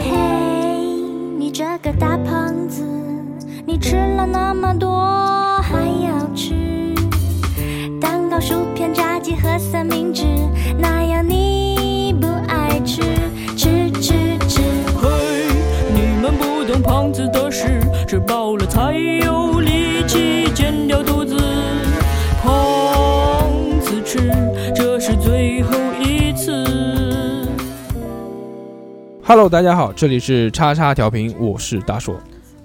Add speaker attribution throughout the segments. Speaker 1: 嘿，你这个大胖子，你吃了那么多，还要吃蛋糕、薯片、炸鸡和三明治，哪样你不爱吃？吃吃吃！
Speaker 2: 嘿，你们不懂胖子的事，吃饱了才有力气减掉肚子。胖子吃，这是最后一次。
Speaker 3: Hello，大家好，这里是叉叉调频，我是大硕。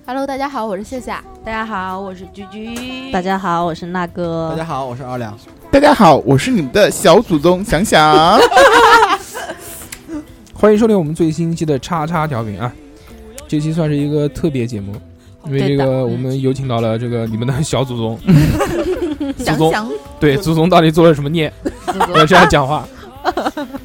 Speaker 4: Hello，大家好，我是夏夏。
Speaker 5: 大家好，我是居居。
Speaker 6: 大家好，我是那
Speaker 7: 大
Speaker 6: 哥
Speaker 7: 家。好，我是二两。
Speaker 8: 大家好，我是你们的小祖宗想 想。
Speaker 3: 欢迎收听我们最新一期的叉叉调频啊！这期算是一个特别节目，因为这
Speaker 6: 对
Speaker 3: 个
Speaker 6: 的
Speaker 3: 我们有请到了这个你们的小祖宗，
Speaker 7: 嗯
Speaker 3: 祖
Speaker 4: 想
Speaker 3: 宗
Speaker 4: 想
Speaker 3: 对祖宗到底做了什么孽，
Speaker 4: 祖
Speaker 3: 要
Speaker 4: 宗，
Speaker 3: 这样讲话。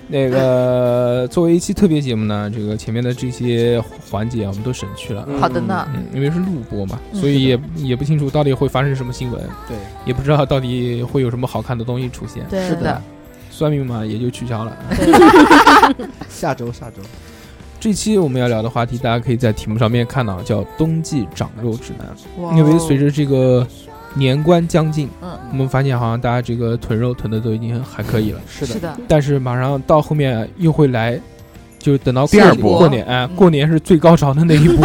Speaker 3: 那个作为一期特别节目呢，这个前面的这些环节啊我们都省去了，
Speaker 4: 好的呢。
Speaker 3: 嗯，因为是录播嘛，所以也也不清楚到底会发生什么新闻，
Speaker 7: 嗯对，
Speaker 3: 也不知道到底会有什么好看的东西出现。
Speaker 4: 对
Speaker 7: 是
Speaker 4: 的
Speaker 7: 的，
Speaker 3: 算命嘛也就取消了。
Speaker 7: 下周下周，
Speaker 3: 这期我们要聊的话题，大家可以在题目上面看到，叫“冬季长肉指南”。
Speaker 4: 哇
Speaker 3: 因为随着这个年关将近，
Speaker 4: 嗯
Speaker 3: 我们发现好像大家这个囤肉囤的都已经还可以了，
Speaker 7: 是
Speaker 4: 是
Speaker 7: 的，
Speaker 4: 的，
Speaker 3: 但是马上到后面又会来，就等到
Speaker 8: 第二
Speaker 3: 过
Speaker 8: 波
Speaker 3: 过年，哎，
Speaker 4: 嗯
Speaker 3: 过年是最高潮的那一波，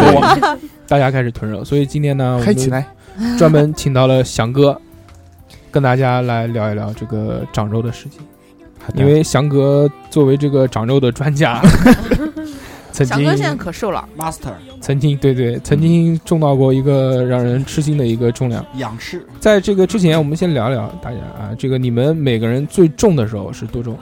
Speaker 3: 大家开始囤肉，所以今天呢，我
Speaker 8: 嗨起
Speaker 3: 们
Speaker 8: 来，
Speaker 3: 专门请到了翔哥，跟大家来聊一聊这个长肉的事情，因为翔哥作为这个长肉的专家，曾
Speaker 5: 翔哥现在
Speaker 3: 经
Speaker 5: 可瘦了，
Speaker 7: master
Speaker 3: 曾经对对曾经种到过一个让人吃惊的一个重量。
Speaker 7: 仰视，
Speaker 3: 在这个之前，我们先聊聊大家啊，这个你们每个人最重的时候是多重？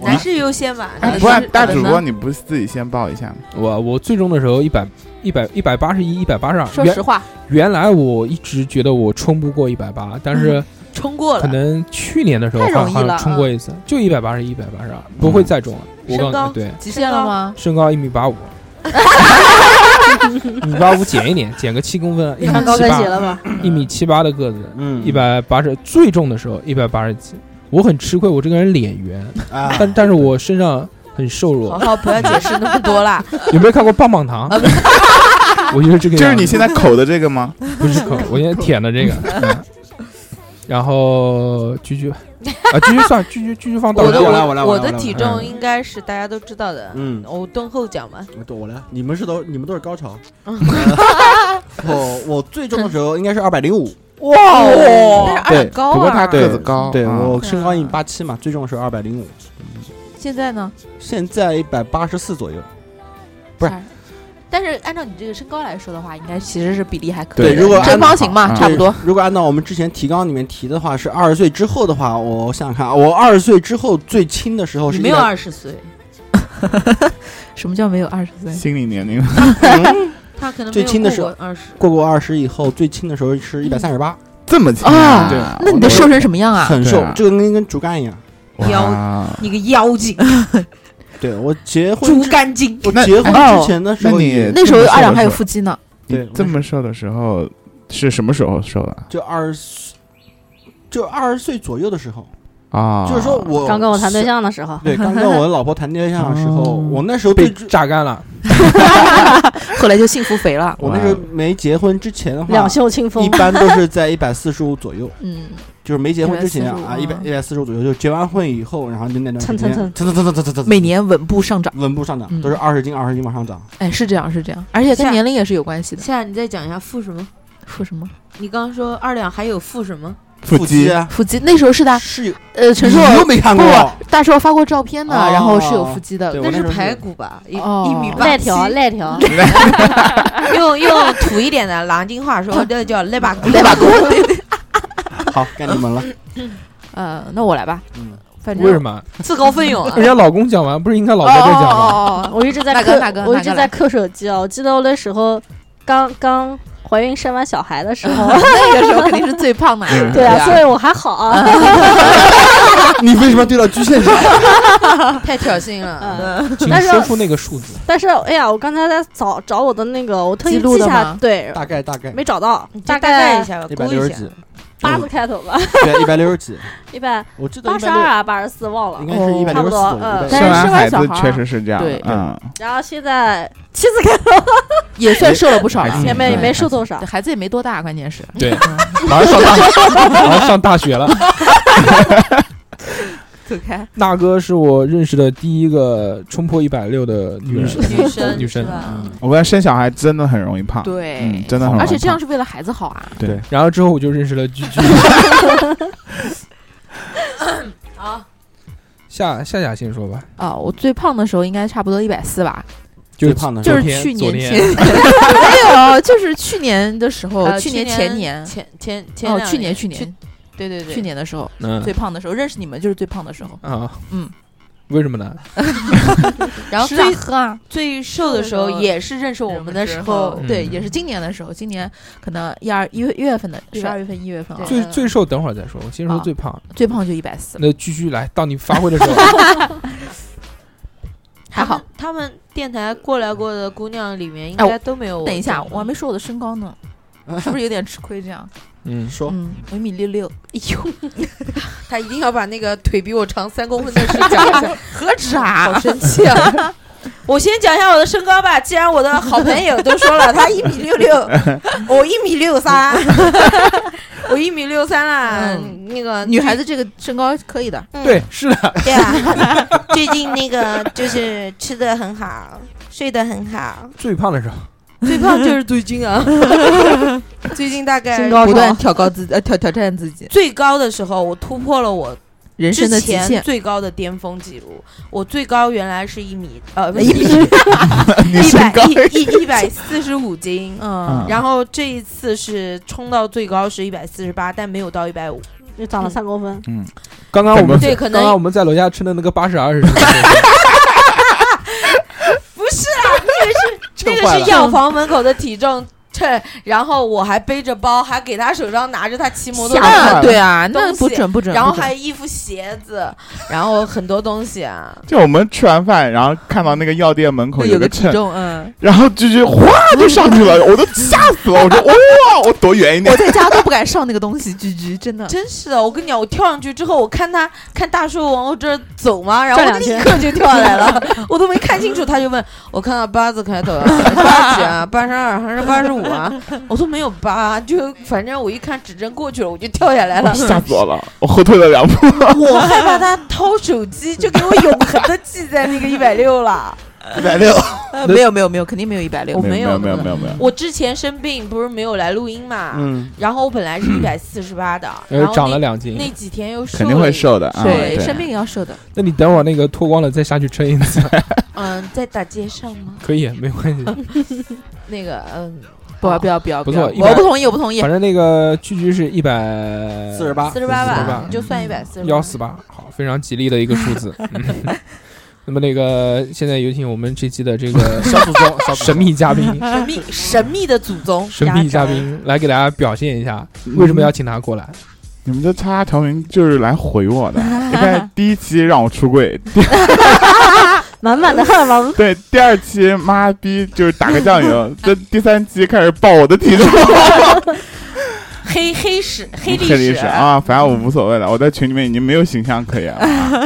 Speaker 5: 男士优先吧。
Speaker 8: 哎，
Speaker 5: 男
Speaker 8: 不然
Speaker 5: 士
Speaker 8: 大主
Speaker 5: 可能
Speaker 8: 播你不自己先报一下吗？
Speaker 3: 我我最重的时候一百一百一百八十一一百八十二。
Speaker 4: 说实
Speaker 3: 原
Speaker 4: 话，
Speaker 3: 原来我一直觉得我冲不过一百八，但是
Speaker 5: 冲过
Speaker 3: 可
Speaker 5: 了，
Speaker 3: 能去年的时候
Speaker 4: 太
Speaker 3: 好
Speaker 4: 容
Speaker 3: 像
Speaker 4: 易
Speaker 3: 好像
Speaker 4: 了
Speaker 3: 冲过一次，就一百八十一百八十二，不会再重了。我
Speaker 5: 身
Speaker 3: 告诉
Speaker 5: 高
Speaker 3: 你，对，
Speaker 4: 极限了吗？
Speaker 3: 身高一米八五。一米八五减一点，减个七公分，一
Speaker 6: 你
Speaker 3: 米
Speaker 6: 穿高
Speaker 3: 七
Speaker 6: 跟鞋
Speaker 3: 八，
Speaker 6: 了吧？
Speaker 3: 一米七八的个子，
Speaker 7: 嗯
Speaker 3: 一百八十最重的时候一百八十几，我很吃亏，我这个人脸圆，
Speaker 7: 啊，
Speaker 3: 但但是我身上很瘦
Speaker 5: 好
Speaker 3: 弱。
Speaker 5: 好不要解释那么多 啦。
Speaker 3: 有没有看过棒棒糖？ 我就是
Speaker 4: 啊
Speaker 3: 这个样子，
Speaker 8: 就是你现在口的这个吗？
Speaker 3: 不是口，我现在舔的这个。嗯然后居居吧，啊，居居算居居居居放倒嗯
Speaker 7: 我
Speaker 3: 数
Speaker 7: 来
Speaker 3: 第
Speaker 5: 的
Speaker 3: 二
Speaker 7: 来我来我
Speaker 5: 我
Speaker 7: 来
Speaker 5: 的
Speaker 7: 我来
Speaker 5: 体重应该是大家都知道的，
Speaker 7: 嗯，
Speaker 5: 我蹲后脚嘛，
Speaker 7: 我我来，你们是都你们都是高潮。
Speaker 5: 嗯
Speaker 7: 呃 我我最重的时候应该是二百零五，哦
Speaker 5: 但是二
Speaker 8: 对
Speaker 5: 两高啊。
Speaker 8: 不过他个子高，
Speaker 7: 对
Speaker 8: 嗯
Speaker 7: 我身高一米八七嘛，最重的时候二百零五，
Speaker 5: 现在呢？
Speaker 7: 现在一百八十四左右。不是
Speaker 4: 啥，但是按照你这个身高来说的啊话，应该其实是比例还可以
Speaker 7: 对
Speaker 4: 的，
Speaker 7: 如果按
Speaker 4: 正方形嘛，
Speaker 8: 嗯
Speaker 4: 差不多。
Speaker 7: 对。如果按照我们之前提纲里面提的话，是二十岁之后的话，我想想看啊，我二十岁之后最轻的时候
Speaker 5: 你
Speaker 7: 是
Speaker 5: 没有
Speaker 7: 100
Speaker 5: 二十岁，
Speaker 4: 什么叫没有二十岁？
Speaker 8: 心理年龄
Speaker 5: 他可能
Speaker 7: 最轻的时候
Speaker 5: 二十。
Speaker 7: 过过二十以后，最轻的时候是一百三十八，
Speaker 8: 这么轻
Speaker 4: 啊
Speaker 8: 对，
Speaker 4: 那你得瘦成什么样啊？
Speaker 7: 很瘦
Speaker 8: 对啊，
Speaker 7: 这个跟跟竹竿一样。
Speaker 8: 哇，
Speaker 5: 你个妖精，
Speaker 7: 对我结婚
Speaker 5: 猪
Speaker 7: 之，
Speaker 5: 肝精！
Speaker 7: 我
Speaker 8: 那
Speaker 7: 结婚之前的时
Speaker 8: 那
Speaker 7: 候
Speaker 8: 你
Speaker 7: 也
Speaker 4: 那时候
Speaker 8: 这么瘦的
Speaker 4: 二两还有
Speaker 8: 时候
Speaker 4: 腹肌呢。
Speaker 7: 对
Speaker 8: 哎你这么瘦的时候是什么时候瘦的？
Speaker 7: 就二十，就二十岁左右的时候，
Speaker 9: 啊，
Speaker 7: 就是说我
Speaker 1: 刚跟我谈对象的时候，
Speaker 7: 对，刚跟我老婆谈对象的时 候，
Speaker 8: 哦
Speaker 7: 我那时候
Speaker 9: 被
Speaker 7: 对
Speaker 9: 榨干了，
Speaker 4: 后来就幸福肥了。
Speaker 7: 我那时候没结婚之前的话
Speaker 1: 两，袖清
Speaker 7: 一
Speaker 1: 风，
Speaker 7: 般都是在一百四十五左右，
Speaker 4: 嗯，
Speaker 7: 就是没结婚之前
Speaker 4: 145
Speaker 7: 啊，
Speaker 4: 啊
Speaker 7: 一百一百四十五左右，就结完婚以后，然后就那段时间，
Speaker 1: 蹭蹭
Speaker 7: 蹭蹭蹭蹭蹭蹭蹭，
Speaker 4: 每年稳步上涨。
Speaker 7: 稳步上涨，
Speaker 4: 嗯
Speaker 7: 都是二十斤二十斤往上涨。
Speaker 4: 哎，是这样，是这样，而且
Speaker 2: 是
Speaker 4: 跟
Speaker 2: 啊
Speaker 4: 年龄也是有关系的。
Speaker 2: 夏夏，你再讲一下负什么？
Speaker 4: 腹什么？
Speaker 2: 你刚刚说二两还有负什么？
Speaker 8: 腹肌
Speaker 7: 啊，
Speaker 4: 腹肌那时候是他，
Speaker 7: 是有，
Speaker 4: 呃，陈 硕
Speaker 7: 你又没看过，
Speaker 4: 不，大硕发过照片的，
Speaker 7: 哦
Speaker 4: 然后是有腹肌的
Speaker 7: 对。我那
Speaker 2: 那
Speaker 7: 时
Speaker 2: 是
Speaker 7: 候是
Speaker 2: 排骨吧，一
Speaker 4: 哦
Speaker 2: 一米八
Speaker 1: 赖
Speaker 2: 七，
Speaker 1: 条赖条，
Speaker 2: 用用土一点的南京 话说，这叫赖把骨。
Speaker 4: 对吧？
Speaker 7: 好，该你们了。
Speaker 4: 呃，那我来吧。
Speaker 7: 嗯
Speaker 4: 反正
Speaker 9: 为什么？
Speaker 2: 自告 奋勇啊
Speaker 9: 人！家老公讲完，不是应该老婆在讲吗？
Speaker 4: 哦哦哦
Speaker 1: 我一直在
Speaker 4: 哪个
Speaker 1: 氪
Speaker 4: 哪个
Speaker 1: 我一
Speaker 4: 哪
Speaker 1: 直
Speaker 4: 个
Speaker 1: 在
Speaker 4: 来
Speaker 1: 氪手机啊。我记得我那时候刚刚怀孕生完小孩的时候，
Speaker 4: 那个时候肯定是最胖的。
Speaker 1: 对啊，所以我还好啊。
Speaker 7: 你为什么要对到局限性？
Speaker 2: 太挑衅了。
Speaker 9: 请
Speaker 1: 但是
Speaker 9: 说出那个数字。
Speaker 1: 但是哎呀，我刚才在找找我的那个，我特意
Speaker 4: 记录
Speaker 1: 记
Speaker 4: 的
Speaker 1: 下
Speaker 4: 吗，
Speaker 1: 对，
Speaker 7: 大概大概
Speaker 1: 没找到
Speaker 2: 你，就
Speaker 1: 大
Speaker 2: 大概
Speaker 1: 概
Speaker 2: 一下吧，
Speaker 7: 一百
Speaker 2: 估
Speaker 7: 六
Speaker 2: 一
Speaker 7: 十
Speaker 2: 下。
Speaker 7: 几，哎
Speaker 1: 八
Speaker 7: 嗯
Speaker 1: 字开头吧，
Speaker 7: 对，一百六十几，
Speaker 1: 一百
Speaker 7: 我记得
Speaker 1: 八
Speaker 7: 一
Speaker 1: 十二
Speaker 7: 百
Speaker 1: 啊，八十四
Speaker 7: 六，
Speaker 1: 忘了
Speaker 7: 应。该是
Speaker 4: 哦
Speaker 7: 一百
Speaker 1: 差
Speaker 7: 六
Speaker 1: 不
Speaker 7: 十
Speaker 1: 多嗯
Speaker 7: 四左
Speaker 8: 生
Speaker 4: 但是
Speaker 7: 右。
Speaker 8: 完
Speaker 4: 生完
Speaker 8: 孩子
Speaker 4: 小孩儿
Speaker 8: 确实是这样
Speaker 4: 对，
Speaker 8: 嗯，
Speaker 1: 然后现在妻子开头，
Speaker 4: 也算瘦了不少了，
Speaker 8: 嗯
Speaker 1: 也没
Speaker 4: 对
Speaker 1: 没瘦多少
Speaker 4: 对，孩子也没多大，关键是。
Speaker 9: 对，马上上大，马上上大学了。
Speaker 4: 走开，
Speaker 9: 那哥是我认识的第一个冲破一百六的女人，
Speaker 2: 女生，
Speaker 9: 女生
Speaker 2: 是吧
Speaker 8: 我感觉生小孩真的很容易胖，
Speaker 4: 对
Speaker 8: 嗯，真的很容易胖，
Speaker 4: 而且这样是为了孩子好啊。
Speaker 8: 对，
Speaker 9: 然后之后我就认识了居居。
Speaker 2: 好，
Speaker 9: 夏夏夏先说吧，
Speaker 4: 啊，我最胖的时候应该差不多一百四吧，
Speaker 7: 最胖的时
Speaker 4: 就
Speaker 7: 候
Speaker 4: 是
Speaker 9: 昨天
Speaker 4: 去
Speaker 9: 昨
Speaker 4: 年
Speaker 9: 天
Speaker 4: 前，没有，就是去年的时候，
Speaker 2: 呃
Speaker 4: 去年前年，
Speaker 2: 前前前
Speaker 4: 哦，
Speaker 2: 两
Speaker 4: 去年去
Speaker 2: 去
Speaker 4: 年
Speaker 2: 对对对，
Speaker 4: 去年的时候
Speaker 9: 嗯
Speaker 4: 最胖的时候，认识你们就是最胖的时候。
Speaker 9: 啊，
Speaker 4: 嗯，
Speaker 9: 为什么呢？
Speaker 2: 然后
Speaker 4: 吃啊
Speaker 2: 最
Speaker 4: 喝啊，
Speaker 2: 最瘦的时候也是认识我们的时候
Speaker 9: 嗯，
Speaker 4: 对，也是今年的时候，今年可能一二一月一月份的，
Speaker 2: 对
Speaker 4: 十二月份一月份啊，
Speaker 2: 对
Speaker 9: 最最瘦，等会儿再说。我先说
Speaker 4: 啊
Speaker 9: 最胖，
Speaker 4: 最胖就一百四，
Speaker 9: 那居居来到你发挥的时候，
Speaker 4: 还好。
Speaker 2: 他们电台过来过的姑娘里面应
Speaker 4: 哎
Speaker 2: 该
Speaker 4: 我
Speaker 2: 都没有我
Speaker 4: 等一下，
Speaker 2: 重
Speaker 4: 我还没说我的身高 呢，是不是有点吃亏这样？
Speaker 9: 嗯，
Speaker 7: 说
Speaker 4: 嗯，我一米六六，哎呦，
Speaker 2: 他一定要把那个腿比我长三公分的事讲一下，
Speaker 4: 何止啊
Speaker 2: 好！生气啊！ 我先讲一下我的身高吧，既然我的好朋友都说了，他一米六六， 我一米六 三，我一米六三啦。
Speaker 4: 嗯
Speaker 2: 那 个
Speaker 4: 女孩子这个身高可以的，
Speaker 9: 对，是的，
Speaker 2: 对啊，最近那个就是吃的很好，睡得很好，
Speaker 9: 最胖的时候，
Speaker 2: 最胖就是最近 啊，最近大概
Speaker 1: 身高
Speaker 4: 不断
Speaker 1: 超，
Speaker 4: 挑高自己，呃，挑挑战自己，
Speaker 2: 最高的时候，我突破了我
Speaker 4: 人
Speaker 2: 之
Speaker 4: 生的极
Speaker 2: 前
Speaker 4: 限。
Speaker 2: 最高的巅峰记录。我最高原来是一米，呃，不是
Speaker 4: 一
Speaker 2: 米
Speaker 4: 米，
Speaker 2: 一百一一一百四十五斤。
Speaker 4: 嗯，
Speaker 2: 然后这一次是冲到最高是一百四十八，但没有到一百五。
Speaker 1: 又长了三公分。
Speaker 9: 刚刚我们
Speaker 2: 对，可
Speaker 9: 刚刚我
Speaker 2: 能
Speaker 9: 们在楼下吃的那个八十二是
Speaker 2: 不是啊，那个是那个是药房门口的体重秤，然后我还背着包，还给他手上拿着他骑摩托车
Speaker 8: 吓坏
Speaker 4: 啊，
Speaker 8: 了
Speaker 4: 对啊，那
Speaker 2: 东西
Speaker 4: 不准不准。
Speaker 2: 然后
Speaker 4: 不准
Speaker 2: 还有衣服、鞋子，然后很多东西啊。
Speaker 8: 就我们吃完饭，然后看到那个药店门口
Speaker 4: 有
Speaker 8: 个
Speaker 4: 体
Speaker 8: 秤，
Speaker 4: 重，嗯，
Speaker 8: 然后就就哗就上去了，我都吓死了，我说哇，我躲远一点
Speaker 4: 我，在家都不敢上那个东西，居居真的。
Speaker 2: 真是的，我跟你讲，我跳上去之后，我看他看大叔往我这儿走嘛，然后
Speaker 1: 转
Speaker 2: 我立
Speaker 1: 两
Speaker 2: 刻就跳下来 了，我都没看清楚，他就问我看到八字开头啊，八几啊，八十二还是八十五啊？我说没有八，就反正我一看指针过去了，我就跳下来了。
Speaker 8: 吓死我了，我后退了两步。
Speaker 2: 我害怕他掏手机，就给我永恒的记在那个 一百六了。
Speaker 8: 一百六，
Speaker 4: 呃没有没有没有，肯定没有一百六
Speaker 2: 我。
Speaker 8: 没
Speaker 2: 没有
Speaker 8: 有没有没有没有，
Speaker 2: 我之前生病不是没有来录音嘛，
Speaker 7: 嗯，
Speaker 2: 然后我本来是一百四十八的，
Speaker 9: 呃
Speaker 2: 然后
Speaker 9: 长了
Speaker 2: 那
Speaker 9: 两斤。
Speaker 2: 那几天又瘦
Speaker 8: 肯定会
Speaker 2: 了一
Speaker 8: 瘦的啊，
Speaker 4: 对，
Speaker 8: 对
Speaker 4: 生病也要瘦的。
Speaker 9: 那你等我那个脱光了再下去称一次，
Speaker 2: 嗯，在大街上吗？
Speaker 9: 可以，没关 系。
Speaker 2: 那个，嗯，
Speaker 4: 不要不要不要，
Speaker 9: 不错
Speaker 4: 要
Speaker 9: 一百
Speaker 4: 我不同意，我不同意
Speaker 9: 反。正那个居居是一百
Speaker 7: 呃四十八，
Speaker 2: 四十八吧，
Speaker 9: 48
Speaker 2: 你就算一百四十
Speaker 9: 幺四八，好，非常吉利的一个数 字。嗯 那么那个现在有请我们这期的这 个
Speaker 7: 小祖宗，小祖宗
Speaker 9: 神秘嘉宾，
Speaker 2: 神秘神秘的祖宗，
Speaker 9: 神秘嘉宾来给大家表现一下
Speaker 8: 嗯
Speaker 9: 为什么要请他过来。
Speaker 8: 你们这叉叉调频就是来毁我的。你看第一期让我出柜，第，
Speaker 1: 满满的荷尔蒙
Speaker 8: 对第二期妈逼就是打个酱油，这第三期开始爆我的体重，
Speaker 5: 黑黑史 黑历
Speaker 8: 黑历史啊，反正我无所谓了，我在群里面已经没有形象可言了啊。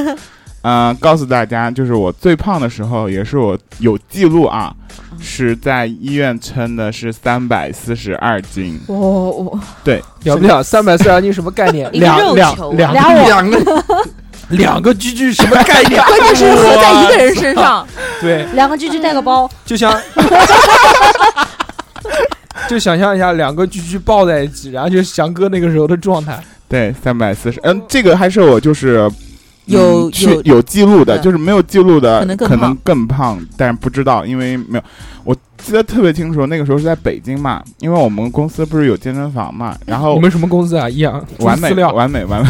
Speaker 8: 嗯、告诉大家，就是我最胖的时候，也是我有记录啊，
Speaker 4: 嗯
Speaker 8: 是在医院称的是三百四十二斤，
Speaker 4: 我我
Speaker 3: 了不了？三百四十二斤什么概念？
Speaker 2: 一个
Speaker 3: 两
Speaker 2: 肉
Speaker 3: 两
Speaker 2: 球啊
Speaker 3: 两
Speaker 1: 俩我
Speaker 3: 两个 两个居居什 么概念？
Speaker 4: 关键是合 在一个人身上，
Speaker 3: 对，
Speaker 1: 两个狙击带个包，
Speaker 3: 就像。 就想象一下两个居居抱在一起，然后就是翔哥那个时候的状态。
Speaker 8: 对，三百四十，嗯，这个还是我就是。
Speaker 4: 有
Speaker 8: 嗯去
Speaker 4: 有
Speaker 8: 有记录的，
Speaker 4: 嗯
Speaker 8: 就是没有记录的，
Speaker 4: 可能更
Speaker 8: 可
Speaker 4: 胖
Speaker 8: 能更胖，但是不知道，因为没有。我记得特别清楚，那个时候是在北京嘛，因为我们公司不是有健身房嘛，然后
Speaker 3: 你们什么公司啊？一样
Speaker 8: 完美
Speaker 3: 资料。
Speaker 8: 完美完美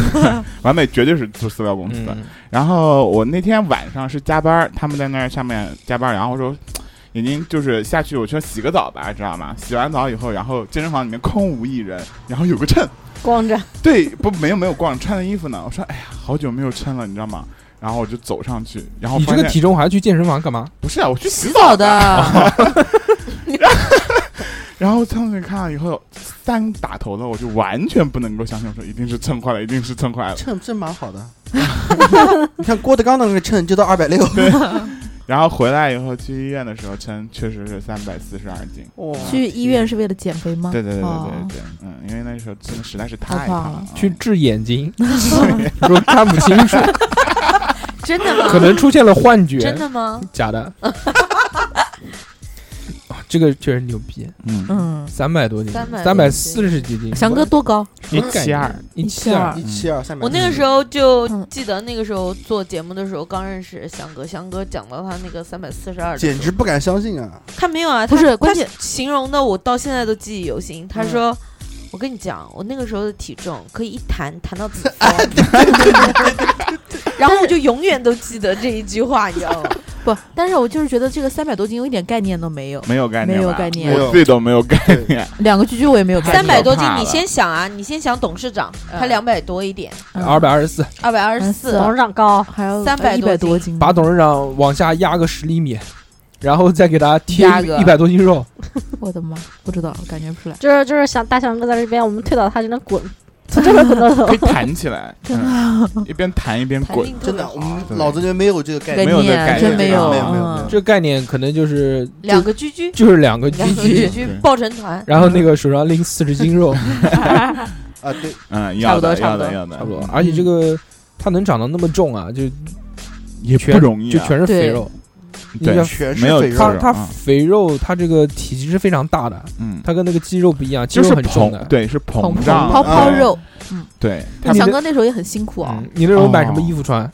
Speaker 8: 完美绝对是做饲料公司的。
Speaker 3: 嗯
Speaker 8: 然后我那天晚上是加班儿，他们在那儿下面加班儿，然后我说。已经就是下去，我说洗个澡吧，知道吗？洗完澡以后，然后健身房里面空无一人，然后有个秤，
Speaker 1: 光着
Speaker 8: 对，不没有没有逛，穿的衣服呢。我说哎呀，好久没有称了，你知道吗？然后我就走上去，然后
Speaker 3: 你
Speaker 8: 发
Speaker 3: 这
Speaker 8: 现
Speaker 3: 个体重还去健身房干嘛？
Speaker 8: 不是啊，我去洗
Speaker 4: 洗
Speaker 8: 澡
Speaker 4: 澡。的，
Speaker 8: 然后上去看了以后，三打头了，我就完全不能够相信，我说一定是称坏了，一定是称坏了。
Speaker 7: 秤真蛮好的。你看郭德纲的那个秤就到二百六，
Speaker 8: 然后回来以后去医院的时候称，确实是三百四十二斤。
Speaker 7: 哇，
Speaker 4: 去医院是为了减肥吗？
Speaker 8: 对对对对对
Speaker 4: 哦
Speaker 8: 对，嗯，因为那时候真的实在是
Speaker 4: 太
Speaker 8: 太
Speaker 4: 胖
Speaker 8: 胖
Speaker 4: 了
Speaker 8: 了，
Speaker 3: 去
Speaker 8: 嗯
Speaker 3: 治眼睛，说看不清楚，
Speaker 5: 真的吗？
Speaker 3: 可能出现了幻觉，
Speaker 5: 真的吗？
Speaker 3: 假的。 哦这个确实牛逼，
Speaker 8: 嗯，
Speaker 4: 嗯，
Speaker 3: 三百多斤，
Speaker 2: 300
Speaker 3: 三百四十几斤，
Speaker 4: 翔哥多高？
Speaker 3: 一七二，一七二，
Speaker 7: 一七二三百。
Speaker 2: 我那个时候就
Speaker 4: 嗯
Speaker 2: 记得，那个时候做节目的时候刚认识翔哥，翔哥讲到他那个三百四十二，
Speaker 7: 简直不敢相信啊！
Speaker 2: 他没有啊，
Speaker 4: 不
Speaker 2: 他
Speaker 4: 是
Speaker 2: 他
Speaker 4: 关键嗯
Speaker 2: 形容的我到现在都记忆犹新。他说：“我跟你讲，我那个时候的体重可以一弹弹到子宫，然后我就永远都记得这一句话，你知道吗？
Speaker 4: 不，但是我就是觉得这个三百多斤我一点概念都没有，
Speaker 8: 没有概
Speaker 4: 没
Speaker 8: 念吧，
Speaker 4: 有概念
Speaker 8: 我自己都没有概 念。
Speaker 4: 两个居居我也没有概
Speaker 2: 三
Speaker 4: 念。
Speaker 2: 百多斤
Speaker 8: 太可怕，了
Speaker 2: 你先想啊，你先想董事长，他
Speaker 4: 嗯
Speaker 2: 两百多一点，
Speaker 4: 嗯
Speaker 3: 二百二十四，
Speaker 2: 二百二十
Speaker 4: 嗯
Speaker 2: 四
Speaker 4: 是，
Speaker 1: 董事长高，
Speaker 4: 还有
Speaker 2: 300
Speaker 4: 一百
Speaker 2: 多
Speaker 4: 多斤，
Speaker 3: 把董事长往下压个十厘米，然后再给他贴
Speaker 2: 压个
Speaker 3: 一百多斤肉，
Speaker 4: 我的妈，不知道，感觉不出来。
Speaker 1: 就是就是想大翔哥在这边，我们推倒他就能滚，从这边滚到头
Speaker 8: 可。以弹起来，嗯， 一边弹一边
Speaker 2: 弹
Speaker 8: 滚
Speaker 2: 性，特
Speaker 7: 真
Speaker 2: 别
Speaker 7: 的，
Speaker 2: 好
Speaker 7: 我们脑子里面没有这个概
Speaker 8: 没
Speaker 7: 念。
Speaker 8: 有这概念
Speaker 4: 真没
Speaker 8: 没
Speaker 7: 有没有没有
Speaker 4: 嗯
Speaker 3: 这个概念可能就是
Speaker 2: 两个居居，
Speaker 3: 就是两个
Speaker 2: 两个
Speaker 3: 狙
Speaker 2: 居
Speaker 3: 击，
Speaker 2: 居
Speaker 8: 对
Speaker 2: 抱成团，
Speaker 3: 然后那个手上拎四十斤肉，
Speaker 7: 啊，对，
Speaker 8: 嗯，
Speaker 4: 差
Speaker 8: 要
Speaker 4: 不
Speaker 8: 的要
Speaker 4: 多差不
Speaker 8: 的
Speaker 4: 多
Speaker 8: 要的，
Speaker 3: 差不多
Speaker 8: 嗯。
Speaker 3: 而且这个他能长得那么重啊，就
Speaker 8: 也
Speaker 3: 全
Speaker 8: 不容易啊，
Speaker 3: 就全是肥
Speaker 4: 对
Speaker 3: 肉，你
Speaker 8: 对
Speaker 3: 要
Speaker 7: 全是
Speaker 8: 没有
Speaker 7: 肥
Speaker 8: 胖
Speaker 7: 肉
Speaker 3: 它
Speaker 8: 肉
Speaker 3: 它
Speaker 8: 嗯
Speaker 3: 肥肉，它这个体积是非常大的，
Speaker 8: 嗯，
Speaker 3: 它跟那个肌肉不一样，肌
Speaker 8: 就
Speaker 3: 肉
Speaker 8: 是
Speaker 3: 很重的
Speaker 8: 膨，。对，是膨
Speaker 4: 膨
Speaker 8: 胀，
Speaker 4: 泡泡
Speaker 8: 嗯
Speaker 4: 肉，
Speaker 8: 对，
Speaker 3: 那你
Speaker 4: 翔
Speaker 3: 的
Speaker 4: 哥那时候也很辛苦啊
Speaker 3: 嗯，，你那时候买什么衣服穿？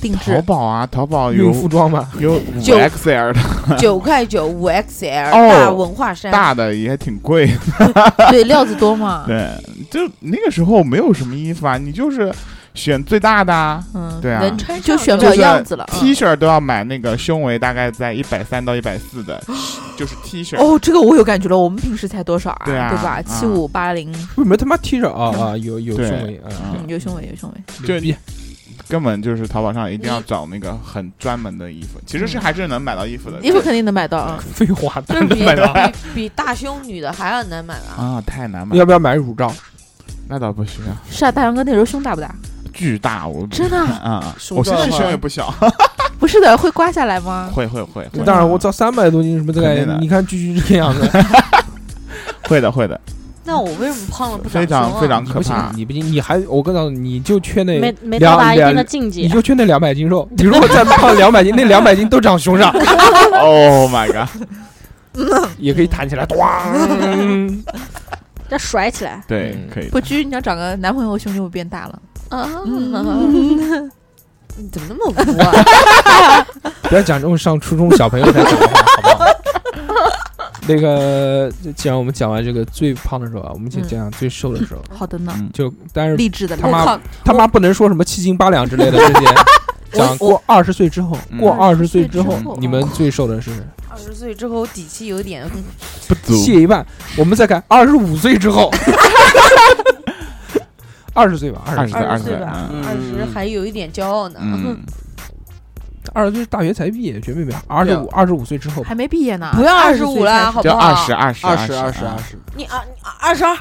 Speaker 4: 定
Speaker 8: 淘
Speaker 4: 制
Speaker 8: 宝啊，淘宝哦啊有
Speaker 3: 孕妇装 吗？
Speaker 8: 有五
Speaker 2: 就
Speaker 8: XL 的
Speaker 2: 九块九五 XL
Speaker 8: 哦
Speaker 2: 大文化衫，
Speaker 8: 大的也挺贵的，
Speaker 4: 对料子多嘛，
Speaker 8: 对，就那个时候没有什么衣服啊，你就是选最大的啊。
Speaker 4: 嗯，
Speaker 8: 对啊
Speaker 4: 能
Speaker 2: 穿
Speaker 4: 就
Speaker 2: 上
Speaker 4: 选不
Speaker 8: 就
Speaker 4: 了
Speaker 8: 是
Speaker 4: 样子了。嗯
Speaker 8: T 恤都要买那个胸围大概在一百三到一百四的，就是 T 恤。
Speaker 4: 哦，这个我有感觉了，我们平时才多少啊？
Speaker 8: 对啊
Speaker 4: 吧？
Speaker 8: 啊
Speaker 4: 七五八零，
Speaker 3: 为什么他妈 T 恤啊啊有有
Speaker 8: 对
Speaker 3: 胸围啊？
Speaker 4: 嗯，
Speaker 8: 嗯，
Speaker 4: 有胸围，有胸围，
Speaker 8: 就
Speaker 3: 牛逼
Speaker 8: 根本就是淘宝上一定要找那个很专门的衣服，其实是还是能买到衣服的。
Speaker 4: 嗯衣服肯定能买到啊。
Speaker 3: 废话，
Speaker 2: 就
Speaker 3: 当
Speaker 2: 是
Speaker 3: 然
Speaker 2: 比
Speaker 3: 能买到。
Speaker 2: 比比大胸女的还要难买了。
Speaker 8: 啊，太难买，
Speaker 3: 要不要买乳罩？
Speaker 8: 那倒不需要，
Speaker 4: 是啊，大杨哥那时候胸大不大？
Speaker 8: 巨大我
Speaker 4: 真的啊
Speaker 8: 啊，
Speaker 7: 胸
Speaker 8: 我现在
Speaker 7: 罩的话
Speaker 8: 胸也不 小，
Speaker 4: 不是的，会刮下来吗？
Speaker 8: 会会会，会
Speaker 3: 当然，我操，三百多斤什么的
Speaker 8: 肯定的
Speaker 3: 你看居居这个样子，
Speaker 8: 会的 会的，
Speaker 2: 那我为什么胖了不
Speaker 8: 非
Speaker 2: 长胸
Speaker 8: 常
Speaker 2: 啊？
Speaker 8: 非常
Speaker 3: 你
Speaker 8: 可
Speaker 3: 不行
Speaker 8: 怕，。
Speaker 3: 你不行，你还我跟你讲，你就缺那
Speaker 1: 没没到达一定的境
Speaker 5: 啊
Speaker 3: 你
Speaker 1: 界，
Speaker 3: 就缺那两百斤肉，你如果再胖两百斤，那两百斤都长胸上，
Speaker 8: Oh my god！
Speaker 3: 也可以弹起来，咣！
Speaker 1: 再甩起来。
Speaker 8: 对
Speaker 3: 嗯，
Speaker 8: 可以的。
Speaker 4: 不拘，你要找个男朋友，胸就会变大了。
Speaker 2: 啊
Speaker 4: 嗯，
Speaker 2: 你怎么那么污 啊？
Speaker 3: 不要讲这种上初中小朋友才讲的话，好不好？那个，既然我们讲完这个最胖的时候啊，我们先讲讲最瘦的时候。
Speaker 4: 好的呢，
Speaker 8: 嗯
Speaker 3: 就但是
Speaker 4: 励志的
Speaker 3: 他
Speaker 4: 来
Speaker 3: 妈
Speaker 4: 自
Speaker 2: 靠
Speaker 3: 他妈不能说什么七斤八两之类的这 些。讲过二十岁之后，
Speaker 8: 嗯
Speaker 3: 过二十岁之后
Speaker 8: 嗯，
Speaker 3: 你们最瘦的是谁
Speaker 2: 二十岁之后底气有点
Speaker 8: 嗯不足，
Speaker 3: 卸一半。我们再看二十五岁 之后，二十岁吧，二
Speaker 8: 二
Speaker 3: 十
Speaker 8: 十
Speaker 3: 岁
Speaker 8: 岁，，二十
Speaker 2: 岁
Speaker 8: 岁，
Speaker 2: 吧
Speaker 8: 嗯
Speaker 2: 二十还有一点骄傲呢。
Speaker 8: 嗯，
Speaker 3: 二十岁是大学才毕业，绝没没二十五，
Speaker 8: 啊
Speaker 3: 二十五岁之后吧
Speaker 4: 还没毕业呢，
Speaker 2: 不要二
Speaker 4: 二
Speaker 2: 十
Speaker 4: 十
Speaker 2: 五了，，好不
Speaker 8: 就
Speaker 2: 好？
Speaker 8: 二十，，二十，
Speaker 7: 嗯二十二十
Speaker 8: 啊
Speaker 7: 二十，
Speaker 2: 你二二十二，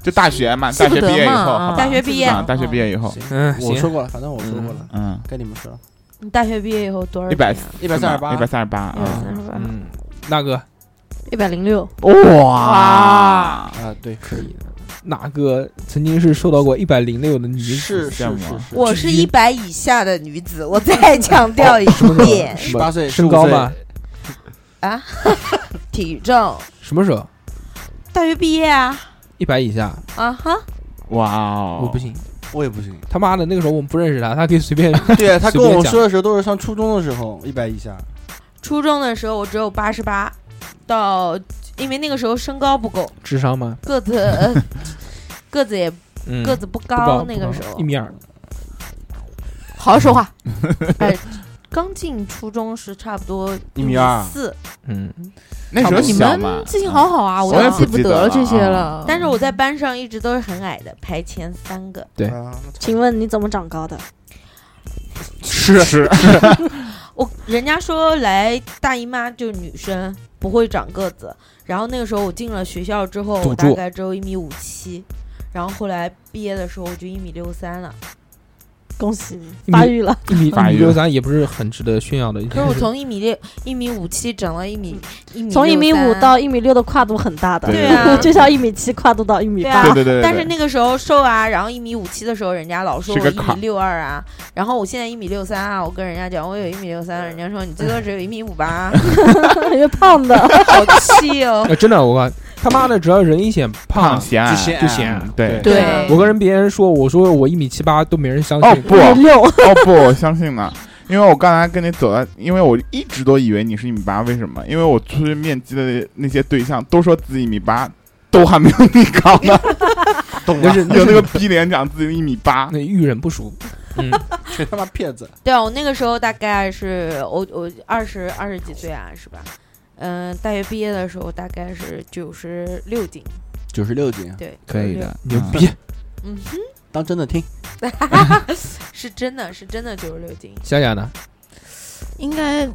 Speaker 8: 就大学嘛，
Speaker 4: 记
Speaker 8: 大
Speaker 4: 不
Speaker 8: 学
Speaker 4: 得
Speaker 8: 毕业以
Speaker 4: 嘛
Speaker 8: 后，
Speaker 4: 啊
Speaker 8: 好吧
Speaker 2: 大学毕业
Speaker 8: 啊，大学毕业以后，
Speaker 3: 嗯，
Speaker 7: 我
Speaker 3: 行
Speaker 7: 说过了，反正我说过了，
Speaker 8: 嗯，
Speaker 7: 该你们说了。
Speaker 2: 你大学毕业以后多少
Speaker 8: 一
Speaker 2: 钱
Speaker 8: 百
Speaker 2: 啊？
Speaker 7: 一百三十八
Speaker 8: 一百，三十八啊，
Speaker 3: 嗯，那个
Speaker 5: 一百零六，
Speaker 8: 哇，
Speaker 7: 啊，对，可以的，
Speaker 3: 哪个曾经是受到过一百零六的女子
Speaker 7: 是是
Speaker 8: 羡慕
Speaker 7: 是
Speaker 8: 啊
Speaker 7: 是，
Speaker 2: 我是一百以下的女子，我再强调
Speaker 8: 哦
Speaker 2: 一
Speaker 3: 什么时候
Speaker 2: 遍，
Speaker 3: 什
Speaker 7: 十
Speaker 3: 么
Speaker 7: 八岁
Speaker 3: 身高
Speaker 7: 吧
Speaker 3: 吧？？
Speaker 2: 体重
Speaker 3: 什么时候？
Speaker 2: 大学毕业啊
Speaker 3: 一百以下，
Speaker 2: 啊哈，
Speaker 8: 哇哦，
Speaker 3: 我不信。
Speaker 7: 我也不行。
Speaker 3: 他妈的，那个时候我们不认识他，他可以随便。
Speaker 7: 对啊他
Speaker 3: 随
Speaker 7: 跟
Speaker 3: 便
Speaker 7: 我
Speaker 3: 讲
Speaker 7: 说的时候都是上初中的时候，一百以下。
Speaker 2: 初中的时候我只有八十八，到因为那个时候身高不够，
Speaker 3: 智商吗？
Speaker 2: 个 子、呃个子也
Speaker 3: 嗯，
Speaker 2: 个子不
Speaker 3: 不高
Speaker 2: 高，那
Speaker 3: 不
Speaker 2: 个
Speaker 3: 高
Speaker 2: 时候
Speaker 3: 一米二。
Speaker 4: 好好说话。
Speaker 2: 刚进初中是差不多
Speaker 7: 一米二
Speaker 2: 四，
Speaker 3: 嗯，
Speaker 8: 那时候
Speaker 4: 你
Speaker 8: 小嘛嗯
Speaker 4: 们，记性好好啊，我
Speaker 8: 我也
Speaker 4: 都
Speaker 8: 不
Speaker 4: 记不
Speaker 8: 记得
Speaker 4: 得
Speaker 8: 了
Speaker 4: 这些
Speaker 8: 啊
Speaker 4: 了。
Speaker 2: 但是我在班上一直都是很矮的，排前三个。
Speaker 3: 对
Speaker 7: 啊，
Speaker 5: 请问你怎么长高的？
Speaker 8: 是是，
Speaker 2: 我人家说来大姨妈就是女生不会长个子，然后那个时候我进了学校之后，
Speaker 3: 堵
Speaker 2: 我大
Speaker 3: 住
Speaker 2: 概只有一米五七，然后后来毕业的时候我就一米六三了。
Speaker 5: 恭喜你
Speaker 3: 你
Speaker 5: 发育了，
Speaker 3: 一米
Speaker 8: 发
Speaker 3: 一
Speaker 8: 育
Speaker 3: 米六三也不是很值得炫耀的。
Speaker 2: 可是我从一米六、一米五七长到一米一米，
Speaker 5: 从一米五到一米六的跨度很大的，
Speaker 8: 对
Speaker 2: 对啊
Speaker 5: 就像一米七跨度到一米
Speaker 2: 对
Speaker 5: 八
Speaker 2: 啊
Speaker 8: 对，对对对，
Speaker 2: 但是那个时候瘦啊，然后一米五七的时候，人家老说
Speaker 8: 是
Speaker 2: 我
Speaker 8: 个
Speaker 2: 一
Speaker 8: 坎儿
Speaker 2: 米六二啊，然后我现在一米六三啊，我跟人家讲我有一米六三，人家说你最多只有一米五 八，
Speaker 5: 因为胖的。
Speaker 2: 好气哦。
Speaker 3: 哎，真的，我告他妈的，只要人一显
Speaker 8: 胖
Speaker 3: 胖，
Speaker 8: 显矮
Speaker 7: 就显矮
Speaker 3: 就显矮
Speaker 8: 对。
Speaker 4: 对
Speaker 2: 啊
Speaker 3: 我跟别人说，我说我一米七八都没人相
Speaker 8: 哦
Speaker 3: 信。
Speaker 8: 不，
Speaker 5: 一米六，
Speaker 8: 哦不，我相信了，因为我刚才跟你走了，因为我一直都以为你是一米八，为什么？因为我出去面基的那些对象都说自己一米八，都还没有你高呢，
Speaker 7: 懂
Speaker 3: 那
Speaker 7: 了，
Speaker 3: 是
Speaker 8: 有那个逼脸讲自己一米八，
Speaker 3: 那遇人不淑。嗯，
Speaker 7: 全他妈骗子。
Speaker 2: 对啊，我那个时候大概是我我二十二十几岁啊，是吧？嗯，大学毕业的时候大概是九十六斤，
Speaker 7: 九十六斤，
Speaker 2: 对，
Speaker 8: 可以的
Speaker 2: 96，
Speaker 3: 牛逼！
Speaker 2: 嗯哼，
Speaker 7: 当真的听。
Speaker 2: 是真的是真的九十六斤，
Speaker 3: 夏夏呢？
Speaker 4: 应该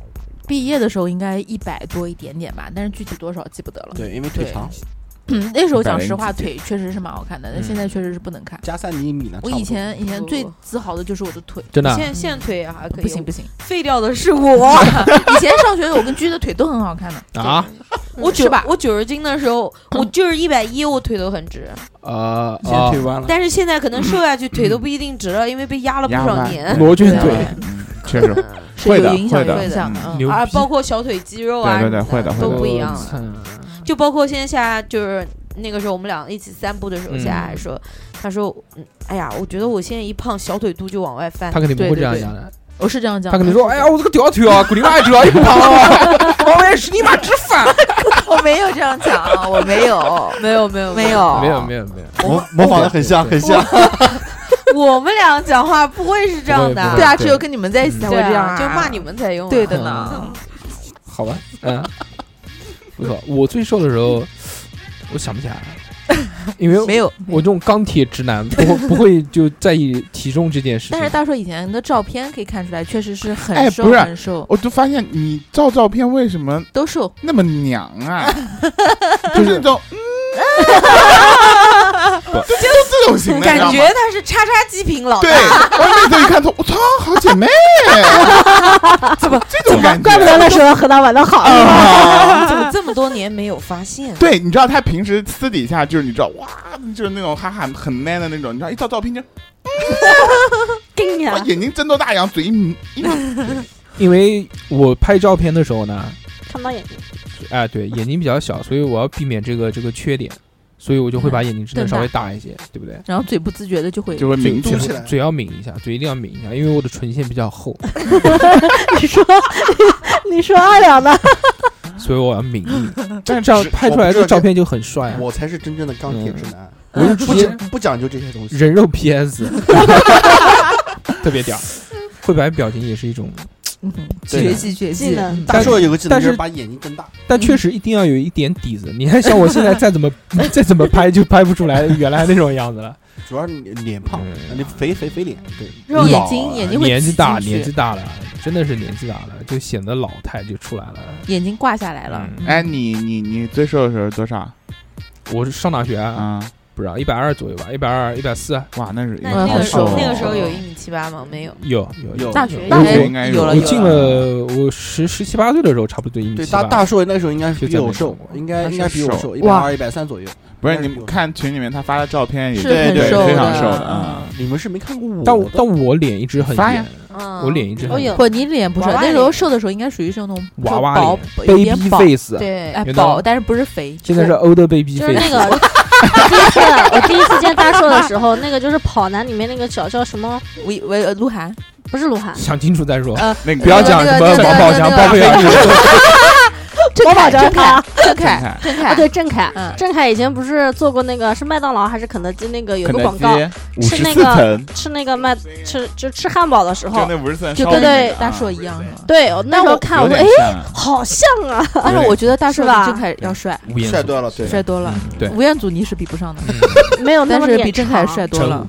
Speaker 4: 毕业的时候应该一百多一点点吧，但是具体多少记不得了。
Speaker 7: 对，因为腿长，
Speaker 4: 嗯，那时候讲实
Speaker 8: 100
Speaker 4: 话，
Speaker 8: 零几
Speaker 4: 腿确实是蛮好看的，但
Speaker 3: 嗯
Speaker 4: 现在确实是不能看。
Speaker 7: 加三厘米呢。
Speaker 4: 我
Speaker 7: 差不
Speaker 4: 以
Speaker 7: 多
Speaker 4: 前以前
Speaker 2: 啊不
Speaker 4: 最自豪的就是我的腿，
Speaker 3: 真的啊，
Speaker 2: 现现在腿还可以，
Speaker 4: 不行不行，
Speaker 2: 废掉的是我。
Speaker 4: 以前上学我跟居的腿都很好 看的，
Speaker 3: 啊，
Speaker 2: 我
Speaker 4: 嗯是
Speaker 2: 九
Speaker 4: 吧嗯
Speaker 2: 我九十斤的时候，我就是一百一，我腿都很直。
Speaker 3: 呃，
Speaker 7: 以前
Speaker 3: 啊
Speaker 7: 腿弯了。
Speaker 2: 但是现在可能瘦下去，腿都不一定直了，因为被压了不
Speaker 8: 压
Speaker 2: 少
Speaker 8: 弯
Speaker 2: 年。
Speaker 3: 罗
Speaker 4: 对
Speaker 3: 圈腿，
Speaker 8: 嗯确实
Speaker 4: 是
Speaker 8: 会
Speaker 4: 有
Speaker 8: 的
Speaker 4: 影响
Speaker 8: 会
Speaker 4: 有
Speaker 8: 的
Speaker 4: 影响的。嗯
Speaker 3: 牛
Speaker 2: 啊，
Speaker 3: 逼
Speaker 2: 包括小腿肌肉啊，
Speaker 8: 对对对会的会
Speaker 2: 都
Speaker 8: 的
Speaker 2: 不一样
Speaker 3: 我
Speaker 2: 了。哎
Speaker 3: 操
Speaker 2: 就包括现在夏，就是那个时候我们俩一起散步的时候，
Speaker 3: 嗯
Speaker 2: 夏还说，他说，嗯，哎呀，我觉得我现在一胖，小腿肚就往外翻
Speaker 3: 他。肯定不
Speaker 4: 对
Speaker 3: 会
Speaker 4: 对
Speaker 3: 这样
Speaker 4: 对
Speaker 3: 讲的，
Speaker 4: 我是这样讲
Speaker 3: 他
Speaker 4: 的，
Speaker 3: 肯定说：“哎呀，我这个屌腿啊，
Speaker 8: 哦
Speaker 3: 滚你妈一折，又胖了，往外使你妈直翻。
Speaker 4: 我没有这样讲啊，我没有
Speaker 2: 没有没有
Speaker 4: 没，有
Speaker 3: 没有没有没有，
Speaker 7: 模模仿的很像，很像。
Speaker 2: 我们俩讲话不会是这样的
Speaker 3: 不会
Speaker 2: 啊，
Speaker 3: 不
Speaker 4: 对
Speaker 3: 会
Speaker 4: 啊，只有跟你们在一起才会
Speaker 2: 对啊
Speaker 4: 这样啊，
Speaker 2: 就骂你们才用啊。
Speaker 4: 对的呢。
Speaker 3: 嗯好吧，嗯， 不错。我最瘦的时候，我想不起来了，因为
Speaker 4: 没有，
Speaker 2: 嗯
Speaker 3: 我这种钢铁直男不会不会就在意体重这件事情
Speaker 4: 但是。大硕以前的照片可以看出来，确实是
Speaker 8: 哎
Speaker 4: 很瘦
Speaker 8: 不
Speaker 3: 啊
Speaker 8: 是
Speaker 4: 很瘦，
Speaker 8: 我就发现你照照片为什么
Speaker 4: 都瘦。
Speaker 8: 那么娘啊？就是那种，嗯不就这种型的，
Speaker 2: 感
Speaker 8: 你知
Speaker 2: 觉
Speaker 8: 道吗
Speaker 2: 他是叉叉鸡品老
Speaker 8: 对，
Speaker 2: 大，
Speaker 8: 我每次一看，我操，好姐妹，怎么这种感觉？
Speaker 5: 怪不得那时候和他玩的好。
Speaker 8: 啊！
Speaker 2: 哦怎么这么多年没有发现？啊
Speaker 8: 对，你知道他平时私底下就是你知道哇，就是那种哈哈很 man 的那种，你知道一照照片就
Speaker 5: 跟你
Speaker 8: 哇
Speaker 5: 啊，
Speaker 8: 眼睛睁多大一样，嘴一抿一抿，
Speaker 3: 因为我拍照片的时候呢，
Speaker 5: 看不到眼睛，
Speaker 3: 哎，对，眼睛比较小，所以我要避免这个这个缺点，所以我就会把眼睛睁
Speaker 4: 嗯
Speaker 3: 得
Speaker 4: 瞪
Speaker 3: 稍微
Speaker 4: 大
Speaker 3: 大一些，对不对？
Speaker 4: 然后嘴不自觉的就会
Speaker 8: 就会抿起
Speaker 3: 嘴
Speaker 7: 嘟
Speaker 8: 来
Speaker 7: 起
Speaker 3: 嘴
Speaker 7: 来
Speaker 3: 嘴要抿一下，嘴一定要抿一下，因为我的唇线比较厚，
Speaker 5: 你说你说二两呢？
Speaker 3: 所以我要抿一 抿。
Speaker 8: 但是
Speaker 3: 这样拍出来
Speaker 7: 这
Speaker 3: 的照，片就很帅啊，
Speaker 7: 我才是真正的钢铁直男。
Speaker 3: 我就
Speaker 7: 不
Speaker 3: 直接
Speaker 7: 讲不讲究这些东西。
Speaker 3: 人肉 PS，特别屌。会摆表情也是一种，
Speaker 4: 嗯哼
Speaker 3: 对的
Speaker 4: 学习学
Speaker 5: 技
Speaker 4: 习。
Speaker 5: 能
Speaker 3: 但
Speaker 7: 大硕有个技能
Speaker 3: 但
Speaker 7: 就是是把眼睛瞪大，
Speaker 3: 但确实一定要有一点底子。你看，像我现在再 怎么再怎么拍，就拍不出来原来那种样子了。
Speaker 7: 主要是你脸胖，
Speaker 3: 嗯
Speaker 7: 你肥肥肥脸。对，
Speaker 4: 肉眼
Speaker 8: 老
Speaker 4: 睛眼睛会
Speaker 3: 年纪
Speaker 4: 挤
Speaker 3: 大，
Speaker 4: 进去
Speaker 3: 年纪大了，真的是年纪大了，就显得老态就出来了。
Speaker 4: 眼睛挂下来了。
Speaker 3: 嗯
Speaker 8: 哎，你你你最瘦的时候多少？
Speaker 3: 我是上大学啊，
Speaker 8: 啊，
Speaker 3: 不知道一百二左右吧，一百二、一百四，啊
Speaker 8: 哇，那是
Speaker 2: 那
Speaker 8: 好
Speaker 2: 那个时候
Speaker 8: 瘦
Speaker 2: 那个
Speaker 8: 哦
Speaker 2: 时候有一米七八吗？没有，
Speaker 3: 有有
Speaker 7: 有
Speaker 4: 大学
Speaker 8: 大
Speaker 4: 应该
Speaker 8: 学应该
Speaker 2: 有了
Speaker 3: 我
Speaker 2: 有
Speaker 3: 进了我十十七八岁的时候，差不多一米
Speaker 7: 对，
Speaker 3: 七
Speaker 7: 大
Speaker 3: 八。
Speaker 7: 大硕那时候应该是
Speaker 3: 就
Speaker 7: 比
Speaker 3: 在
Speaker 7: 我
Speaker 3: 美
Speaker 7: 瘦
Speaker 3: 国，
Speaker 7: 应该
Speaker 8: 他
Speaker 7: 应该
Speaker 8: 是
Speaker 7: 比我
Speaker 8: 瘦
Speaker 7: 瘦，一百
Speaker 2: 哇
Speaker 7: 二一百三左右。
Speaker 8: 不是你们看群里面他发的照片也
Speaker 4: 是
Speaker 8: 对
Speaker 4: 很
Speaker 8: 对
Speaker 4: 瘦
Speaker 8: 非常
Speaker 4: 的
Speaker 8: 瘦的啊，
Speaker 7: 你们是没看过我的，
Speaker 3: 但我但我脸一直很
Speaker 8: 发
Speaker 3: 圆
Speaker 8: 呀，
Speaker 2: 嗯
Speaker 3: 我脸 一直
Speaker 5: 哦
Speaker 3: 很
Speaker 5: 有
Speaker 4: 不，你脸不是
Speaker 2: 娃娃
Speaker 4: 那时
Speaker 2: 脸
Speaker 4: 候瘦的时候，应该属于是那种
Speaker 3: 娃娃
Speaker 4: 薄
Speaker 3: 脸，
Speaker 4: 有点
Speaker 3: baby
Speaker 4: 薄，
Speaker 3: face，啊
Speaker 2: 对，
Speaker 4: 哎
Speaker 3: 你，知道
Speaker 4: 薄，但是不是肥。
Speaker 3: 现在是 old baby
Speaker 5: 就是那
Speaker 3: face，
Speaker 5: 个我第一次我第一次见大硕的时候， 那个就是跑男里面那个小叫什么？
Speaker 4: 维维呃鹿晗，
Speaker 5: 不是鹿晗，
Speaker 3: 想清楚再说。
Speaker 8: 那个
Speaker 3: 不要讲什么王宝强、包飞扬，
Speaker 4: 郑恺，郑恓，郑
Speaker 8: 看
Speaker 4: 恺，
Speaker 8: 看
Speaker 4: 郑
Speaker 5: 啊
Speaker 4: 恺，
Speaker 5: 对，郑恺。
Speaker 4: 嗯，
Speaker 5: 郑恺以前不是做过那个是麦当劳还是肯德基那个有
Speaker 8: 肯
Speaker 5: 个
Speaker 8: 德
Speaker 5: 广告，
Speaker 8: 基五
Speaker 5: 是
Speaker 8: 十
Speaker 5: 那
Speaker 8: 四
Speaker 5: 个
Speaker 8: 层，
Speaker 5: 吃那个麦吃就吃汉堡的时
Speaker 8: 就
Speaker 5: 候，
Speaker 8: 那五十四层
Speaker 4: 就
Speaker 8: 烧
Speaker 5: 跟
Speaker 8: 饼那
Speaker 5: 对
Speaker 8: 个啊，
Speaker 4: 大硕一样是吗？
Speaker 5: 对我那时候
Speaker 8: 有
Speaker 5: 看我说
Speaker 8: 点
Speaker 5: 哎，
Speaker 8: 像啊
Speaker 5: 好像啊，
Speaker 8: 有
Speaker 4: 但是
Speaker 8: 点
Speaker 4: 我觉得大硕
Speaker 5: 是吧
Speaker 4: 比郑恺要帅，
Speaker 3: 吴彦
Speaker 7: 帅
Speaker 3: 祖
Speaker 7: 多了， 对，
Speaker 4: 帅多了。
Speaker 3: 嗯对，
Speaker 4: 吴彦祖你是比不上的，
Speaker 5: 没有那
Speaker 4: 但
Speaker 5: 么
Speaker 4: 是
Speaker 5: 脸
Speaker 4: 比郑恺
Speaker 5: 长
Speaker 4: 帅多
Speaker 3: 陈
Speaker 4: 了
Speaker 3: 武。，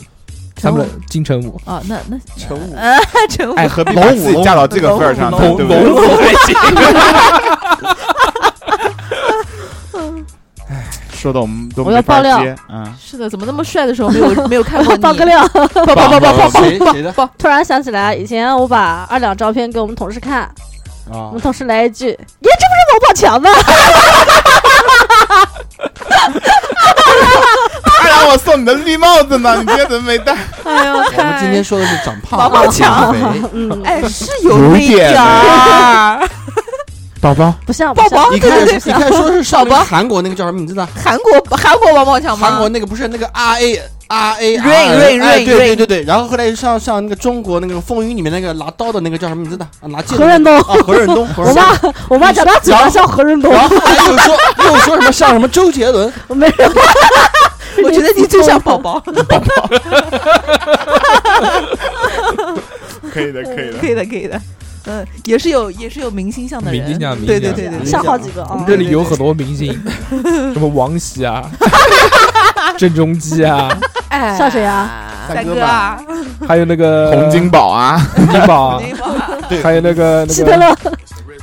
Speaker 3: 他
Speaker 4: 陈
Speaker 3: 们的金城武，
Speaker 4: 哦，那那
Speaker 7: 成 武
Speaker 4: 呃，陈武
Speaker 8: 哎，何必把自己嫁到这个份儿上呢？对不对？说的我们都
Speaker 5: 我
Speaker 8: 没
Speaker 5: 要
Speaker 8: 法
Speaker 5: 爆料
Speaker 8: 接，嗯，
Speaker 4: 是的，怎么那么帅的时候没 有没有看过你？
Speaker 5: 爆个料。
Speaker 4: 爆爆爆爆爆爆！
Speaker 7: 谁谁的
Speaker 5: 突然想起来，以前我把二两照片给我们同事看，我
Speaker 7: 啊
Speaker 5: 们？同事来一句：“耶，这不是王宝强吗
Speaker 8: 二两，我送你的绿帽子呢，你今天怎么没戴？
Speaker 4: 哎呦，
Speaker 7: 我们今天说的是长胖，啊
Speaker 4: 宝宝强
Speaker 7: 减肥？”
Speaker 5: 嗯，
Speaker 4: 哎是
Speaker 8: 有
Speaker 4: 那一
Speaker 8: 点
Speaker 4: 点儿，
Speaker 8: 宝宝，
Speaker 5: 不像，不
Speaker 4: 宝
Speaker 5: 像
Speaker 4: 宝，
Speaker 7: 你
Speaker 4: 对
Speaker 7: 看
Speaker 4: 对对，
Speaker 7: 你看说是上
Speaker 4: 宝
Speaker 7: 那
Speaker 4: 宝
Speaker 7: 个韩国那个叫什么名字的？
Speaker 3: 哎
Speaker 4: 韩国韩国王宝强吗？
Speaker 7: 韩国那个不是那个 R A R A
Speaker 4: Rain，Rain，
Speaker 7: 哎对
Speaker 4: Rain，Rain
Speaker 7: 对对对。然后后来上上那个中国那个风云里面那个拿刀的那个叫什么名字的？啊，拿剑的
Speaker 5: 何润东
Speaker 7: 啊，何润东，何
Speaker 5: 我
Speaker 7: 润东。
Speaker 5: 妈，我妈讲他嘴巴像何润 东，
Speaker 7: 然后还有说又说什么像什么周杰伦，
Speaker 5: 我没有，
Speaker 4: 我觉得你就像宝 宝，
Speaker 8: 可以的，可以的
Speaker 4: 可。以的，可以的。嗯，也是有也是有明星相的人，
Speaker 3: 明星相明星
Speaker 4: 对对
Speaker 3: 相
Speaker 4: 对对哦对，
Speaker 5: 像好几个
Speaker 3: 我
Speaker 5: 啊
Speaker 3: 们。这里有很多明星，什么王喜啊、 郑中基啊，
Speaker 2: 哎
Speaker 5: 像谁
Speaker 2: 啊？
Speaker 4: 三
Speaker 7: 三
Speaker 4: 哥
Speaker 7: 嘛，
Speaker 4: 啊，
Speaker 3: 还有那 个
Speaker 8: 洪金宝啊，
Speaker 3: 洪金宝啊，
Speaker 7: 对
Speaker 3: 还有那个那
Speaker 5: 希特
Speaker 3: 个
Speaker 5: 勒，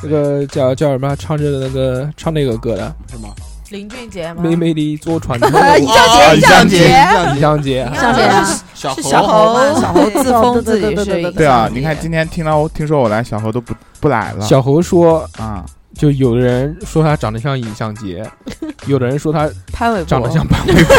Speaker 3: 那个叫叫什么唱这个那个唱那个歌的，
Speaker 7: 是吗？
Speaker 2: 林俊杰吗？
Speaker 3: 妹妹的坐船的
Speaker 4: 尹相杰，
Speaker 8: 啊
Speaker 4: 尹
Speaker 8: 尹相
Speaker 4: 相
Speaker 8: 杰
Speaker 4: 杰，
Speaker 3: 李相杰，
Speaker 5: 像谁啊？
Speaker 7: 小
Speaker 2: 是
Speaker 7: 猴，
Speaker 2: 小猴
Speaker 4: 猴
Speaker 2: 吗，
Speaker 4: 吗
Speaker 2: 小猴
Speaker 4: 对
Speaker 2: 自封自己
Speaker 5: 对对
Speaker 2: 是
Speaker 5: 对对对
Speaker 8: 对啊，你看今天听到听说我来，小何都不不来了
Speaker 3: 小猴说，
Speaker 8: 啊，
Speaker 3: 就有的人说他长得像尹相杰，有的人说他
Speaker 4: 潘玮柏
Speaker 3: 长得像潘玮 柏。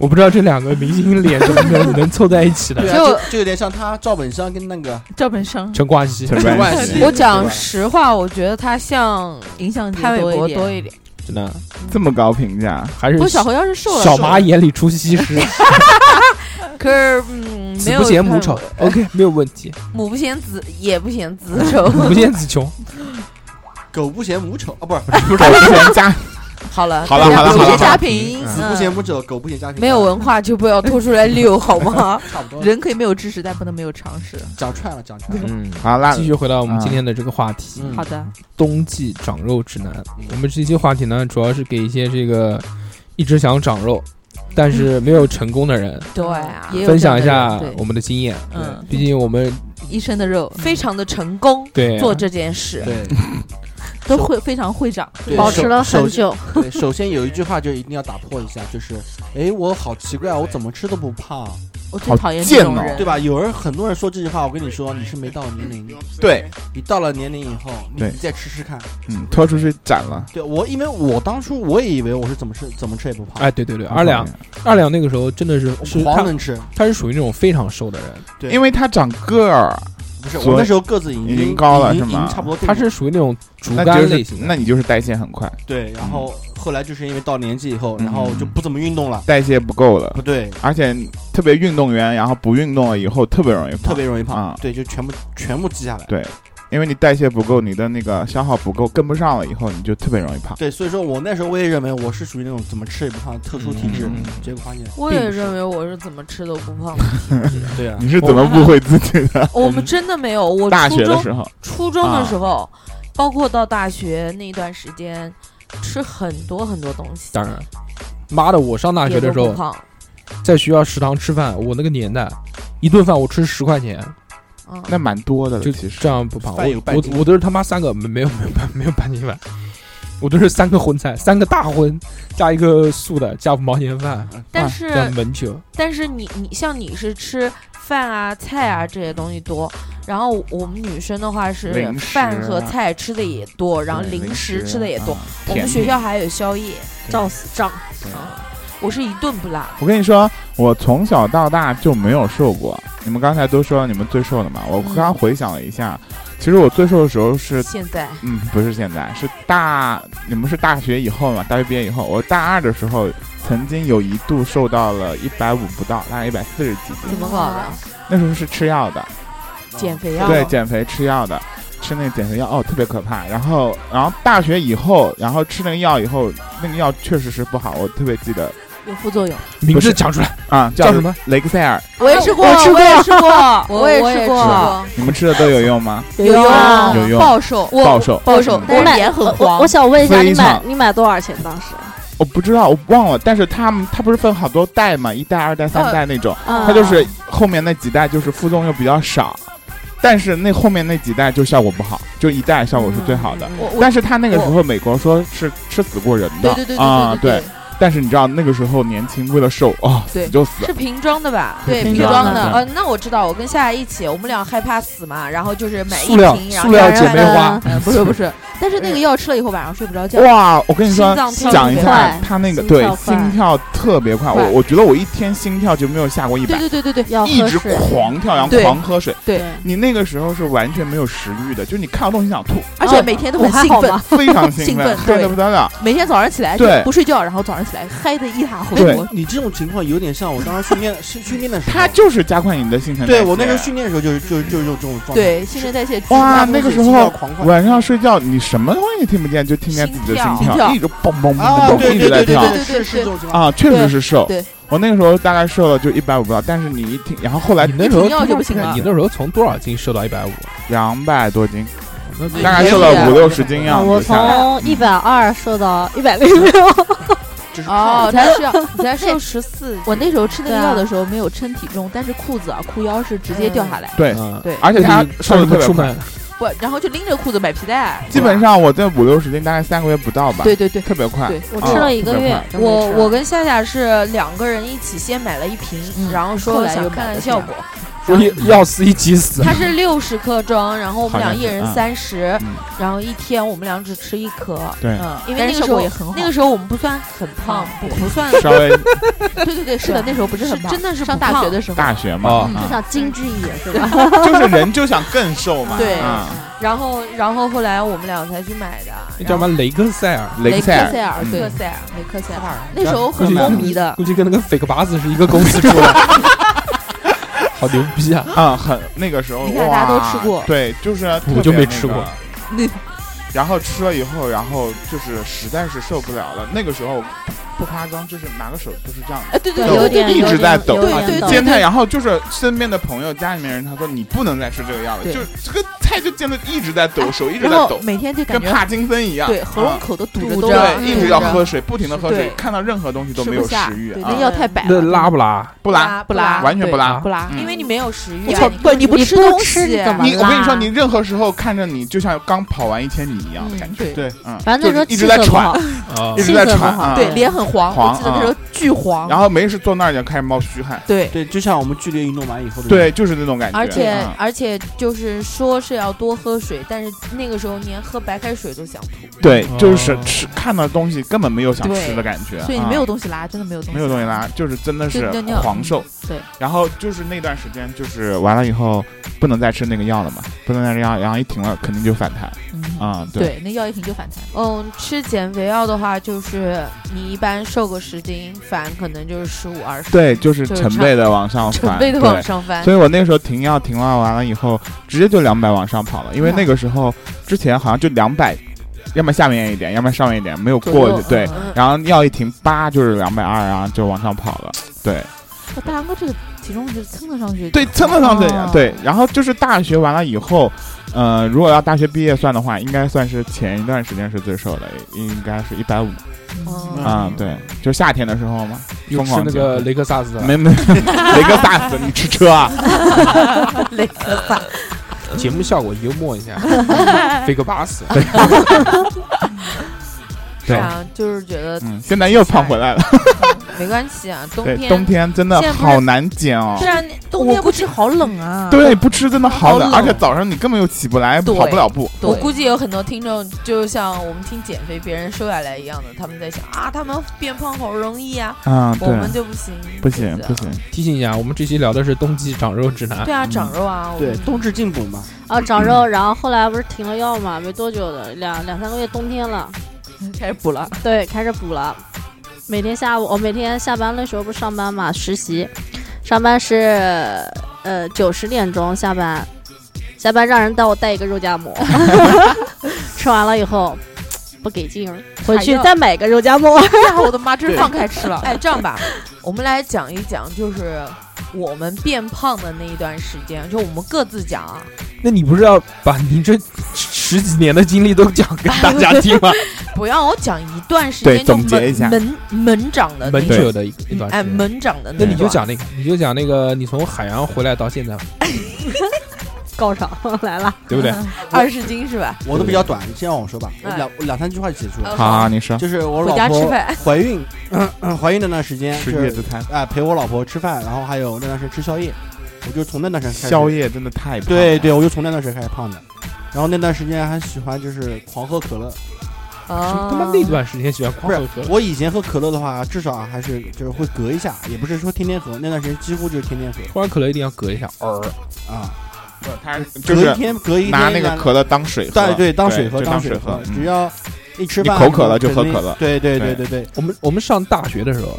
Speaker 3: 我不知道这两个明星脸怎么能能凑在一起
Speaker 7: 对
Speaker 3: 的。
Speaker 7: 啊，
Speaker 4: 就
Speaker 7: 就就有点像他赵本山跟那个
Speaker 4: 赵本山、
Speaker 3: 陈冠希，
Speaker 8: 陈冠
Speaker 7: 冠
Speaker 8: 希
Speaker 7: 希
Speaker 2: 我讲实话，我觉得他像
Speaker 4: 尹相杰
Speaker 2: 潘玮
Speaker 4: 多
Speaker 2: 柏
Speaker 4: 一点。
Speaker 2: 多一点。
Speaker 3: 真的
Speaker 8: 这么高评价，
Speaker 3: 还是
Speaker 4: 不，小侯要是瘦了，
Speaker 3: 小
Speaker 4: 瘦了
Speaker 3: 马眼里出西施，
Speaker 2: 可是， 嗯，没
Speaker 3: 子
Speaker 2: 有
Speaker 3: 不嫌
Speaker 2: 潘
Speaker 3: 母
Speaker 2: 玮
Speaker 3: 丑
Speaker 2: 柏，
Speaker 3: ，OK，没有问 题，
Speaker 2: 母不嫌子，也不嫌子丑。
Speaker 3: 母嫌子穷，
Speaker 7: 狗不嫌母丑啊，不是
Speaker 8: 不是我之前加
Speaker 2: 好了，
Speaker 8: 好了
Speaker 2: 大家
Speaker 8: 好了
Speaker 2: 不
Speaker 8: 好了
Speaker 2: 要
Speaker 4: 有
Speaker 8: 好
Speaker 4: 些家
Speaker 8: 了
Speaker 4: 贫，
Speaker 7: 子不嫌母丑，狗不嫌家贫。
Speaker 2: 没有文化就不要拖出来溜，好 吗？
Speaker 7: 差不多
Speaker 4: 嗯
Speaker 7: 了，
Speaker 4: 人可以没有知识，但不能没有常识。
Speaker 7: 讲串了，讲串了。
Speaker 3: 嗯，
Speaker 8: 好啦
Speaker 3: 继，续回到我们今天的这个话题，
Speaker 7: 嗯
Speaker 4: 好的，
Speaker 3: 冬季长肉指南。我们这期话题呢，主要是给一些这个一直想长肉，但是没有成功的人，
Speaker 2: 对啊，
Speaker 4: 也有
Speaker 3: 分
Speaker 4: 这样
Speaker 3: 享一
Speaker 4: 的人
Speaker 3: 下
Speaker 4: 嗯对
Speaker 3: 我们的经验。
Speaker 4: 嗯，
Speaker 3: 毕竟我们
Speaker 4: 一身的肉
Speaker 2: 非常的成功
Speaker 3: 对
Speaker 2: 做这件事，
Speaker 7: 对
Speaker 4: 都会非常会长，
Speaker 7: 对，
Speaker 5: 保持了
Speaker 7: 首
Speaker 5: 很久，
Speaker 7: 对，首先有一句话就一定要打破一下，就是，哎，我好奇怪，我怎么吃都不胖，啊
Speaker 4: 我最讨厌
Speaker 8: 好
Speaker 4: 这种
Speaker 8: 贱哦
Speaker 4: 人，
Speaker 7: 对吧？有人很多人说这句话，我跟你说，你是没到年龄，
Speaker 8: 对，
Speaker 7: 你到了年龄以后，你
Speaker 8: 对
Speaker 7: 你再吃吃看。
Speaker 8: 嗯，拖出去斩了。
Speaker 7: 对我，因为我当初我也以为我是怎么吃怎么吃也不胖，
Speaker 3: 哎，对对对，二两二两那个时候真的是
Speaker 7: 我
Speaker 3: 是
Speaker 7: 狂
Speaker 3: 他
Speaker 7: 能吃。
Speaker 3: 他是属于那种非常瘦的人，
Speaker 7: 对
Speaker 8: 因为他长个儿，
Speaker 7: 不是，
Speaker 8: 所以
Speaker 7: 我那时候个子已
Speaker 8: 已
Speaker 7: 经
Speaker 8: 经高了
Speaker 7: 已经
Speaker 8: 是吗
Speaker 7: 已经差不多对
Speaker 3: 他
Speaker 7: 我。
Speaker 3: 是属于那种竹
Speaker 8: 那
Speaker 3: 竿
Speaker 8: 就
Speaker 3: 类
Speaker 8: 是
Speaker 3: 型的。
Speaker 8: 那你就是代谢很快，
Speaker 7: 对，然后后来就是因为到年纪以后，
Speaker 8: 嗯
Speaker 7: 然后就不怎么运动了，
Speaker 8: 代谢不够了
Speaker 7: 不，对，
Speaker 8: 而且特别运动员，然后不运动了以后特别容易胖
Speaker 7: 特别容易
Speaker 8: 啊
Speaker 7: 胖，对，就全部全部记下来。
Speaker 8: 对，因为你代谢不够，你的那个消耗不够，跟不上了以后，你就特别容易胖。
Speaker 7: 对，所以说我那时候我也认为我是属于那种怎么吃也不胖的特殊体质
Speaker 8: 嗯，
Speaker 7: 结果发现
Speaker 2: 我
Speaker 7: 并
Speaker 2: 也
Speaker 7: 不是
Speaker 2: 认为我是怎么吃都不 胖。哦
Speaker 7: 对啊，
Speaker 8: 你是怎么误会自己的？
Speaker 2: 我们真的没有，我
Speaker 8: 大
Speaker 2: 初
Speaker 8: 学的
Speaker 2: 中
Speaker 8: 时候，啊
Speaker 2: 初中的时候，包括到大学那一段时间，吃很多很多东西，
Speaker 3: 当然，妈的，我上大
Speaker 2: 也
Speaker 3: 学的
Speaker 2: 都
Speaker 3: 时
Speaker 2: 不
Speaker 3: 候
Speaker 2: 胖。
Speaker 3: 在学校食堂吃饭，我那个年代。一顿饭我吃十块钱，
Speaker 2: 嗯，
Speaker 8: 那蛮多的了，
Speaker 3: 就
Speaker 8: 其实
Speaker 3: 这样不胖。我
Speaker 7: 饭有半斤
Speaker 3: 我我都是他妈三个，没没有没有半没有半斤饭，我都是三个荤菜，三个大荤加一个素的，加毛钱饭，
Speaker 2: 但是
Speaker 3: 加门球。
Speaker 2: 但是你你像你是吃饭啊、菜啊这些东西多，然后我们女生的话是
Speaker 8: 零食啊
Speaker 2: 饭和菜吃的也多，然后
Speaker 8: 对
Speaker 2: 零
Speaker 8: 零
Speaker 2: 食
Speaker 8: 食
Speaker 2: 吃的也多
Speaker 8: 啊。嗯
Speaker 2: 我们
Speaker 8: 甜
Speaker 2: 学
Speaker 8: 品
Speaker 2: 校还有宵夜，
Speaker 8: 对
Speaker 2: 照死胀
Speaker 8: 对。
Speaker 2: 我是一顿不落，
Speaker 8: 我跟你说，我从小到大就没有瘦过。你们刚才都说你们最瘦的嘛，我刚刚回想了一下，
Speaker 2: 嗯
Speaker 8: 其实我最瘦的时候是
Speaker 2: 现在
Speaker 8: 嗯，不是现在，是大你们是大学以后嘛？大学毕业以后，我大二的时候曾经有一度瘦到了一百五不到，大概一百四十几斤
Speaker 2: 怎。么搞的？
Speaker 8: 那时候是吃药的，
Speaker 2: 减肥药
Speaker 8: 对，减肥啊吃药的，吃那个减肥药哦，特别可怕。然后，然后大学以后，然后吃那个药以后，那个药确实是不好，我特别记得。
Speaker 4: 有副作用。
Speaker 3: 名字讲出来
Speaker 8: 啊，
Speaker 3: 叫
Speaker 8: 叫
Speaker 3: 什么？
Speaker 8: 雷克塞尔，
Speaker 2: 我也吃
Speaker 4: 哎
Speaker 2: 过，我也吃过， 我也吃过。
Speaker 8: 你们吃的都有用吗？
Speaker 1: 有用啊
Speaker 8: 有用，
Speaker 1: 暴瘦我
Speaker 8: 暴瘦，
Speaker 1: 暴瘦
Speaker 8: 嗯
Speaker 1: 我买我我想问一下，你
Speaker 8: 非常
Speaker 1: 买你买多少钱？当时
Speaker 8: 我不知道，我忘了。但是他们他不是分好多代嘛，一代、二代、三
Speaker 2: 哦
Speaker 8: 代那种，
Speaker 1: 啊
Speaker 8: 他就是后面那几代就是副作用比较少，但是那后面那几代就效果不好，就一代效果是最好的。
Speaker 2: 嗯我
Speaker 8: 但是他那个时候美国说是吃死过人的，
Speaker 2: 对对对对
Speaker 8: 啊
Speaker 2: 对对对
Speaker 8: 但是你知道那个时候年轻，为了瘦啊，死
Speaker 2: 对，
Speaker 8: 就死
Speaker 2: 是。瓶装的吧？
Speaker 8: 对
Speaker 2: 瓶
Speaker 8: 瓶装
Speaker 2: 的。
Speaker 8: 的
Speaker 2: 呃，那我知道，我跟夏夏一起，我们俩害怕死嘛，然后就是买一
Speaker 8: 塑料
Speaker 2: 瓶，然后
Speaker 8: 塑料
Speaker 2: 两人
Speaker 8: 姐妹
Speaker 2: 买
Speaker 8: 花
Speaker 2: 嗯
Speaker 4: 不是不是，但是那个药吃了以后晚上睡不着觉。
Speaker 8: 哇，我跟你说
Speaker 4: 心脏，跳
Speaker 8: 讲一
Speaker 4: 得
Speaker 8: 下
Speaker 4: 快
Speaker 8: 他那个
Speaker 4: 心
Speaker 8: 对
Speaker 4: 跳快
Speaker 8: 心跳特别快，我
Speaker 4: 快
Speaker 8: 我觉得我一天心跳就没有下过一百
Speaker 4: 对，对对对对，要
Speaker 8: 一直狂跳，然后
Speaker 4: 对
Speaker 8: 狂喝水。
Speaker 4: 对，
Speaker 8: 你那个时候是完全没有食欲的，就是你看到东西想吐，
Speaker 4: 而且每天都很
Speaker 8: 我还
Speaker 4: 兴
Speaker 8: 好
Speaker 4: 奋
Speaker 8: 吧非常兴
Speaker 4: 兴
Speaker 8: 奋
Speaker 4: 奋，
Speaker 8: 嗨得不得了。
Speaker 4: 每天早上起来就
Speaker 8: 对
Speaker 4: 不睡觉，然后早上起来嗨的一塌糊
Speaker 7: 哎
Speaker 4: 涂
Speaker 7: 我。你这种情况有点像我当时训练训训练的时候，
Speaker 8: 它就是加快你的新陈代谢。
Speaker 7: 对我那时候训练的时候就是就是就是这种状态。
Speaker 4: 对，新陈代谢巨
Speaker 8: 哇，
Speaker 4: 大
Speaker 8: 那个时
Speaker 7: 心跳
Speaker 8: 候
Speaker 7: 狂 快
Speaker 8: 晚上睡觉，你什么东西听不见，就听见自己的心
Speaker 4: 心跳
Speaker 8: 一直嘣嘣
Speaker 7: 啊
Speaker 8: 嘣嘣
Speaker 7: 对
Speaker 8: 一直在
Speaker 7: 对对
Speaker 8: 跳
Speaker 7: 对对是是这种情况。
Speaker 8: 啊，确实是瘦
Speaker 4: 对。
Speaker 8: 我那个时候大概瘦了就一百五不到，但是你一听，然后后来
Speaker 3: 你那时候
Speaker 4: 一停药就不行了
Speaker 3: 你那时候从多少斤瘦到一百五？
Speaker 8: 两百多斤，
Speaker 3: 那
Speaker 8: 大概瘦了五六十斤样
Speaker 1: 我
Speaker 8: 子下来。
Speaker 1: 从一百二瘦到一百零六，
Speaker 4: 哦，
Speaker 2: 哦，
Speaker 4: 他
Speaker 2: 才
Speaker 4: 是要
Speaker 2: 你才瘦
Speaker 4: 那
Speaker 2: 十四，
Speaker 4: 我那时候吃那个
Speaker 1: 对啊
Speaker 4: 药的时候没有称体重，但是裤子啊裤腰是直接掉下来，
Speaker 8: 对，
Speaker 3: 嗯
Speaker 4: 对
Speaker 8: 而且哎他瘦的特别
Speaker 3: 出
Speaker 8: 快，
Speaker 3: 门
Speaker 4: 不，然后就拎着裤子买皮带，
Speaker 8: 基本上我在五六十斤，大概三个月不到吧，
Speaker 4: 对对对，
Speaker 8: 特别快。
Speaker 4: 对
Speaker 1: 我
Speaker 8: 啊
Speaker 1: 吃了一个
Speaker 8: 特别
Speaker 1: 月
Speaker 8: 快，
Speaker 1: 真没
Speaker 2: 我
Speaker 1: 吃
Speaker 2: 我跟夏夏是两个人一起先买了一瓶，
Speaker 4: 嗯
Speaker 2: 然后
Speaker 4: 后
Speaker 2: 说
Speaker 4: 来
Speaker 2: 想
Speaker 4: 又
Speaker 2: 看
Speaker 4: 买
Speaker 2: 看
Speaker 4: 了
Speaker 2: 效
Speaker 4: 这样
Speaker 2: 果。
Speaker 3: 说一要死一起死。
Speaker 2: 它是六十克装，然后我们俩一人
Speaker 8: 好
Speaker 2: 三十
Speaker 8: 嗯，
Speaker 2: 然后一天我们俩只吃一颗。
Speaker 8: 对，
Speaker 4: 嗯，
Speaker 2: 因
Speaker 4: 但
Speaker 2: 为那
Speaker 4: 是效
Speaker 2: 个时候
Speaker 4: 果也很好。
Speaker 2: 那个时候我们不算很胖，不不算，
Speaker 8: 稍微
Speaker 4: 对对对，是的，那时候不是
Speaker 2: 是
Speaker 4: 很胖，
Speaker 2: 真的是
Speaker 4: 上
Speaker 2: 不
Speaker 4: 大
Speaker 2: 胖
Speaker 4: 学的时候，
Speaker 8: 大学嘛，
Speaker 4: 嗯
Speaker 3: 哦
Speaker 1: 就
Speaker 8: 啊
Speaker 1: 想精致一点是吧？
Speaker 8: 就是人就想更瘦嘛。
Speaker 2: 对
Speaker 8: 啊，
Speaker 2: 然后，然后后来我们俩才去买的。
Speaker 3: 那叫什么雷克塞尔？
Speaker 8: 雷克
Speaker 4: 克
Speaker 8: 塞尔，
Speaker 4: 塞尔，对
Speaker 2: 克，塞尔，嗯
Speaker 4: 雷克塞尔，嗯那时候很
Speaker 3: 估计
Speaker 4: 风
Speaker 3: 跟
Speaker 4: 靡的。
Speaker 3: 估计跟那个 fake 巴子是一个公司出的， 好牛逼啊！
Speaker 8: 啊，很那个时候，
Speaker 4: 你看大家都
Speaker 8: 哇
Speaker 4: 吃过
Speaker 8: 对，就是
Speaker 3: 我就没吃过
Speaker 8: 那
Speaker 4: 那
Speaker 8: 个。 然后吃了以后，然后就是实在是受不了了。那个时候不夸张，就是拿个手就是这样
Speaker 4: 哎，对对
Speaker 8: 抖
Speaker 1: 有点
Speaker 8: 一直在抖啊
Speaker 1: 有点有点
Speaker 4: 对对
Speaker 1: 抖
Speaker 8: 煎菜。然后就是身边的朋友、家里面人，他说你不能再吃这个药了，
Speaker 4: 对啊
Speaker 8: 就是这个菜就煎的一直在抖，手一直
Speaker 4: 然
Speaker 8: 在
Speaker 4: 后
Speaker 8: 抖，
Speaker 4: 每天就感
Speaker 8: 跟
Speaker 4: 觉
Speaker 8: 帕金森一样。
Speaker 4: 对喉
Speaker 8: 啊
Speaker 4: 咙口都堵
Speaker 2: 堵
Speaker 4: 着都
Speaker 2: 着
Speaker 8: 对，
Speaker 4: 要
Speaker 2: 嗯
Speaker 8: 一
Speaker 4: 堵
Speaker 8: 直要
Speaker 4: 着
Speaker 8: 喝水，不停的喝水
Speaker 4: 对，
Speaker 8: 看到任何东西都
Speaker 4: 吃
Speaker 8: 没
Speaker 4: 不
Speaker 8: 有
Speaker 4: 下
Speaker 8: 食欲
Speaker 4: 对，
Speaker 8: 啊
Speaker 4: 那，药太白
Speaker 3: 那
Speaker 4: 了，
Speaker 3: 拉不拉？
Speaker 8: 不拉，
Speaker 4: 不拉，
Speaker 8: 完全不
Speaker 4: 对
Speaker 8: 拉
Speaker 4: 不拉。
Speaker 8: 嗯
Speaker 2: 因为你没有食欲啊。
Speaker 4: 我操，
Speaker 2: 你
Speaker 4: 不，你不
Speaker 1: 你
Speaker 4: 吃
Speaker 1: 不
Speaker 4: 东
Speaker 1: 吃
Speaker 4: 西
Speaker 1: 你，怎么
Speaker 8: 你我跟你说，
Speaker 1: 啦
Speaker 8: 你任何时候看着你，就像刚跑完一千米一样的
Speaker 4: 嗯
Speaker 8: 感觉。
Speaker 4: 对
Speaker 8: 对，嗯，
Speaker 1: 反正那时候
Speaker 8: 就是一
Speaker 1: 气
Speaker 8: 直在
Speaker 1: 色不好
Speaker 8: 喘，，
Speaker 3: 啊
Speaker 8: 一，直
Speaker 1: 气
Speaker 8: 在
Speaker 1: 色
Speaker 8: 喘
Speaker 1: 不好，
Speaker 8: 啊
Speaker 4: 对，脸很黄，
Speaker 8: 黄啊
Speaker 4: 我记得那时候巨黄。
Speaker 8: 然后没事坐那儿就开始冒虚汗。
Speaker 4: 对，
Speaker 7: 对，就像我们剧烈运动完以
Speaker 4: 嗯
Speaker 7: 后的。
Speaker 8: 对，，就是那种感觉。
Speaker 2: 而且
Speaker 8: 嗯
Speaker 2: 而且就是说是要多喝水，但是那个时候连喝白开水都想吐。
Speaker 8: 对，就是
Speaker 3: 哦
Speaker 8: 吃看到东西根本没有想吃的感觉，
Speaker 4: 所以
Speaker 8: 啊
Speaker 4: 你没有东西拉，真的没有东西，
Speaker 8: 没有东西拉，，就是真的是
Speaker 4: 就尿尿
Speaker 8: 狂瘦。
Speaker 4: 对，
Speaker 8: 然后就是那段时间，就是完了以后不能再吃那个药了嘛，不能再吃药，然后一停了肯定就反弹
Speaker 4: 嗯，
Speaker 8: 啊。，
Speaker 4: 对，那药一停就反弹。
Speaker 2: 嗯，吃减肥药的话，就是你一般瘦个十斤，反可能就是十五二十，
Speaker 8: 对，就是
Speaker 2: 就是
Speaker 8: 成
Speaker 2: 差
Speaker 8: 倍的往上
Speaker 2: 成
Speaker 8: 翻，
Speaker 2: 倍的
Speaker 8: 对
Speaker 2: 往上翻
Speaker 8: 所。以我那个时候停药停了完了以后，直接就两百往上跑了，因为那个时候之前好像就两百，要么下面一点，要么上面一点，没有
Speaker 4: 左
Speaker 8: 过
Speaker 4: 右
Speaker 8: 去。对，
Speaker 2: 嗯
Speaker 8: 然后药一停，叭就是两百二，然后就往上跑了。对
Speaker 4: 哇大杨哥这个体重就蹭得上去，
Speaker 8: 对，蹭得上去
Speaker 4: 哦。
Speaker 8: 对，然后就是大学完了以后，呃，如果要大学毕业算的话，应该算是前一段时间是最瘦的，应该是一百五
Speaker 2: 嗯
Speaker 8: 啊。对，就夏天的时候嘛，
Speaker 3: 又
Speaker 8: 疯
Speaker 3: 吃
Speaker 8: 狂
Speaker 3: 那
Speaker 8: 减
Speaker 3: 个
Speaker 8: 肥
Speaker 3: 雷克萨斯的，啊
Speaker 8: 没 没雷克萨斯，你吃车 啊？
Speaker 3: 啊节目效果幽默一下，fake 巴斯。
Speaker 2: 是啊，就是觉得
Speaker 8: 嗯，现在又胖回来了。
Speaker 2: 没关系啊，冬
Speaker 8: 对，
Speaker 2: 天
Speaker 8: 冬天真的
Speaker 2: 现在不是
Speaker 8: 好难减哦。
Speaker 2: 对啊，冬天不吃好冷啊
Speaker 8: 对，不吃真的好冷，
Speaker 2: 好冷
Speaker 8: 而且早上你根本又起不来，
Speaker 2: 对
Speaker 8: 跑不了步。
Speaker 2: 我估计有很多听众，就像我们听减肥别人瘦下来一样的，他们在想啊，他们变胖好容易啊，
Speaker 8: 啊
Speaker 2: 我
Speaker 8: 对
Speaker 2: 们就不行，
Speaker 8: 不行不行，
Speaker 3: 提醒一下，我们这期聊的是冬季长肉指南。
Speaker 2: 对啊，长肉啊，我
Speaker 7: 对， 冬至进补嘛。
Speaker 1: 啊，长肉，然后后来不是停了药嘛，没多久的两两三个月，冬天了，
Speaker 4: 嗯
Speaker 2: 开始补了。
Speaker 1: 对，开始补了。每天下午，我、每天下班的时候不是上班嘛，实习，上班是呃九十点钟下班，下班让人带我带一个肉夹 馍，吃完了以后不给劲儿，回去再买个肉夹馍。
Speaker 2: 呀，我的妈，真是放开吃了。哎，这样吧，我们来讲一讲，就是我们变胖的那一段时间，就我们各自讲啊。
Speaker 4: 嗯
Speaker 3: 那你不是要把您这十几年的经历都讲给大家听吗？
Speaker 2: 不要我讲一段时
Speaker 3: 对
Speaker 2: 间，就
Speaker 3: 总结
Speaker 2: 猛
Speaker 3: 一下
Speaker 2: 猛猛长
Speaker 4: 嗯
Speaker 2: 的那
Speaker 3: 门
Speaker 2: 段
Speaker 3: 久的一一段时
Speaker 2: 哎，
Speaker 3: 间，
Speaker 2: 猛长的
Speaker 3: 那
Speaker 2: 那
Speaker 3: 你就
Speaker 2: 段
Speaker 3: 讲那个，你就讲那个，你从海洋回来到现在，
Speaker 1: 高潮 来了，
Speaker 3: 对
Speaker 4: 嗯
Speaker 3: 不对？
Speaker 2: 二十斤是吧？
Speaker 7: 我的比较短，先让我说吧，我
Speaker 2: 哎
Speaker 7: 两我两三句话就结束了。
Speaker 2: 好啊
Speaker 8: 你说
Speaker 7: 就是我
Speaker 2: 回
Speaker 7: 老
Speaker 2: 家吃
Speaker 7: 婆
Speaker 2: 饭
Speaker 7: 怀孕，嗯怀孕的那段时间
Speaker 8: 吃
Speaker 7: 是
Speaker 8: 月子餐
Speaker 7: 哎，陪我老婆吃饭，然后还有那段时间吃宵夜，我就从那段时间开始
Speaker 8: 宵夜真的太胖了
Speaker 7: 对对，我就从那段时间开始胖的。然后那段时间还喜欢就是狂喝可乐，
Speaker 2: 啊
Speaker 3: 他妈那段时间喜欢狂
Speaker 7: 不是
Speaker 3: 喝可乐，
Speaker 7: 我以前喝可乐的话，至少啊还是就是会隔一下，也不是说天天喝，那段时间几乎就是天天喝。
Speaker 3: 喝完可乐一定要隔一下，呃
Speaker 7: 啊，
Speaker 8: 不，他哎就
Speaker 7: 隔
Speaker 8: 是
Speaker 7: 一天隔一天
Speaker 8: 拿那个可乐当水喝，
Speaker 7: 对对，当水喝
Speaker 8: 就当
Speaker 7: 水
Speaker 8: 喝，嗯
Speaker 7: 只要一吃
Speaker 8: 你
Speaker 7: 饭
Speaker 8: 口渴了就
Speaker 7: 肯
Speaker 8: 喝
Speaker 7: 定
Speaker 8: 可乐
Speaker 7: 对对
Speaker 8: 对
Speaker 7: 对对对，
Speaker 3: 我们我们上大学的时候，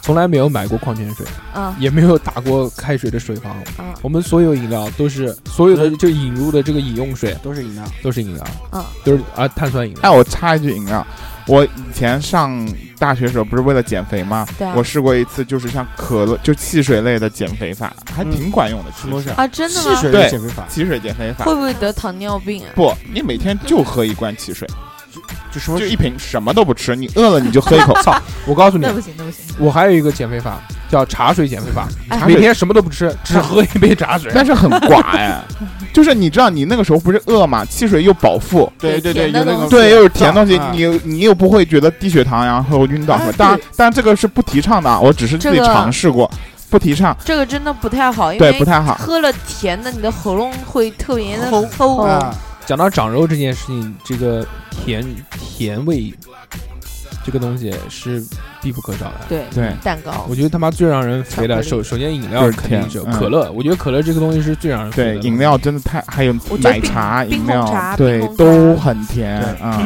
Speaker 3: 从来没有买过矿泉水，
Speaker 2: 啊
Speaker 3: 也没有打过开水的水房，
Speaker 2: 啊
Speaker 3: 我们所有饮料都是所有的就引入的这个饮用水
Speaker 7: 都是饮料，
Speaker 3: 都是饮料，
Speaker 2: 啊，
Speaker 3: 都是啊碳酸饮料。
Speaker 8: 哎，我插一句饮料，我以前上大学的时候不是为了减肥吗？
Speaker 2: 对啊
Speaker 8: 我试过一次，就是像可乐就汽水类的减肥法，还
Speaker 7: 嗯
Speaker 8: 挺管用的，其实
Speaker 2: 啊真的吗汽水
Speaker 8: 对
Speaker 2: 类减肥
Speaker 7: 法
Speaker 8: 汽水减肥法
Speaker 2: 会不会得糖尿病啊？
Speaker 8: 不，你每天就喝一罐汽水，
Speaker 7: 就
Speaker 8: 就一瓶，什么都不吃，你饿了你就喝 一口。
Speaker 3: 操！我告诉你
Speaker 2: 那不行，那不行。
Speaker 3: 我还有一个减肥法叫茶水减肥法
Speaker 8: 哎，
Speaker 3: 每天什么都不吃，只喝一杯茶水，
Speaker 8: 但是很寡 哎。就是你知道，你那个时候不是饿嘛，汽水又饱腹，
Speaker 7: 对对对，有那个
Speaker 8: 对，又有甜东西，
Speaker 7: 哦啊
Speaker 8: 你又你又不会觉得低血糖然后晕倒什么。当然，当然这个是不提倡的啊，我只是自己
Speaker 2: 这个
Speaker 8: 尝试过，不提倡。
Speaker 2: 这个真的不太好，因
Speaker 8: 对
Speaker 2: 为
Speaker 8: 不太好
Speaker 2: 喝了甜的，你的喉咙会特别的齁。
Speaker 7: 啊
Speaker 3: 讲到长肉这件事情，这个甜甜味这个东西是必不可少的。
Speaker 2: 对
Speaker 8: 对
Speaker 2: 蛋糕
Speaker 3: 我觉得他妈最让人肥的，首首先饮料
Speaker 8: 就是
Speaker 3: 肯定
Speaker 8: 甜
Speaker 3: 是
Speaker 8: 嗯
Speaker 3: 可乐，我觉得可乐这个东西是最让人肥
Speaker 8: 对，
Speaker 3: 的。
Speaker 8: 饮料真的太，还有
Speaker 3: 我觉得
Speaker 8: 奶
Speaker 3: 冰
Speaker 8: 茶、
Speaker 3: 冰
Speaker 8: 饮
Speaker 3: 红
Speaker 8: 料
Speaker 3: 茶，
Speaker 8: 对
Speaker 3: 冰红，茶
Speaker 8: 都很甜
Speaker 3: 对
Speaker 8: 啊。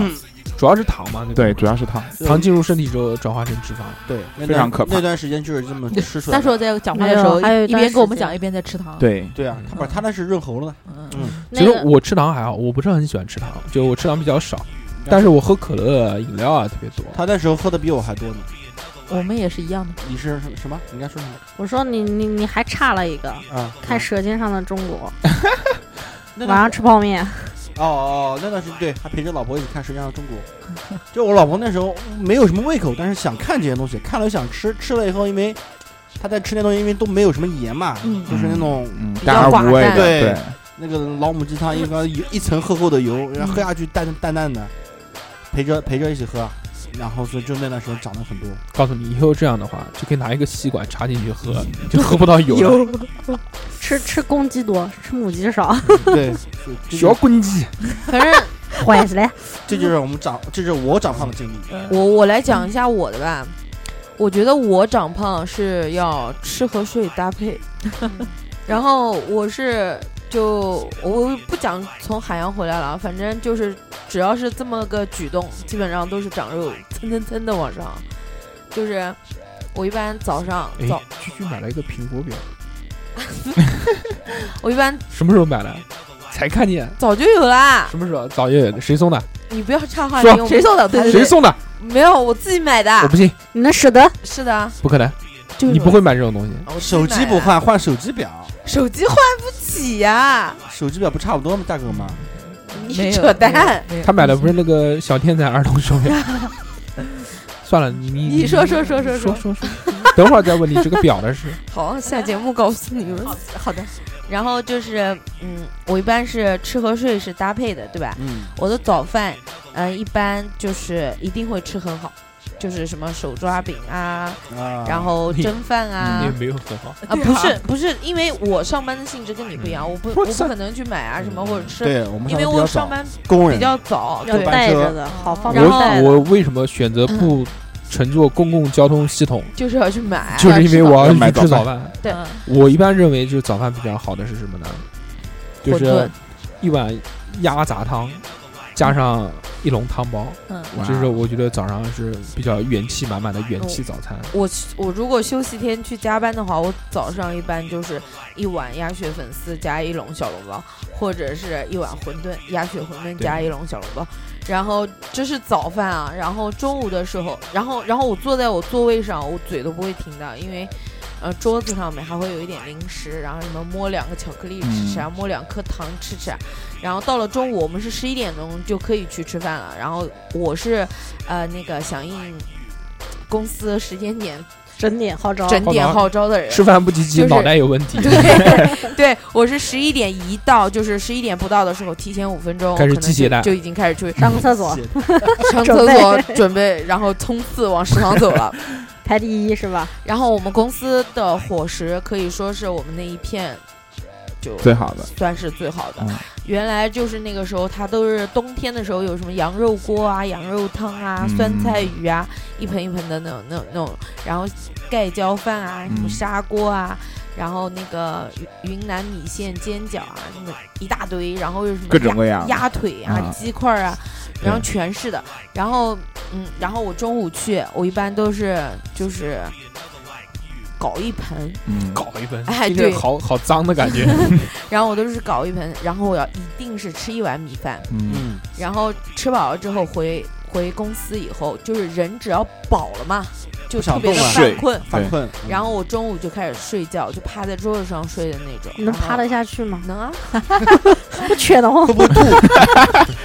Speaker 3: 主要是糖嘛，对吧
Speaker 8: 对，主要是糖。
Speaker 3: 糖进入身体之后转化成脂肪，
Speaker 7: 对那
Speaker 8: 非
Speaker 7: 段
Speaker 8: 常可怕
Speaker 7: 那段时间就是啊这么吃出来
Speaker 5: 但
Speaker 7: 的。
Speaker 5: 是我啊在讲话的时候，
Speaker 1: 没有还有一
Speaker 5: 一
Speaker 1: 段
Speaker 5: 边跟我们
Speaker 1: 时间
Speaker 5: 讲，一边在吃糖。
Speaker 8: 对
Speaker 7: 对啊，他不是他那是润喉了，嗯，
Speaker 3: 其实我吃糖还好，我不是很喜欢吃糖，就我吃糖比较少，
Speaker 2: 嗯
Speaker 3: 但是我喝可乐、饮料啊特别多。
Speaker 7: 他那时候喝的比我还多呢。
Speaker 1: 我们也是一样的。
Speaker 7: 你是什什么？你该说什么？
Speaker 1: 我说你你你还差了一个，
Speaker 7: 啊
Speaker 1: 看《舌尖上的中国》
Speaker 7: 那，
Speaker 1: 晚上吃泡面。
Speaker 7: 哦哦，那段时间对，还陪着老婆一起看《舌尖上的中国》。 就我老婆那时候没有什么胃口，但是想看这些东西，看了又想吃，吃了以后因为。她在吃那东西，因为都没有什么盐嘛，
Speaker 8: 嗯
Speaker 7: 就是那种
Speaker 8: 嗯比较淡而寡无味淡的
Speaker 7: 对，
Speaker 8: 对
Speaker 7: 那个老母鸡汤一个油一层厚厚的油，然后喝下去淡淡淡的，陪着陪着一起喝，然后所以就那段时间长了很多。
Speaker 3: 告诉你，以后这样的话，就可以拿一个吸管插进去喝，
Speaker 2: 嗯
Speaker 3: 就喝不 到油了。
Speaker 1: 吃吃公鸡多，吃母鸡少。
Speaker 7: 对，
Speaker 3: 小公鸡，
Speaker 2: 可是
Speaker 1: 坏 起来，
Speaker 7: 这就是我们长，这就是我长胖的经历。
Speaker 2: 哎我我来讲一下我的吧。我觉得我长胖是要吃和睡搭配，然后我是就我不讲从海洋回来了啊，反正就是只要是这么个举动，基本上都是长肉，蹭蹭蹭的往上。就是我一般早上
Speaker 3: 哎
Speaker 2: 早，，
Speaker 3: 居居买了一个苹果表，
Speaker 2: 我一般
Speaker 3: 什么时候买的？才看见，
Speaker 2: 早就有啦。
Speaker 3: 什么时候？早就有的，谁送的？
Speaker 2: 你不要插话，
Speaker 3: 说
Speaker 2: 你
Speaker 3: 谁送
Speaker 2: 的
Speaker 3: 谁送的？
Speaker 2: 没有，我自己买的。
Speaker 3: 我不信，
Speaker 1: 你能舍得？
Speaker 2: 是的，
Speaker 3: 不可能，你不会买这种东西。
Speaker 7: 哦手机不换，换手机表，
Speaker 2: 手机换不起呀、
Speaker 7: 手机表不差不多吗，大哥吗？
Speaker 2: 你扯淡。
Speaker 3: 他买的不是那个小天才儿童手 表。算了，你你
Speaker 2: 你说说说说
Speaker 3: 说说说，等会儿再问你这个表的事。
Speaker 2: 好，下节目告诉你们。好的，然后就是，嗯，我一般是吃和睡是搭配的，对吧？
Speaker 7: 嗯，
Speaker 2: 我的早饭嗯、一般就是一定会吃很好，就是什么手抓饼啊，
Speaker 7: 嗯
Speaker 3: 啊
Speaker 2: 然后
Speaker 3: 你
Speaker 2: 蒸饭啊，
Speaker 3: 嗯你也没有很好
Speaker 2: 啊，不是不是，因为我上班的性质跟你不一样，我不我不可能去买啊什么或者吃，
Speaker 3: 对我们
Speaker 2: 因为
Speaker 3: 上班
Speaker 2: 我上班
Speaker 3: 比较早工人
Speaker 2: 比较早，
Speaker 1: 要
Speaker 2: 对
Speaker 1: 带着的好方便带
Speaker 3: 我
Speaker 1: 的。
Speaker 3: 我为什么选
Speaker 2: 嗯
Speaker 3: 择不乘坐公共交通系统？
Speaker 2: 就是要去买，
Speaker 3: 就是因为我
Speaker 2: 去
Speaker 3: 要去吃早饭。
Speaker 2: 对，
Speaker 3: 我一般认为就是早饭比较好的是什么呢？就
Speaker 2: 馄饨
Speaker 3: 是一碗鸭杂汤，加上一笼汤包。
Speaker 2: 嗯
Speaker 3: 这是我觉得早上是比较元气满满的元气早餐。
Speaker 2: 我我如果休息天去加班的话，我早上一般就是一碗鸭血粉丝加一笼小笼包，或者是一碗馄饨，鸭血馄饨加一笼小笼包。然后这是早饭啊，然后中午的时候，然后然后我坐在我座位上，我嘴都不会停的，因为。呃，桌子上面还会有一点零食，然后什么摸两个巧克力吃吃啊，摸两颗糖吃吃啊。然后到了中午，我们是十一点钟就可以去吃饭了。然后我是，呃，那个响应公司时间点
Speaker 1: 整点号召
Speaker 2: 整点号召的人，
Speaker 3: 吃饭不积极，
Speaker 2: 就是
Speaker 3: 脑袋有问题。
Speaker 2: 对，我是十一点一到，就是十一点不到的时候，提前五分钟
Speaker 3: 开始
Speaker 2: 可能
Speaker 3: 系鞋带
Speaker 2: 就就已经开始 去
Speaker 1: 上个厕所
Speaker 8: 嗯
Speaker 2: 上
Speaker 1: 准
Speaker 2: 厕所
Speaker 1: 备
Speaker 2: 准备，然后冲刺往食堂走了，
Speaker 1: 排第一是吧？
Speaker 2: 然后我们公司的伙食可以说是我们那一片就
Speaker 8: 最好的
Speaker 2: 算是最好的
Speaker 8: 嗯。
Speaker 2: 原来就是那个时候，它都是冬天的时候有什么羊肉锅啊、羊肉汤啊、
Speaker 8: 嗯
Speaker 2: 酸菜鱼啊，一盆一盆的那种、那种、那种，然后盖浇饭啊、什么
Speaker 8: 嗯
Speaker 2: 砂锅啊。然后那个云云南米线、煎饺啊，什么一大堆，然后又什么
Speaker 8: 各种
Speaker 2: 鸭
Speaker 8: 各样的
Speaker 2: 鸭腿啊、
Speaker 8: 啊
Speaker 2: 鸡块儿啊，然后
Speaker 8: 对
Speaker 2: 全是的。然后嗯，然后我中午去，我一般都是就是搞一盆，
Speaker 8: 嗯
Speaker 3: 搞一盆，
Speaker 2: 哎
Speaker 3: 听着
Speaker 2: 对
Speaker 3: 好好脏的感觉。
Speaker 2: 然后我都是搞一盆，然后我要一定是吃一碗米饭，
Speaker 3: 嗯，
Speaker 2: 然后吃饱了之后回回公司以后，就是人只要饱了嘛，就
Speaker 7: 想
Speaker 2: 特别的
Speaker 7: 动了
Speaker 2: 犯困
Speaker 7: 对犯困嗯
Speaker 2: 然后我中午就开始睡觉，就趴在桌子上睡的那种。
Speaker 1: 嗯能
Speaker 2: 然后
Speaker 1: 趴得下去吗？
Speaker 2: 能啊，
Speaker 1: 不缺的慌。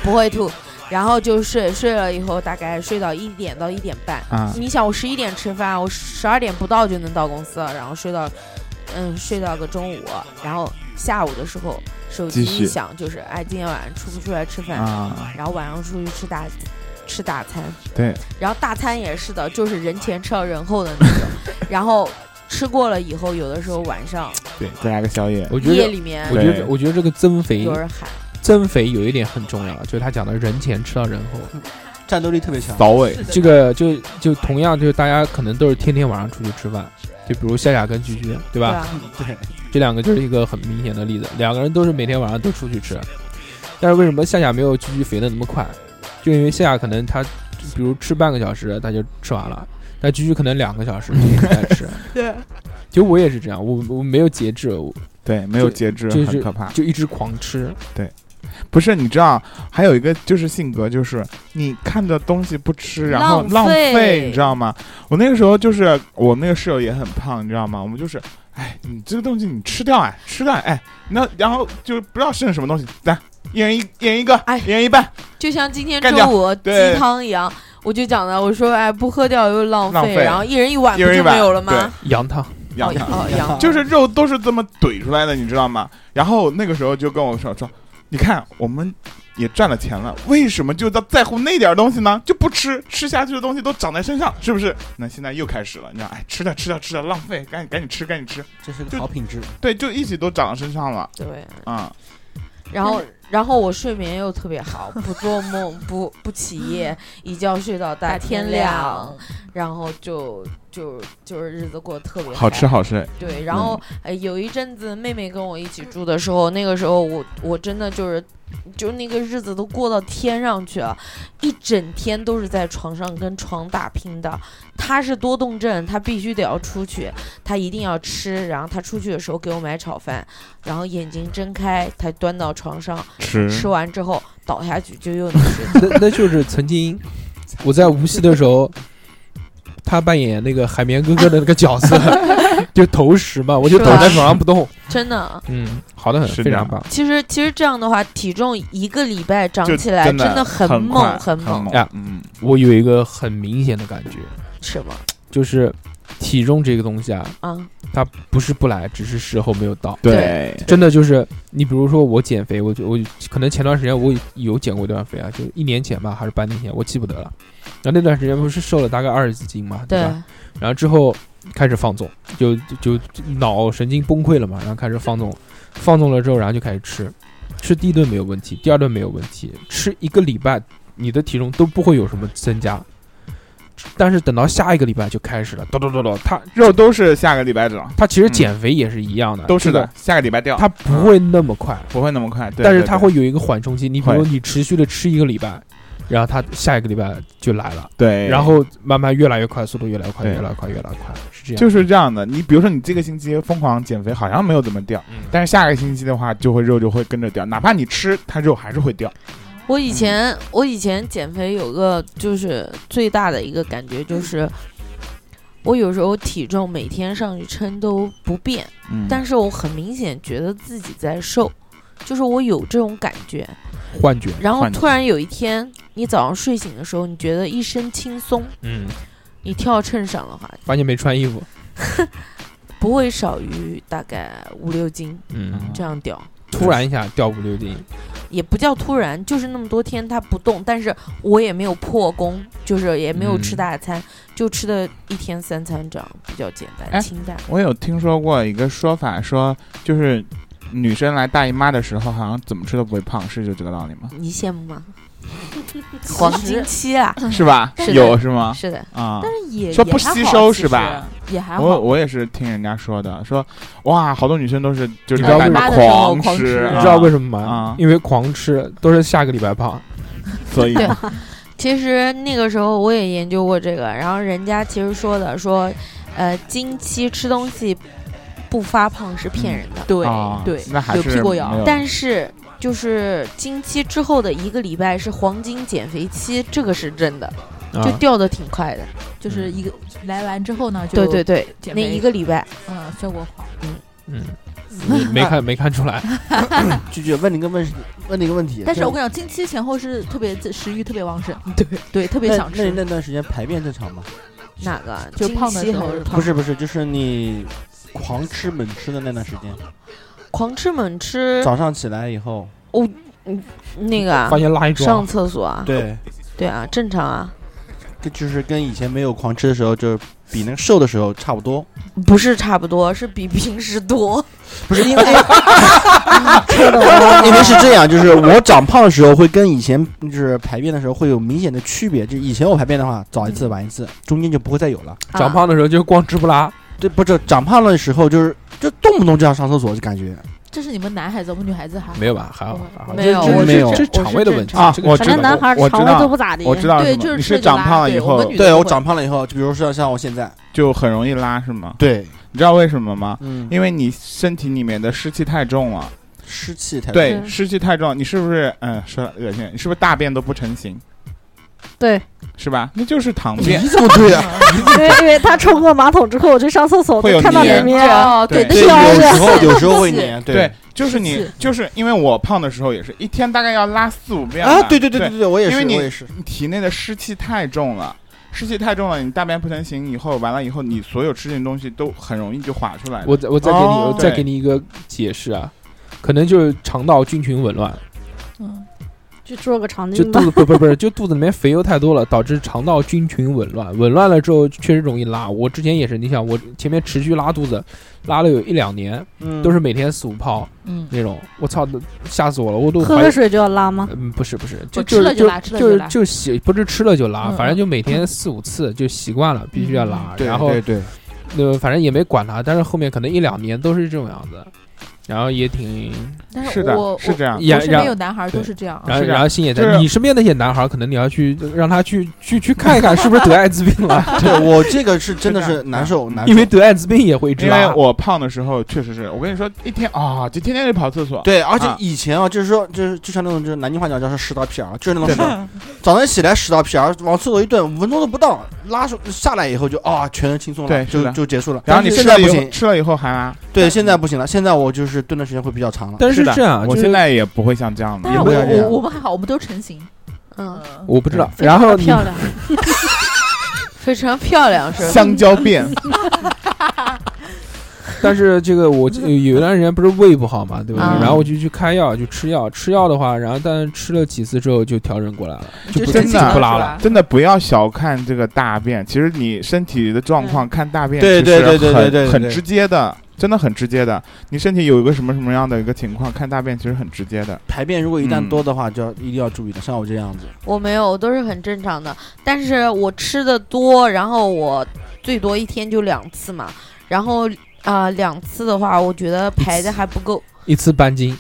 Speaker 2: 不会吐。然后就睡，睡了以后大概睡到一点到一点半。
Speaker 1: 啊
Speaker 2: 你想，我十一点吃饭，我十二点不到就能到公司了，然后睡到，嗯，睡到个中午，然后下午的时候手机
Speaker 8: 继续
Speaker 2: 一响，就是哎，今天晚上出不出来吃饭？
Speaker 8: 啊
Speaker 2: 然后晚上出去吃大吃大餐。
Speaker 8: 对，
Speaker 2: 然后大餐也是的，就是人前吃到人后的那种。然后吃过了以后，有的时候晚上
Speaker 8: 对，再来个宵夜。
Speaker 3: 我觉得
Speaker 2: 夜里面
Speaker 3: 我觉
Speaker 8: 对
Speaker 3: 得我觉得这个增肥
Speaker 2: 有人喊，
Speaker 3: 增肥有一点很重要，就是他讲的人前吃到人后，
Speaker 7: 战斗力特别强。
Speaker 8: 早尾
Speaker 3: 这个就就同样就是大家可能都是天天晚上出去吃饭，就比如夏夏跟居居，对吧？
Speaker 7: 对，
Speaker 3: 这两个就是一个很明显的例子，两个人都是每天晚上都出去吃，但是为什么夏夏没有居居肥的那么快？就因为夏夏可能他比如吃半个小时他就吃完了，但居居可能两个小时就一直在吃。
Speaker 2: 对，
Speaker 3: 其实我也是这样，我我没有节制，我
Speaker 8: 对，没有节制
Speaker 3: 就
Speaker 8: 很
Speaker 3: 是
Speaker 8: 可怕
Speaker 3: 就一直狂吃。
Speaker 8: 对，不是，你知道，还有一个就是性格，就是你看着东西不吃，然后
Speaker 3: 浪
Speaker 8: 浪
Speaker 3: 费
Speaker 8: 你知道吗？我那个时候就是我那个室友也很胖，你知道吗？我们就是，哎，你这个东西你吃掉哎，吃掉哎，那然后就不知道剩什么东西，来，一人一一人一个，哎，一人一半，
Speaker 2: 就像今天
Speaker 8: 干
Speaker 2: 中午
Speaker 8: 掉对
Speaker 2: 鸡汤一样，我就讲的，我说哎，不喝掉又浪
Speaker 8: 浪费
Speaker 2: 然后一人一碗
Speaker 8: 一
Speaker 2: 不
Speaker 8: 人一
Speaker 2: 就
Speaker 8: 碗
Speaker 2: 没有了吗？
Speaker 8: 对
Speaker 3: 羊汤，
Speaker 8: 羊
Speaker 2: 哦哦羊
Speaker 8: 汤，就是肉都是这么怼出来的，你知道吗？然后那个时候就跟我说说，你看我们也赚了钱了，为什么就在在乎那点东西呢？就不吃，吃下去的东西都长在身上，是不是？那现在又开始了，你知道，哎，吃掉吃掉吃掉，浪费，赶紧赶紧吃，赶紧吃，
Speaker 7: 这是
Speaker 8: 个
Speaker 7: 好品质。
Speaker 8: 对，就一起都长到身上了。
Speaker 2: 对，
Speaker 8: 啊、
Speaker 2: 然后，然后我睡眠又特 别好，不做梦，不不起夜，一觉睡到大天亮，然后就就就是日子过得特别
Speaker 8: 好吃
Speaker 2: 嗨
Speaker 8: 好睡
Speaker 2: 对，
Speaker 3: 嗯
Speaker 2: 然后、呃有一阵子妹妹跟我一起住的时候，那个时候我我真的就是。就那个日子都过到天上去了，一整天都是在床上跟床打拼的。她是多动症，她必须得要出去，她一定要吃。然后她出去的时候给我买炒饭，然后眼睛睁开，她端到床上
Speaker 3: 吃
Speaker 2: 吃完之后倒下去就又能吃。
Speaker 3: 那那就是曾经我在无锡的时候，他扮演那个海绵哥哥的那个角色， 就投食嘛，我就倒在床上不动。
Speaker 2: 真的。
Speaker 3: 嗯，好的很，非常棒。
Speaker 2: 其实其实这样的话，体重一个礼拜长
Speaker 3: 就
Speaker 2: 起来
Speaker 3: 真的
Speaker 2: 的很
Speaker 3: 很嗯
Speaker 2: 猛
Speaker 3: 快
Speaker 2: 很猛。
Speaker 3: 哎，我有一个很明显的感觉，
Speaker 2: 什么？
Speaker 3: 就是体重这个东西啊，
Speaker 2: 啊，
Speaker 3: 它不是不来，只是时候没有到。
Speaker 8: 对
Speaker 3: 真的就是你比如说我减肥，我就我可能前段时间我有减过一段肥啊，就一年前吧，还是半年前，我记不得了。然后那段时间不是瘦了大概二十几斤嘛，对
Speaker 2: 对
Speaker 3: 吧？然后之后开始放纵，就就就脑神经崩溃了嘛，然后开始放纵，放纵了之后，然后就开始吃，吃第一顿没有问题，第二顿没有问题，吃一个礼拜，你的体重都不会有什么增加。但是等到下一个礼拜就开始了，咚咚咚咚，它
Speaker 8: 肉都是下个礼拜长，
Speaker 3: 它其实减肥也是一样的，
Speaker 8: 嗯都是
Speaker 3: 这
Speaker 8: 的
Speaker 3: 个，
Speaker 8: 下个礼拜掉，
Speaker 3: 它不会那么快，
Speaker 8: 不会那么快，对
Speaker 3: 但是它
Speaker 8: 它
Speaker 3: 会有一个缓冲期。你比如
Speaker 8: 会
Speaker 3: 你持续的吃一个礼拜，然后它下一个礼拜就来了，
Speaker 8: 对
Speaker 3: 然后慢慢越来越快，速度越来越快，
Speaker 8: 对
Speaker 3: 越来越快，越来越快，是这样。
Speaker 8: 就是这样的。你比如说，你这个星期疯狂减肥，好像没有怎么掉，
Speaker 2: 嗯
Speaker 8: 但是下个星期的话，就会肉就会跟着掉，哪怕你吃，它肉还是会掉。
Speaker 2: 我以前、我以前减肥有个就是最大的一个感觉就是，我有时候体重每天上去称都不变，
Speaker 8: 嗯
Speaker 2: 但是我很明显觉得自己在瘦，就是我有这种感觉。
Speaker 3: 幻觉，
Speaker 2: 然后
Speaker 3: 幻觉
Speaker 2: 突然有一天，你早上睡醒的时候，你觉得一身轻松，
Speaker 3: 嗯，
Speaker 2: 你跳秤上的话，
Speaker 3: 发现没穿衣服，
Speaker 2: 不会少于大概五六斤，
Speaker 8: 啊
Speaker 3: 嗯
Speaker 2: 这样掉。
Speaker 3: 突然一下掉五六斤，
Speaker 2: 也不叫突然，就是那么多天它不动，但是我也没有破功，就是也没有
Speaker 8: 嗯
Speaker 2: 吃大餐，就吃的一天三餐这样比较简单
Speaker 8: 哎
Speaker 2: 清淡。
Speaker 8: 我有听说过一个说法，说就是女生来大姨妈的时候，好像怎么吃都不会胖，是就这个道理吗？
Speaker 2: 你羡慕吗？黄金期啊，
Speaker 8: 是吧？
Speaker 2: 是的
Speaker 8: 有是吗？
Speaker 2: 是的
Speaker 8: 啊，
Speaker 2: 但是也
Speaker 8: 说不
Speaker 2: 也还
Speaker 8: 吸
Speaker 2: 好
Speaker 8: 收
Speaker 2: 其
Speaker 8: 是吧？哦
Speaker 2: 实也还好
Speaker 8: 我我也是听人家说的，说哇，好多女生都是就是
Speaker 3: 你知道为什么
Speaker 8: 狂
Speaker 3: 狂
Speaker 8: 吃啊，
Speaker 3: 你知道为什么吗
Speaker 8: 啊？？
Speaker 3: 因为狂吃都是下个礼拜胖，
Speaker 8: 所以
Speaker 2: 对，其实那个时候我也研究过这个，然后人家其实说的说，呃，经期吃东西不发胖是骗人的，
Speaker 8: 对啊对那还有是屁股痒没有
Speaker 2: 但是就是经期之后的一个礼拜是黄金减肥期，这个是真的，
Speaker 5: 啊
Speaker 2: 就掉的挺快的，
Speaker 5: 就是一个来完之后呢，就
Speaker 2: 对对对，
Speaker 5: 减
Speaker 2: 那
Speaker 5: 肥
Speaker 2: 一个礼拜，
Speaker 5: 嗯，效果好。
Speaker 3: 嗯，你没看没看出来，
Speaker 7: 句句问你个问题，问你个问题。
Speaker 5: 但是我跟
Speaker 7: 你
Speaker 5: 你讲，经期前后是特别食欲特别旺盛，对对，特别想吃
Speaker 7: 那。那段时间排便正常吗？
Speaker 2: 哪个
Speaker 5: 就胖的时候是胖
Speaker 7: 不是不是，就是你狂吃猛吃的那段时间，
Speaker 2: 狂吃猛吃，
Speaker 7: 早上起来以后，
Speaker 2: 我嗯那个啊
Speaker 7: 发现拉一桩
Speaker 2: 上厕所
Speaker 8: 嗯
Speaker 2: 啊，
Speaker 7: 对，
Speaker 2: 对啊，正常啊，
Speaker 7: 跟就是跟以前没有狂吃的时候，就是比那个瘦的时候差 不多。
Speaker 2: 不是差不多，是比平时多。
Speaker 7: 不是因为
Speaker 8: 嗯
Speaker 7: 因为是这样，就是我长胖的时候会跟以前就是排便的时候会有明显的区别。就以前我排便的话，早一
Speaker 8: 嗯
Speaker 7: 次晚一次，中间就不会再有了。
Speaker 3: 啊长胖的时候就光吃不拉。
Speaker 7: 对，不是长胖的时候就是就动不动就要上厕所，就感觉
Speaker 5: 这是你们男孩子，我们女孩子还好
Speaker 3: 没有吧？还好，还好
Speaker 5: 没有
Speaker 3: 这
Speaker 7: 我
Speaker 3: 这
Speaker 7: 没有
Speaker 3: 这
Speaker 7: 我是
Speaker 3: 肠胃的问
Speaker 7: 正
Speaker 3: 题
Speaker 7: 常
Speaker 3: 这个
Speaker 7: 啊我
Speaker 3: 肠
Speaker 7: 知
Speaker 3: 胃
Speaker 7: 道
Speaker 3: 的问题
Speaker 8: 我知道我知道
Speaker 5: 对
Speaker 8: 什么
Speaker 5: 就是
Speaker 8: 你
Speaker 5: 吃
Speaker 8: 是
Speaker 5: 就
Speaker 8: 长
Speaker 5: 拉
Speaker 8: 胖了以
Speaker 5: 对我
Speaker 8: 后
Speaker 5: 们，女的
Speaker 7: 对
Speaker 5: 不
Speaker 7: 我
Speaker 5: 会
Speaker 7: 长胖了以后，就比如说像我现在，
Speaker 8: 就很容易拉，是吗？
Speaker 7: 对，
Speaker 8: 你知道为什么吗？
Speaker 7: 嗯
Speaker 8: 因为你身体里面的湿气太重了。
Speaker 7: 湿气太
Speaker 8: 对，
Speaker 7: 重
Speaker 8: 湿气太重，你是不是嗯说得恶心？你是不是大便都不成形？
Speaker 1: 对，
Speaker 8: 是吧？那就是糖便。
Speaker 7: 你怎么对啊？
Speaker 1: 因为因为他冲过马桶之后，我去上厕所，
Speaker 8: 会有
Speaker 1: 都看到
Speaker 8: 粘
Speaker 1: 里面
Speaker 8: 哦对 对
Speaker 1: 飘
Speaker 8: 有 时候
Speaker 1: 着，
Speaker 7: 有时候会粘，
Speaker 8: 对，就是你，就是因为我胖的时候也是一天大概要拉四五遍
Speaker 7: 啊
Speaker 8: 吧
Speaker 7: 对对对
Speaker 8: 对
Speaker 7: 对对我也是
Speaker 8: 因为你
Speaker 7: 我也是
Speaker 8: 你体内的湿气太重了，湿气太重了，你大便不成形以后，完了以后你所有吃进的东西都很容易就滑出来了。
Speaker 3: 我再我再给你、
Speaker 8: 哦
Speaker 3: 我再
Speaker 8: 对
Speaker 3: 给你一个解释啊，可能就是肠道菌群紊乱，
Speaker 5: 嗯
Speaker 1: 去做个肠
Speaker 3: 就
Speaker 1: 镜
Speaker 3: 肚
Speaker 1: 吧
Speaker 3: 子。不不不是，就肚子里面肥油太多了，导致肠道菌群紊乱，紊乱了之后确实容易拉。我之前也是，你想我前面持续拉肚子，拉了有一两年，
Speaker 7: 嗯
Speaker 3: 都是每天四五泡，
Speaker 5: 嗯
Speaker 3: 那种，我操，吓死我了，我都
Speaker 1: 喝
Speaker 3: 怀疑
Speaker 1: 个水就要拉吗？
Speaker 3: 嗯，不是不是，就
Speaker 1: 我吃了
Speaker 3: 是
Speaker 1: 就
Speaker 3: 就
Speaker 1: 拉吃了
Speaker 3: 就
Speaker 1: 就是拉
Speaker 3: 就习不是吃了就拉，
Speaker 1: 嗯
Speaker 3: 反正就每天四五次就习惯了，必须要拉。
Speaker 7: 对
Speaker 3: 然后
Speaker 7: 对对，。
Speaker 3: 那反正也没管它，但是后面可能一两年都是这种样子，然后也挺
Speaker 5: 但是是的我是这样我
Speaker 3: 也
Speaker 5: 我身边有男孩儿都
Speaker 3: 对
Speaker 5: 是这样啊
Speaker 3: 然后
Speaker 5: 是这样
Speaker 3: 然后心也
Speaker 8: 啊就是啊
Speaker 3: 在，你身边那些男孩儿可能你要去让他去去去看一看是不是得艾滋病 了
Speaker 8: 啊
Speaker 7: 对我这嗯个是真的是难受难受
Speaker 3: 因为得艾滋病也会治
Speaker 8: 因为
Speaker 3: 拉。
Speaker 8: 我胖的时候确实是我跟你说，一天啊、就天天就跑厕所。
Speaker 7: 对，而且
Speaker 8: 啊
Speaker 7: 以前啊，就是说，就是就像那种，就是南京话讲叫是十道皮儿，就是那种
Speaker 8: 对的
Speaker 7: 事儿早上起来十道皮儿，往厕所一蹲，五分钟都不到，拉手下来以后就啊，全身轻松了，
Speaker 8: 对是
Speaker 7: 就
Speaker 8: 的
Speaker 7: 就结束了。
Speaker 8: 然后你
Speaker 7: 现
Speaker 8: 吃
Speaker 7: 在
Speaker 8: 了以
Speaker 7: 不
Speaker 8: 后
Speaker 7: 行，
Speaker 8: 吃了以后还拉。
Speaker 7: 对，现在不行了，现在我就是蹲的时间会比较长了。
Speaker 3: 但是
Speaker 8: 的
Speaker 3: 这样啊
Speaker 8: 我
Speaker 3: 就是
Speaker 8: 现在也不会像这样的，
Speaker 5: 但
Speaker 7: 也
Speaker 5: 是我
Speaker 7: 不要这样
Speaker 5: 我我们还好，我们都成型。
Speaker 2: 嗯，
Speaker 3: 我不知道，然后你
Speaker 2: 非常漂亮是吧
Speaker 8: 香蕉便
Speaker 3: 但是这个我有有一段时间不是胃不好嘛，对
Speaker 2: 啊
Speaker 3: 吧？
Speaker 9: 嗯
Speaker 3: 然后我就去开药，就吃药。吃药的话，然后但吃了几次之后就调整过来了，就不
Speaker 8: 真
Speaker 3: 就
Speaker 8: 的
Speaker 3: 不拉了。
Speaker 8: 真的不要小看这个大便，其实你身体的状况看大便，
Speaker 7: 对
Speaker 8: 其实
Speaker 7: 对对对
Speaker 8: 很
Speaker 7: 对对对
Speaker 8: 很直接的，真的很直接的。你身体有一个什么什么样的一个情况，看大便其实很直接的。
Speaker 7: 排便如果一旦
Speaker 8: 嗯
Speaker 7: 多的话，就要一定要注意的，像我这样子。
Speaker 2: 我没有，我都是很正常的。但是我吃的多，然后我最多一天就两次嘛。然后啊、呃两次的话，我觉得排的还不够，
Speaker 3: 一次半斤，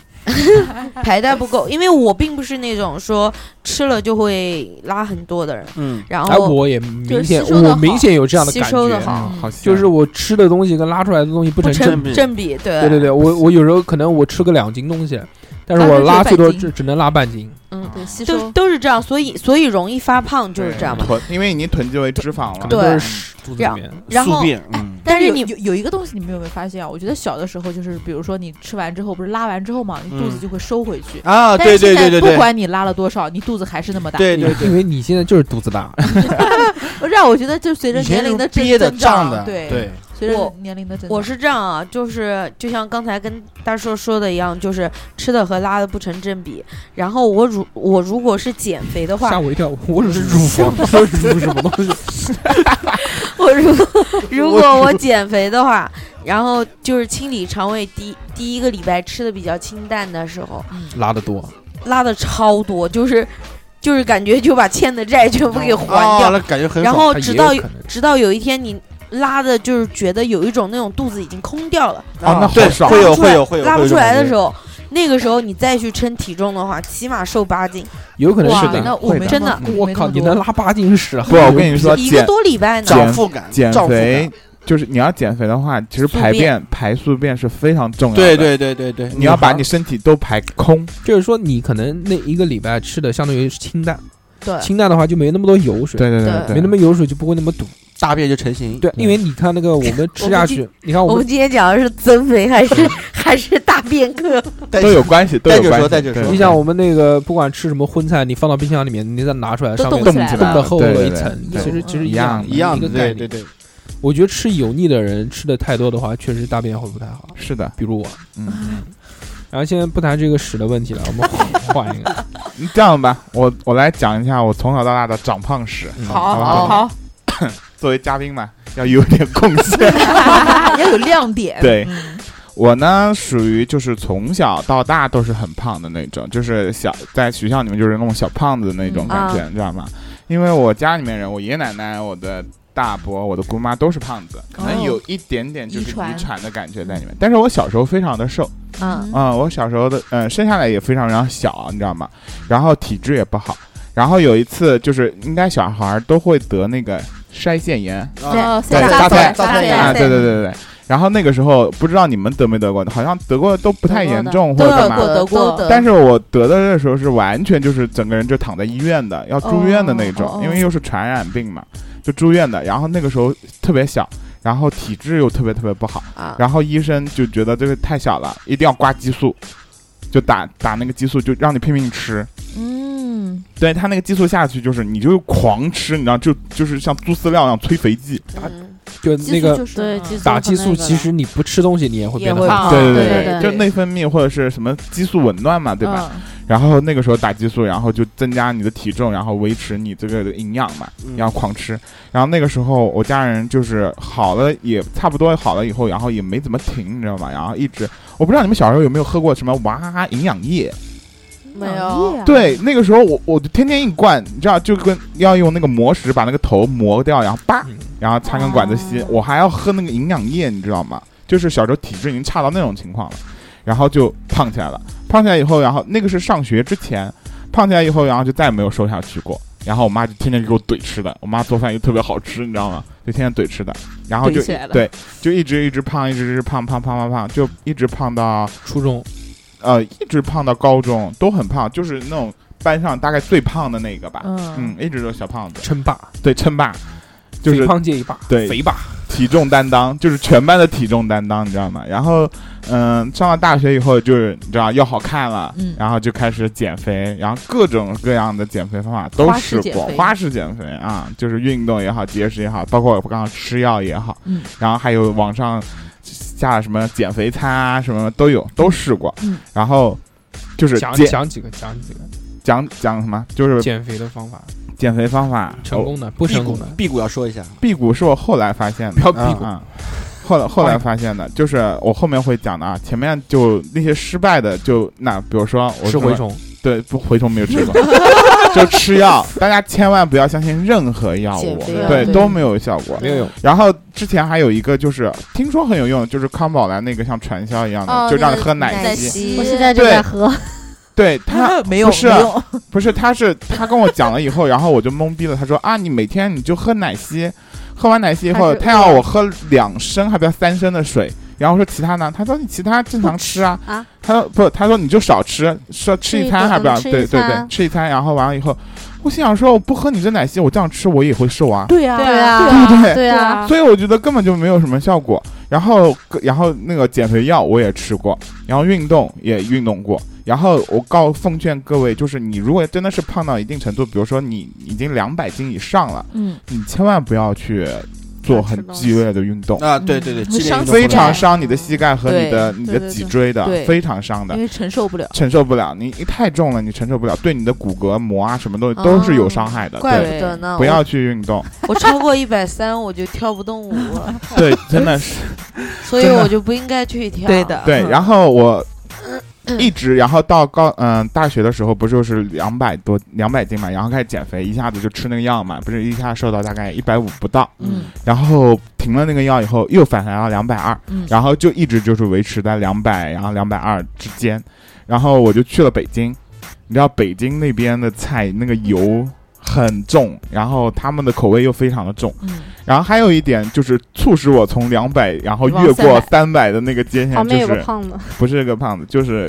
Speaker 2: 排的不够，因为我并不是那种说吃了就会拉很多的人。
Speaker 7: 嗯
Speaker 2: 然
Speaker 3: 哎，
Speaker 2: 后
Speaker 3: 我也明显，
Speaker 2: 哦就是吸收得
Speaker 3: 我
Speaker 2: 好
Speaker 3: 明显有这样的
Speaker 2: 吸
Speaker 3: 感觉，
Speaker 2: 收得好
Speaker 3: 嗯就是我吃的东西跟拉出来的东西不成
Speaker 2: 不成
Speaker 3: 正比。
Speaker 2: 正比对
Speaker 3: 对对，我我有时候可能我吃个两斤东西，但是
Speaker 2: 拉
Speaker 3: 我
Speaker 2: 出去
Speaker 3: 拉最
Speaker 2: 半
Speaker 3: 多
Speaker 2: 斤
Speaker 3: 只只能拉半斤。
Speaker 2: 嗯，
Speaker 4: 对，吸
Speaker 2: 都都是这样，所以所以容易发胖就是这样嘛。
Speaker 8: 囤，因为你囤积为脂肪了。
Speaker 2: 对
Speaker 3: 都是肚子里面
Speaker 2: 然后
Speaker 8: 宿便
Speaker 2: 哎
Speaker 8: 嗯
Speaker 2: 但
Speaker 4: 但
Speaker 2: 是
Speaker 4: 是
Speaker 2: 你
Speaker 4: 你有有一个东西，你们有没有发现啊？我觉得小的时候就是，比如说你吃完之后，不是拉完之后嘛，你肚子
Speaker 3: 嗯
Speaker 4: 就会收回去
Speaker 7: 啊
Speaker 4: 但是
Speaker 7: 对对
Speaker 4: 现在
Speaker 7: 对对对
Speaker 4: 不管你拉了多少，你肚子还是那么大。
Speaker 3: 因为你现在就是肚子大，
Speaker 4: 让我觉得就随着
Speaker 3: 以前
Speaker 4: 年龄
Speaker 3: 是
Speaker 4: 的增
Speaker 3: 憋的
Speaker 4: 增
Speaker 3: 胀
Speaker 4: 长，
Speaker 3: 的
Speaker 4: 对
Speaker 3: 对
Speaker 4: 随着
Speaker 2: 我
Speaker 4: 年龄的增长，
Speaker 2: 我是这样啊，就是就像刚才跟大硕说的一样，就是吃的和拉的不成正比。然后我如我如果是减肥的话，
Speaker 3: 吓我一跳，我只是乳 房，不是乳什么东西。
Speaker 2: 我如果如果
Speaker 8: 哦
Speaker 2: 我减肥的话，然后就是清理肠胃第第一个礼拜吃的比较清淡的时候，
Speaker 3: 拉的多，
Speaker 2: 拉的超多，就是就是感觉就把欠的债全部给还掉，
Speaker 7: 哦那感觉很爽
Speaker 2: 然后
Speaker 7: 它也
Speaker 2: 直
Speaker 7: 有
Speaker 2: 到
Speaker 7: 可能
Speaker 2: 直到有一天你拉的，就是觉得有一种那种肚子已经空掉了，
Speaker 8: 啊
Speaker 7: 哦那好
Speaker 2: 对
Speaker 7: 爽
Speaker 2: 拉不
Speaker 7: 会有
Speaker 2: 出来
Speaker 7: 会有会有
Speaker 2: 拉
Speaker 7: 会
Speaker 2: 不
Speaker 7: 有
Speaker 2: 出
Speaker 7: 这种
Speaker 2: 来的
Speaker 7: 感觉
Speaker 2: 时候。那个时候你再去称体重的话，起码瘦八斤，
Speaker 3: 有可能
Speaker 2: 哇
Speaker 3: 是的
Speaker 2: 那我
Speaker 3: 会
Speaker 2: 没真的，
Speaker 3: 我靠，你能拉八啊斤屎？
Speaker 8: 不， 我跟你说，
Speaker 2: 一个
Speaker 8: 减
Speaker 2: 多礼拜呢，
Speaker 8: 减减肥就是你要减肥的话，其实
Speaker 2: 宿
Speaker 8: 排
Speaker 2: 便
Speaker 8: 便排宿便是非常重要的。
Speaker 7: 对对对对对，
Speaker 8: 你要把你身体都排空，
Speaker 3: 就是说你可能那一个礼拜吃的相当于是清淡，
Speaker 2: 对
Speaker 3: 清淡的话就没那么多油水，
Speaker 8: 对对对对对
Speaker 3: 没那么油水就不会那么堵，
Speaker 7: 大便就成型。
Speaker 3: 嗯对，因为你看那个我们吃下去，你看
Speaker 2: 我
Speaker 3: 我
Speaker 2: 们
Speaker 3: 们
Speaker 2: 今天讲的是增肥还是 还是大便 课？
Speaker 8: 都有关系，都有关系。对
Speaker 3: 你想我们那个不管吃什么荤菜，你放到冰箱里面，你再拿出来，
Speaker 8: 都
Speaker 3: 上面
Speaker 8: 冻
Speaker 3: 冻
Speaker 8: 起来了
Speaker 3: 的厚
Speaker 8: 对
Speaker 3: 了
Speaker 8: 对
Speaker 3: 一
Speaker 8: 对
Speaker 3: 层，
Speaker 8: 对
Speaker 3: 其实其实
Speaker 8: 一
Speaker 3: 样
Speaker 8: 样一样
Speaker 3: 一个
Speaker 8: 的
Speaker 3: 概
Speaker 8: 对
Speaker 3: 念
Speaker 8: 对对。
Speaker 3: 我觉得吃油腻的人吃的太多的话，确实大便会不太好。
Speaker 8: 是的，
Speaker 3: 比如我。
Speaker 8: 嗯，
Speaker 3: 然后现在不谈这个屎的问题了，我们换换一 个。
Speaker 8: 这样吧，我我来讲一下我从小到大的长胖史。
Speaker 3: 好
Speaker 8: 好
Speaker 3: 好
Speaker 8: 吧作为嘉宾嘛，要有点贡献。
Speaker 4: 要有亮点。
Speaker 8: 对，我呢属于就是从小到大都是很胖的那种，就是小在学校里面就是那种小胖子的那种
Speaker 10: 嗯
Speaker 8: 感觉，
Speaker 10: 啊
Speaker 8: 你知道吗？因为我家里面人，我爷爷奶奶、我的大伯、我的姑妈都是胖子，可能
Speaker 10: 哦
Speaker 8: 有一点点就是
Speaker 10: 遗
Speaker 8: 遗
Speaker 10: 传
Speaker 8: 传的感觉在里面。但是我小时候非常的瘦，
Speaker 10: 嗯
Speaker 8: 啊、我小时候的，嗯，生下来也非常非常小，你知道吗？然后体质也不好。然后有一次，就是应该小孩儿都会得那个腮腺炎，
Speaker 7: 啊
Speaker 4: 哦
Speaker 8: 对，
Speaker 4: 腮
Speaker 8: 腮
Speaker 4: 腺
Speaker 8: 腺
Speaker 4: 炎腮腺炎
Speaker 8: 啊，
Speaker 4: 对
Speaker 8: 对对对对对。然后那个时候不知道你们得没得过，好像得过都不太严重或
Speaker 4: 得
Speaker 8: 者
Speaker 4: 过
Speaker 8: 干
Speaker 4: 的
Speaker 8: 嘛
Speaker 4: 都得过都得
Speaker 8: 但是我得的那时候是完全就是整个人就躺在医院的，要住院的那种，因为又是传染病嘛，就住院的。然后那个时候特别小，然后体质又特别特别不好，
Speaker 2: 啊
Speaker 8: 然后医生就觉得这个太小了，一定要刮激素，就打打那个激素，就让你拼命吃。
Speaker 4: 嗯，
Speaker 8: 对他那个激素下去，就是你就狂吃，你知道，就就是像猪饲料一样催肥剂，
Speaker 3: 就那个
Speaker 4: 嗯
Speaker 1: 对激素
Speaker 3: 打
Speaker 1: 和
Speaker 3: 激
Speaker 1: 那
Speaker 3: 素，
Speaker 1: 个
Speaker 3: 其实你不吃东西你也会变得很胖。
Speaker 8: 对
Speaker 1: 啊对
Speaker 8: 对
Speaker 1: 对
Speaker 8: 就内分泌或者是什么激素紊乱嘛，对吧
Speaker 1: 嗯？
Speaker 8: 然后那个时候打激素，然后就增加你的体重，然后维持你这个营养嘛，
Speaker 7: 嗯
Speaker 8: 然后狂吃。然后那个时候我家人就是好了也差不多好了以后，然后也没怎么停，你知道吗？然后一直我不知道你们小时候有没有喝过什么娃营养液。
Speaker 2: 嗯没有，
Speaker 4: 嗯
Speaker 8: 对，那个时候我我就天天一灌，你知道，就跟要用那个磨石把那个头磨掉，然后叭，然后插根管子吸。我还要喝那个营养液，你知道吗？就是小时候体质已经差到那种情况了，然后就胖起来了。胖起来以后，然后那个是上学之前，胖起来以后，然后就再也没有瘦下去过。然后我妈就天天给我怼吃的，我妈做饭又特别好吃，你知道吗？就天天怼吃的，然后就
Speaker 10: 怼起来了
Speaker 8: 对，就一直一直胖，一直一直胖，胖胖胖胖，就一直胖到
Speaker 3: 初中，
Speaker 8: 呃，一直胖到高中都很胖，就是那种班上大概最胖的那个吧，
Speaker 3: 嗯
Speaker 8: 嗯，一直都是小胖子，
Speaker 3: 称霸，
Speaker 8: 对，称霸，就是
Speaker 3: 肥胖界一霸
Speaker 8: 对，
Speaker 3: 肥霸，
Speaker 8: 体重担当，就是全班的体重担当，你知道吗？然后，嗯、上了大学以后，就是你知道要好看了，
Speaker 10: 嗯
Speaker 8: 然后就开始减肥，然后各种各样的减肥方法都
Speaker 10: 花式
Speaker 8: 试
Speaker 10: 减
Speaker 8: 过
Speaker 10: 肥，
Speaker 8: 花式减肥啊，就是运动也好，节食也好，包括我刚刚吃药也好，
Speaker 10: 嗯
Speaker 8: 然后还有网上。下了什么减肥餐啊，什么都有，都试过。
Speaker 3: 嗯
Speaker 8: 然后就是
Speaker 3: 讲
Speaker 8: 减
Speaker 3: 讲几个，讲几个
Speaker 8: 讲讲什么，就是
Speaker 3: 减肥的方法，
Speaker 8: 减肥方法，
Speaker 3: 成功的不成功的
Speaker 8: 哦
Speaker 7: 辟谷要说一下，
Speaker 8: 辟谷是我后来发现的，
Speaker 3: 不要哦辟谷
Speaker 8: 啊啊后来后来发现的，就是我后面会讲的啊，前面就那些失败的，就那比如说我
Speaker 3: 吃
Speaker 8: 说
Speaker 3: 蛔虫，
Speaker 8: 对，不蛔虫没有吃 过，就吃药，大家千万不要相信任何药
Speaker 3: 减
Speaker 8: 物，
Speaker 3: 肥药
Speaker 8: 对，
Speaker 3: 对
Speaker 8: 都没有效果，
Speaker 3: 没有用。
Speaker 8: 然后之前还有一个就是听说很有用，就是康宝莱那个像传销一样的，就让你喝
Speaker 1: 奶
Speaker 8: 昔，
Speaker 1: 我现在就在喝。
Speaker 8: 对他
Speaker 1: 没有
Speaker 8: 不是
Speaker 1: 没有
Speaker 8: 不是，他是他跟我讲了以后，然后我就懵逼了。他说啊，你每天你就喝奶昔，喝完奶昔以
Speaker 3: 还
Speaker 8: 后，
Speaker 3: 是
Speaker 8: 他要我喝两升，还不要三升的水。然后说其他呢？他说你其他正常吃啊。
Speaker 1: 啊
Speaker 8: 他说不，他说你就少吃，说吃一餐还不要，
Speaker 1: 吃一
Speaker 8: 对对对
Speaker 1: 餐，
Speaker 8: 吃一餐。然后完了以后，我心想说我不喝你这奶昔，我这样吃我也会瘦啊。
Speaker 1: 对呀对呀
Speaker 8: 对不
Speaker 1: 对啊呀
Speaker 4: 啊
Speaker 8: 所以我觉得根本就没有什么效果。然后，然后那个减肥药我也吃过，然后运动也运动过。然后我告奉劝各位，就是你如果真的是胖到一定程度，比如说你已经两百斤以上了，
Speaker 7: 嗯
Speaker 8: 你千万不要去做很激烈的运动
Speaker 7: 啊对对对嗯激烈运动
Speaker 8: 非常伤你的膝盖和你的
Speaker 4: 对
Speaker 8: 你
Speaker 4: 对
Speaker 8: 的
Speaker 4: 对
Speaker 8: 脊
Speaker 4: 对
Speaker 8: 椎的
Speaker 4: 对，
Speaker 8: 非常伤的
Speaker 4: 因。为承受不了。
Speaker 8: 承受不了，你你太重了，你承受不了，对你的骨骼膜啊什么东西都是有伤害的。
Speaker 2: 哦怪
Speaker 8: 对
Speaker 2: 不得呢
Speaker 8: 不
Speaker 2: 我
Speaker 8: 要去运 动。
Speaker 2: 我超过一百三我就跳不动舞 了，，
Speaker 8: 对，真的是
Speaker 2: 所以
Speaker 8: 真的
Speaker 2: 我就不应该去跳。
Speaker 1: 啊
Speaker 8: 对， 然后我
Speaker 1: 嗯
Speaker 8: 一直，然后到高嗯大学的时候，不就是两百多两百斤嘛，然后开始减肥，一下子就吃那个药嘛，不是一下瘦到大概一百五不到，
Speaker 7: 嗯，
Speaker 8: 然后停了那个药以后，又反弹到两百二
Speaker 7: 嗯，
Speaker 8: 然后就一直就是维持在两百，然后两百二之间，然后我就去了北京，你知道北京那边的菜那个油。很重，然后他们的口味又非常的重，然后还有一点就是促使我从两百，然后越过
Speaker 1: 往
Speaker 8: 三百的那个界限，
Speaker 1: 旁边有
Speaker 8: 就
Speaker 1: 个
Speaker 8: 是
Speaker 1: 胖子，
Speaker 8: 不是个胖子，就是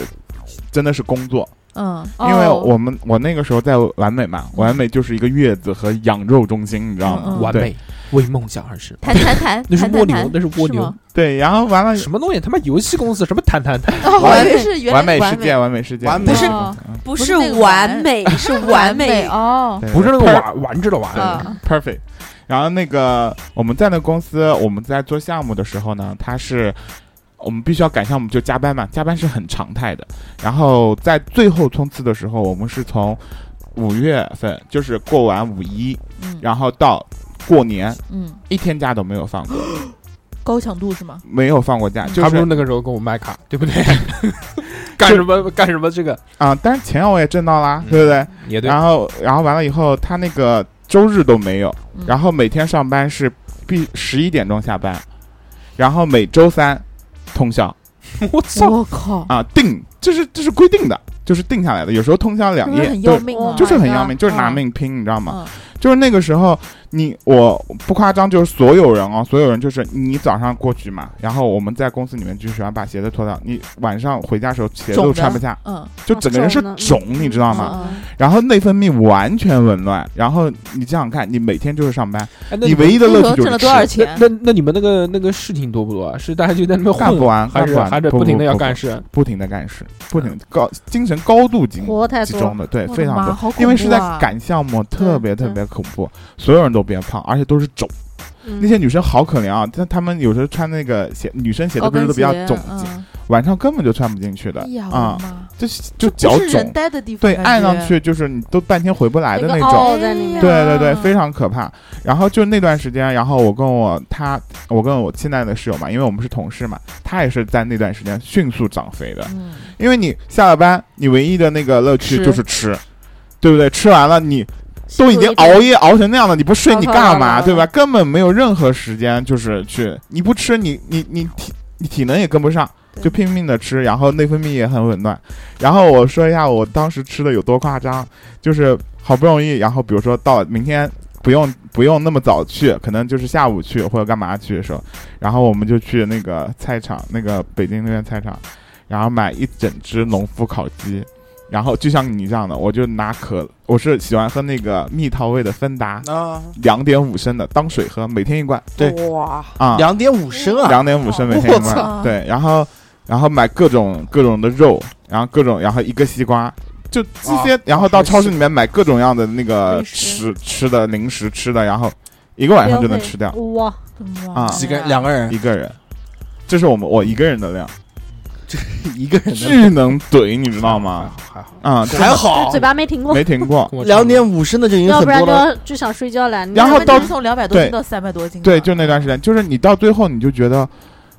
Speaker 8: 真的是工作。
Speaker 1: 嗯
Speaker 2: 哦
Speaker 8: 因为我们、我那个时候在完美嘛，
Speaker 2: 嗯
Speaker 8: 完美就是一个月子和养肉中心，你知道吗？
Speaker 3: 完
Speaker 8: 对
Speaker 3: 美为梦想而生。
Speaker 8: 谈谈谈
Speaker 3: 那是
Speaker 8: 谈谈
Speaker 3: 蜗牛
Speaker 8: 谈，
Speaker 3: 那是蜗
Speaker 8: 是
Speaker 3: 牛
Speaker 8: 吗。对，然后完了
Speaker 3: 什么东西？他妈游戏公司什么谈谈谈？
Speaker 2: 我以为是原来
Speaker 8: 完美
Speaker 2: 完
Speaker 8: 世界，
Speaker 2: 美
Speaker 8: 完美世界，
Speaker 3: 完美
Speaker 8: 对
Speaker 3: 世界
Speaker 8: 嗯
Speaker 2: 不是完 美，是完美
Speaker 5: 哦
Speaker 8: 对
Speaker 3: 不是那个
Speaker 8: 对
Speaker 3: 玩玩着的玩
Speaker 8: 对。perfect。然后那个我们在那公司，我们在做项目的时候呢，他是我们必须要赶项目就加班嘛，加班是很常态的。然后在最后冲刺的时候，我们是从五月份，就是过完五一，然后到过年，
Speaker 4: 嗯，
Speaker 8: 一天假都没有放过，
Speaker 4: 高强度是吗？
Speaker 8: 没有放过假，就
Speaker 3: 还
Speaker 8: 是
Speaker 3: 嗯不如那个时候跟我卖卡，对不 对？干什么干什 么这个？啊
Speaker 8: 啊，但是钱我也挣到啦，对不对？
Speaker 3: 也 对
Speaker 8: 然后，然后完了以后，他那个周日都没有，然后每天上班是必十一点钟下班，然后每周三通宵
Speaker 3: 我操！
Speaker 4: 我靠！
Speaker 8: 啊，定这是这是规定的，就是定下来的，有时候通宵两
Speaker 4: 是不
Speaker 8: 夜，
Speaker 4: 是很要
Speaker 8: 对
Speaker 4: 命啊嗯
Speaker 8: 就是很
Speaker 4: Oh my
Speaker 8: 要命，就是拿
Speaker 4: god，
Speaker 8: 命拼，你知道吗？就是那个时候，你我不夸张，就是所有人哦，所有人就是你早上过去嘛，然后我们在公司里面就喜欢把鞋子脱掉，你晚上回家的时候鞋
Speaker 3: 肿
Speaker 8: 都
Speaker 3: 的
Speaker 8: 穿不下，
Speaker 3: 嗯
Speaker 8: 就整个人 是
Speaker 3: 啊肿
Speaker 8: 肿
Speaker 3: 的，
Speaker 8: 你知道
Speaker 3: 嗯
Speaker 8: 吗
Speaker 3: 嗯？
Speaker 8: 然后内分泌完全紊乱，然后你想想看，你每天就是上班
Speaker 3: 哎，那
Speaker 8: 你
Speaker 3: 们
Speaker 8: 唯一的乐趣就是吃。
Speaker 3: 那那那你们那个那个事情多不多啊？是大家就在那边
Speaker 8: 干
Speaker 3: 混
Speaker 8: 不完，
Speaker 3: 还是
Speaker 8: 干完
Speaker 3: 还是
Speaker 8: 不
Speaker 3: 不停的要
Speaker 8: 不
Speaker 3: 干事？嗯
Speaker 8: 不停的干事，不停地高精神高度集
Speaker 3: 活太
Speaker 8: 集
Speaker 3: 多
Speaker 8: 中的，对，
Speaker 3: 我的
Speaker 8: 非常
Speaker 3: 妈
Speaker 8: 多
Speaker 3: 好恐，
Speaker 8: 因为是
Speaker 3: 怖
Speaker 8: 在
Speaker 3: 啊
Speaker 8: 赶项目，特别特别恐怖，所有人都变胖，而且都是肿。
Speaker 1: 嗯
Speaker 4: 嗯
Speaker 8: 那些女生好可怜啊，她她们有时候穿那个鞋，女生鞋
Speaker 4: 高
Speaker 8: 都不是
Speaker 4: 跟
Speaker 8: 都比较
Speaker 4: 鞋
Speaker 8: 肿
Speaker 4: 嗯
Speaker 8: 紧，晚上根本就穿不进去的
Speaker 4: 哎呀我的
Speaker 8: 啊
Speaker 4: 妈，
Speaker 8: 就是就
Speaker 4: 不
Speaker 8: 脚
Speaker 4: 是人
Speaker 8: 肿
Speaker 4: 待的地方
Speaker 8: 对，
Speaker 4: 感
Speaker 8: 按上
Speaker 4: 觉
Speaker 8: 去就是你都半天回不来的
Speaker 4: 那个
Speaker 8: 那
Speaker 4: 凹
Speaker 8: 种
Speaker 4: 在里面，
Speaker 8: 对对对，非常可怕。然后就那段时间，然后我跟我他，我跟我现在的室友嘛，因为我们是同事嘛，他也是在那段时间迅速长肥的。因为你下了班，你唯一的那个乐趣
Speaker 3: 吃
Speaker 8: 就是吃，对不对？吃完了你。都已经熬夜熬成那样了，你不睡你干嘛？对吧？根本没有任何时间，就是去你不吃，你你你体你体能也跟不上，就拼命的吃，然后内分泌也很紊乱。然后我说一下我当时吃的有多夸张，就是好不容易，然后比如说到明天不用不用那么早去，可能就是下午去或者干嘛去的时候，然后我们就去那个菜场，那个北京那边菜场，然后买一整只农夫烤鸡。然后就像你这样的，我就拿可，我是喜欢喝那个蜜桃味的芬达
Speaker 7: 啊，
Speaker 8: 两点五升的当水喝，每天一罐。
Speaker 7: 对
Speaker 2: 哇
Speaker 8: 啊，
Speaker 7: 两点五升啊，
Speaker 8: 两点五升每天一
Speaker 7: 我
Speaker 8: 罐
Speaker 7: 操。
Speaker 8: 对，然后然后买各种各种的肉，然后各种然后一个西瓜，就这些，
Speaker 7: 哦
Speaker 3: 哇
Speaker 8: 然后到超市里面买各种样的那个吃吃的零食吃的，然后一个晚上就能吃掉
Speaker 1: 哇，
Speaker 8: 啊，
Speaker 7: 几个人两个人
Speaker 8: 一个人。这是我们我一个人的 量，
Speaker 7: 一个人
Speaker 8: 巨能怼，你知道 吗？还好啊，真的
Speaker 7: 还好，
Speaker 1: 嘴巴没停过，
Speaker 8: 没停 过，
Speaker 7: 两点五升的就已经
Speaker 1: 要
Speaker 7: 很
Speaker 1: 不然
Speaker 7: 多
Speaker 1: 就
Speaker 7: 了。嗯
Speaker 1: 要就想睡觉了。你
Speaker 8: 然后
Speaker 1: 那
Speaker 8: 到
Speaker 1: 么
Speaker 4: 从两百多
Speaker 8: 对
Speaker 4: 斤到三百多斤，
Speaker 8: 对，就那段时间，就是你到最后你就觉得，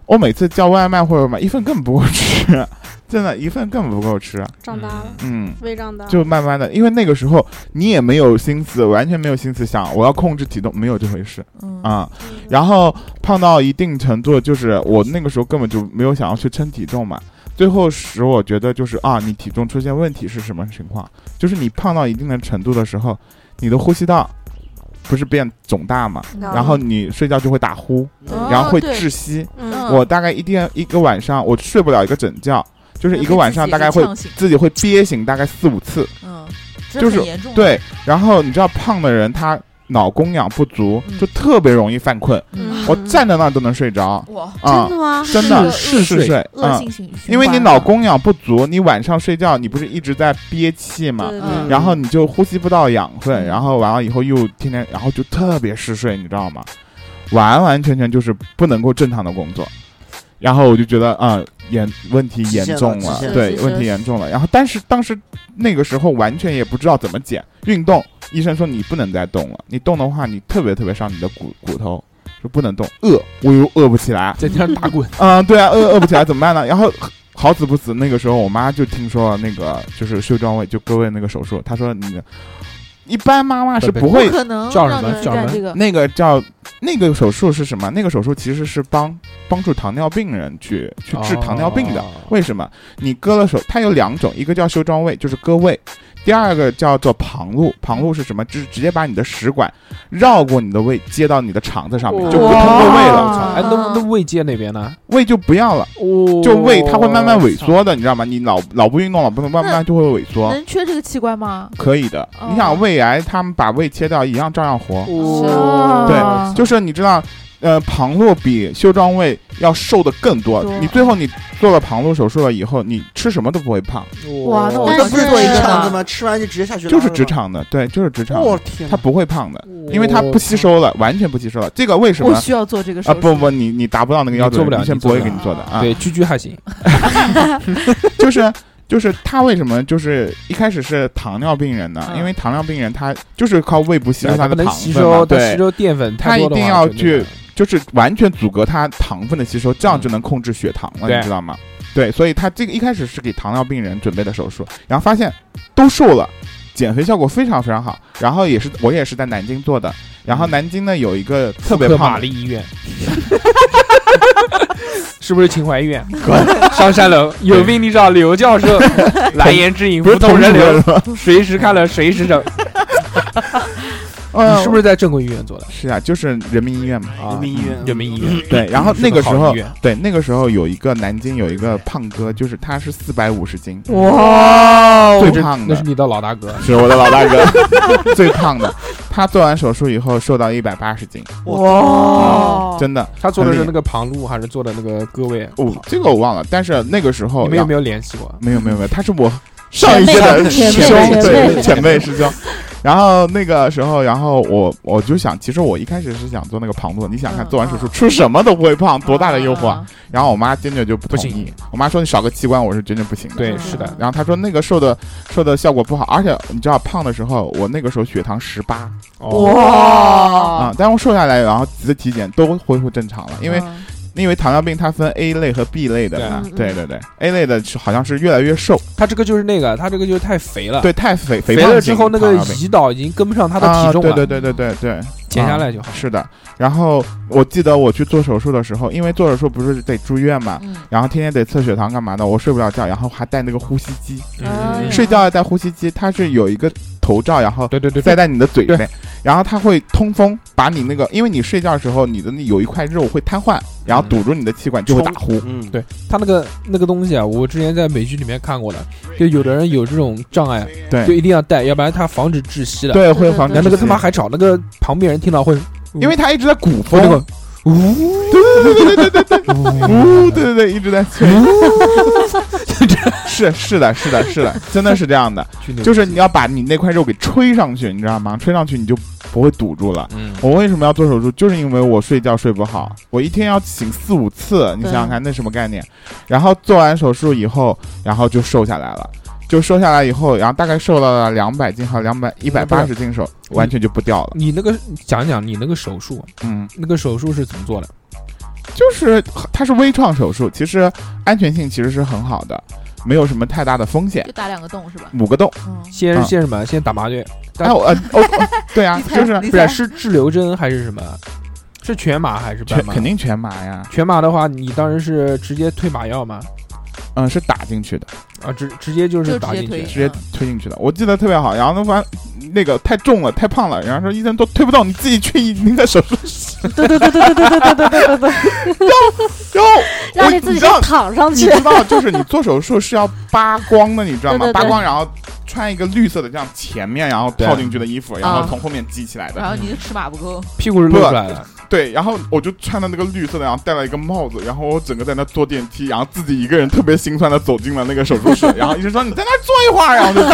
Speaker 8: 我每次叫外卖或者买一份根本不够吃， 真的，一份根本不够吃。
Speaker 1: 长大了，
Speaker 8: 嗯，
Speaker 1: 胃长大了，
Speaker 8: 就慢慢的，因为那个时候你也没有心思，完全没有心思想我要控制体重，没有这回事
Speaker 4: 嗯
Speaker 8: 啊。然后胖到一定程度，就是我那个时候根本就没有想要去称体重嘛。最后使我觉得就是啊，你体重出现问题是什么情况？就是你胖到一定的程度的时候，你的呼吸道不是变肿大嘛，
Speaker 1: 嗯
Speaker 8: 然后你睡觉就会打呼，
Speaker 1: 哦
Speaker 8: 然后会
Speaker 1: 对
Speaker 8: 窒息。
Speaker 1: 嗯
Speaker 8: 我大概一天一个晚上我睡不了一个整觉，就是一个晚上大概会
Speaker 4: 会自己给呛醒
Speaker 8: 自己会憋醒大概四五次。
Speaker 4: 嗯，这
Speaker 8: 就是
Speaker 4: 很严重，，
Speaker 8: 对。然后你知道胖的人他脑供氧不足，就特别容易犯困。
Speaker 4: 嗯
Speaker 8: 我站在那儿都能睡着。
Speaker 4: 哇，
Speaker 8: 啊
Speaker 1: 嗯真的吗
Speaker 8: 真的
Speaker 4: 是恶
Speaker 8: 是睡，
Speaker 4: 恶
Speaker 8: 嗯
Speaker 4: 性循循
Speaker 8: 因为你
Speaker 4: 环啊
Speaker 8: 脑
Speaker 4: 了
Speaker 8: 供氧不足，你晚上睡觉你不是一直在憋气嘛
Speaker 1: 对对
Speaker 7: 嗯
Speaker 1: 对，
Speaker 8: 然后你就呼吸不到养分，然后完了以后又天天，然后就特别嗜睡，你知道吗？完完全全就是不能够正常的工作。然后我就觉得啊、严问题严重
Speaker 7: 极限了
Speaker 8: 了
Speaker 7: 极限，了
Speaker 8: 对，
Speaker 7: 是是
Speaker 8: 问题严重了。然后但是当时那个时候完全也不知道怎么减运动，医生说你不能再动了，你动的话你特别特别伤你的骨骨头，说不能动，饿我又饿不起来，
Speaker 3: 在地上打
Speaker 4: 哦
Speaker 3: 滚。
Speaker 8: 啊、对啊，饿饿不起来怎么办呢？然后好死不死，那个时候我妈就听说了那个就是袖状胃就割胃那个手术，她说你一般妈妈是不会
Speaker 4: 可能
Speaker 3: 叫什
Speaker 4: 让
Speaker 3: 么
Speaker 4: 人
Speaker 3: 叫
Speaker 4: 干
Speaker 3: 什
Speaker 4: 这
Speaker 3: 么？
Speaker 4: 个
Speaker 8: 那个叫那个手术是什么？那个手术其实是帮帮助糖尿病人去去治糖尿病的。
Speaker 3: 哦
Speaker 8: 为什么？你割了手，它有两种，一个叫袖状胃，就是割胃；第二个叫做旁路。旁路是什么？就是直接把你的食管绕过你的胃，接到你的肠子上面，
Speaker 4: 哦
Speaker 8: 就不通过胃了。
Speaker 3: 哎，那
Speaker 4: 嗯
Speaker 3: 那胃界那边呢？
Speaker 8: 胃就不要了，就胃它会慢慢萎缩的，你知道吗？你老老不运动了，不能慢慢就会萎缩。
Speaker 4: 能缺这个器官吗？
Speaker 8: 可以的，你想胃癌，他们把胃切掉一样照样活。
Speaker 4: 啊
Speaker 8: 对，就是你知道，呃，旁路比袖状胃要瘦的更多
Speaker 4: 多。
Speaker 8: 你最后你做了旁路手术了以后，你吃什么都不会胖，
Speaker 4: 哇，那我
Speaker 7: 这不是做一个肠子
Speaker 4: 吗？
Speaker 7: 吗？吃完就直接下去
Speaker 8: 就是
Speaker 7: 拉
Speaker 8: 直
Speaker 7: 了吗。
Speaker 8: 肠的，对，就是直肠的。
Speaker 7: 我天哪
Speaker 8: 它不会胖的，
Speaker 3: 哦
Speaker 8: 因为它不吸收了，完全不哦吸收了。这个为什么
Speaker 4: 我？需要做这个手
Speaker 8: 啊
Speaker 4: 术
Speaker 8: 不不，你你达不到那个要
Speaker 3: 你做
Speaker 8: 求，
Speaker 3: 不了
Speaker 8: 医生
Speaker 3: 你
Speaker 8: 不
Speaker 3: 做
Speaker 8: 会
Speaker 3: 不
Speaker 8: 给
Speaker 3: 了
Speaker 8: 你做的啊。
Speaker 3: 对，居居还行，
Speaker 8: 就是就是他为什么就是一开始是糖尿病人呢？
Speaker 3: 嗯
Speaker 8: 因为糖尿病人他就是靠胃部吸收
Speaker 3: 对
Speaker 8: 他的
Speaker 3: 不能
Speaker 8: 糖
Speaker 3: 吸
Speaker 8: 分嘛
Speaker 3: 收，它
Speaker 8: 对
Speaker 3: 吸，收淀粉
Speaker 8: 他
Speaker 3: 太
Speaker 8: 一
Speaker 3: 多的话
Speaker 8: 定要
Speaker 3: 就那
Speaker 8: 去
Speaker 3: 个
Speaker 8: 就是完全阻隔他糖分的吸收，这样就能控制血糖了，
Speaker 3: 嗯对
Speaker 8: 你知道吗？对，所以他这个一开始是给糖尿病人准备的手术，然后发现都瘦了，减肥效果非常非常好。然后也是我也是在南京做的，然后南京呢有一个特别
Speaker 3: 福克
Speaker 8: 胖
Speaker 3: 嗯玛
Speaker 8: 的
Speaker 3: 丽医 院，是不是秦淮医院？
Speaker 8: 滚
Speaker 3: 上山楼有病你找刘教 授，来言之隐，不动人
Speaker 8: 是吧
Speaker 3: 流，随时看了随时整。
Speaker 8: 嗯
Speaker 3: 你是不是在正规医院做的？
Speaker 8: 是啊，就是人民医院嘛。
Speaker 3: 啊，
Speaker 7: 民医院
Speaker 3: 人民医院。
Speaker 8: 对，然后那个时
Speaker 3: 是个好
Speaker 8: 候
Speaker 3: 医院，
Speaker 8: 对那个时候有一个南京有一个胖哥，就是他是四百五十斤，
Speaker 3: 哇
Speaker 8: 最胖的
Speaker 3: 那是你的老大哥。
Speaker 8: 是我的老大哥， 最胖的。他做完手术以后瘦到一百八十斤，
Speaker 4: 哦
Speaker 3: 哇
Speaker 8: 真的。
Speaker 3: 他做的是那
Speaker 8: 个，
Speaker 3: 个旁路还是做的那个割胃？
Speaker 8: 哦，这个我忘了。但是那个时候
Speaker 3: 你们有没
Speaker 8: 有
Speaker 3: 有联系过？
Speaker 8: 没有没有没有，他是我上一届的
Speaker 1: 前
Speaker 8: 师
Speaker 1: 辈
Speaker 8: 兄
Speaker 1: 前辈，前
Speaker 8: 对
Speaker 1: 辈
Speaker 8: 前辈师兄。然后那个时候，然后我我就想，其实我一开始是想做那个旁路，你想看
Speaker 4: 嗯
Speaker 8: 做完手术吃什么都不会胖，多大的诱惑啊！然后我妈坚决就不
Speaker 3: 不
Speaker 8: 同
Speaker 3: 行
Speaker 8: 意，我妈说你少个器官我是真的不行的。
Speaker 3: 对，是的。
Speaker 8: 然后她说那个瘦的瘦的效果不好，而且你知道胖的时候，我那个时候血糖十八
Speaker 2: 哦
Speaker 4: 哇
Speaker 8: 啊，但是我瘦下来，然后几次体检都恢复正常了，因为
Speaker 4: 嗯
Speaker 8: 因为糖尿病它分 A 类和 B 类的嘛，
Speaker 4: 对
Speaker 8: 对对对，A 类的是好像是越来越瘦，
Speaker 3: 他这个就是那个，他这个就是太肥了。
Speaker 8: 对，，太肥
Speaker 3: 肥
Speaker 8: 肥胖
Speaker 3: 了之
Speaker 8: 型
Speaker 3: 后那个
Speaker 8: 糖尿病
Speaker 3: 胰岛已经跟不上他的体重了。
Speaker 8: 啊、对对对对对对，
Speaker 3: 减下
Speaker 8: 啊
Speaker 3: 来就好
Speaker 8: 是的，然后我记得我去做手术的时候，因为做手术不是得住院嘛，
Speaker 4: 嗯
Speaker 8: 然后天天得测血糖干嘛的，我睡不了觉，然后还带那个呼吸机，
Speaker 3: 嗯
Speaker 8: 睡觉要带呼吸机，它是有一个头罩，然后
Speaker 3: 对对对，
Speaker 8: 塞在你的嘴
Speaker 3: 对
Speaker 8: 边，然后它会通风，把你那个，因为你睡觉的时候，你的那有一块肉会瘫痪，然后堵住你的气管，就会打呼。
Speaker 7: 嗯，
Speaker 3: 对他那个那个东西啊，我之前在美剧里面看过的，就有的人有这种障碍，就
Speaker 8: 对
Speaker 3: 一定要戴，要不然他防止窒息的。，
Speaker 8: 对，会防
Speaker 3: 然后
Speaker 8: 止
Speaker 3: 那个
Speaker 8: 窒
Speaker 3: 他妈
Speaker 8: 息，
Speaker 3: 还吵，那个旁边人听到会，
Speaker 8: 因为他一直在鼓
Speaker 3: 会
Speaker 8: 风
Speaker 3: 那个，
Speaker 8: 呜，对对对对对对对，呜，对对对，一直 在催，是是的，是的，是的，真的是这样的，就是你要把你那块肉给吹上去，你知道吗？吹上去你就不会堵住了。
Speaker 3: 嗯
Speaker 8: 我为什么要做手术？就是因为我睡觉睡不好，我一天要醒四五次，你
Speaker 3: 对
Speaker 8: 想想看，那什么概念？然后做完手术以后，然后就瘦下来了。就瘦下来以后，然后大概瘦到了两百斤，还有两百一百八十斤手，完全就不掉了。
Speaker 3: 你那个讲一讲你那个手术，
Speaker 8: 嗯，
Speaker 3: 那个手术是怎么做的？
Speaker 8: 就是它是微创手术，其实安全性其实是很好的，没有什么太大的风险
Speaker 4: 就。打两个洞是吧？
Speaker 8: 五个洞，
Speaker 3: 先
Speaker 8: 嗯
Speaker 3: 先什么？先打麻醉？，
Speaker 8: 哎我呃哦哦对啊就
Speaker 3: 不
Speaker 8: 是
Speaker 3: 是是滞留针还是什么？是全麻还是半
Speaker 8: 全
Speaker 3: 麻？
Speaker 8: 肯定全麻呀，
Speaker 3: 全麻的话，你当然是直接推麻药嘛，
Speaker 8: 嗯，是打进去的。
Speaker 3: 啊，直直接就是打进去，
Speaker 8: 直接
Speaker 1: 嗯
Speaker 8: 推进去的。我记得特别好，然后那完那个太重了，太胖了，然后说医生都推不动，你自己去那个手术室。对对对对对对对对对对对。然后然后
Speaker 1: 让你自己
Speaker 8: 我知道
Speaker 1: 躺上去
Speaker 8: 你知 道就是你做手术是要扒光的，你知道吗
Speaker 1: 对对？对
Speaker 8: 扒光然后穿一个绿色的这样前面然后套进去的衣
Speaker 1: 嗯
Speaker 8: 服，然后
Speaker 4: 啊
Speaker 8: 从后面系起来的。
Speaker 4: 然后你的尺码不够，
Speaker 3: 屁股是露出来的。
Speaker 8: 对，然后我就穿了那个绿色的，然后戴了一个帽子，然后我整个在那坐电梯，然后自己一个人特别心酸的走进了那个手术室，然后医生说你在那儿坐一会儿，然啊后就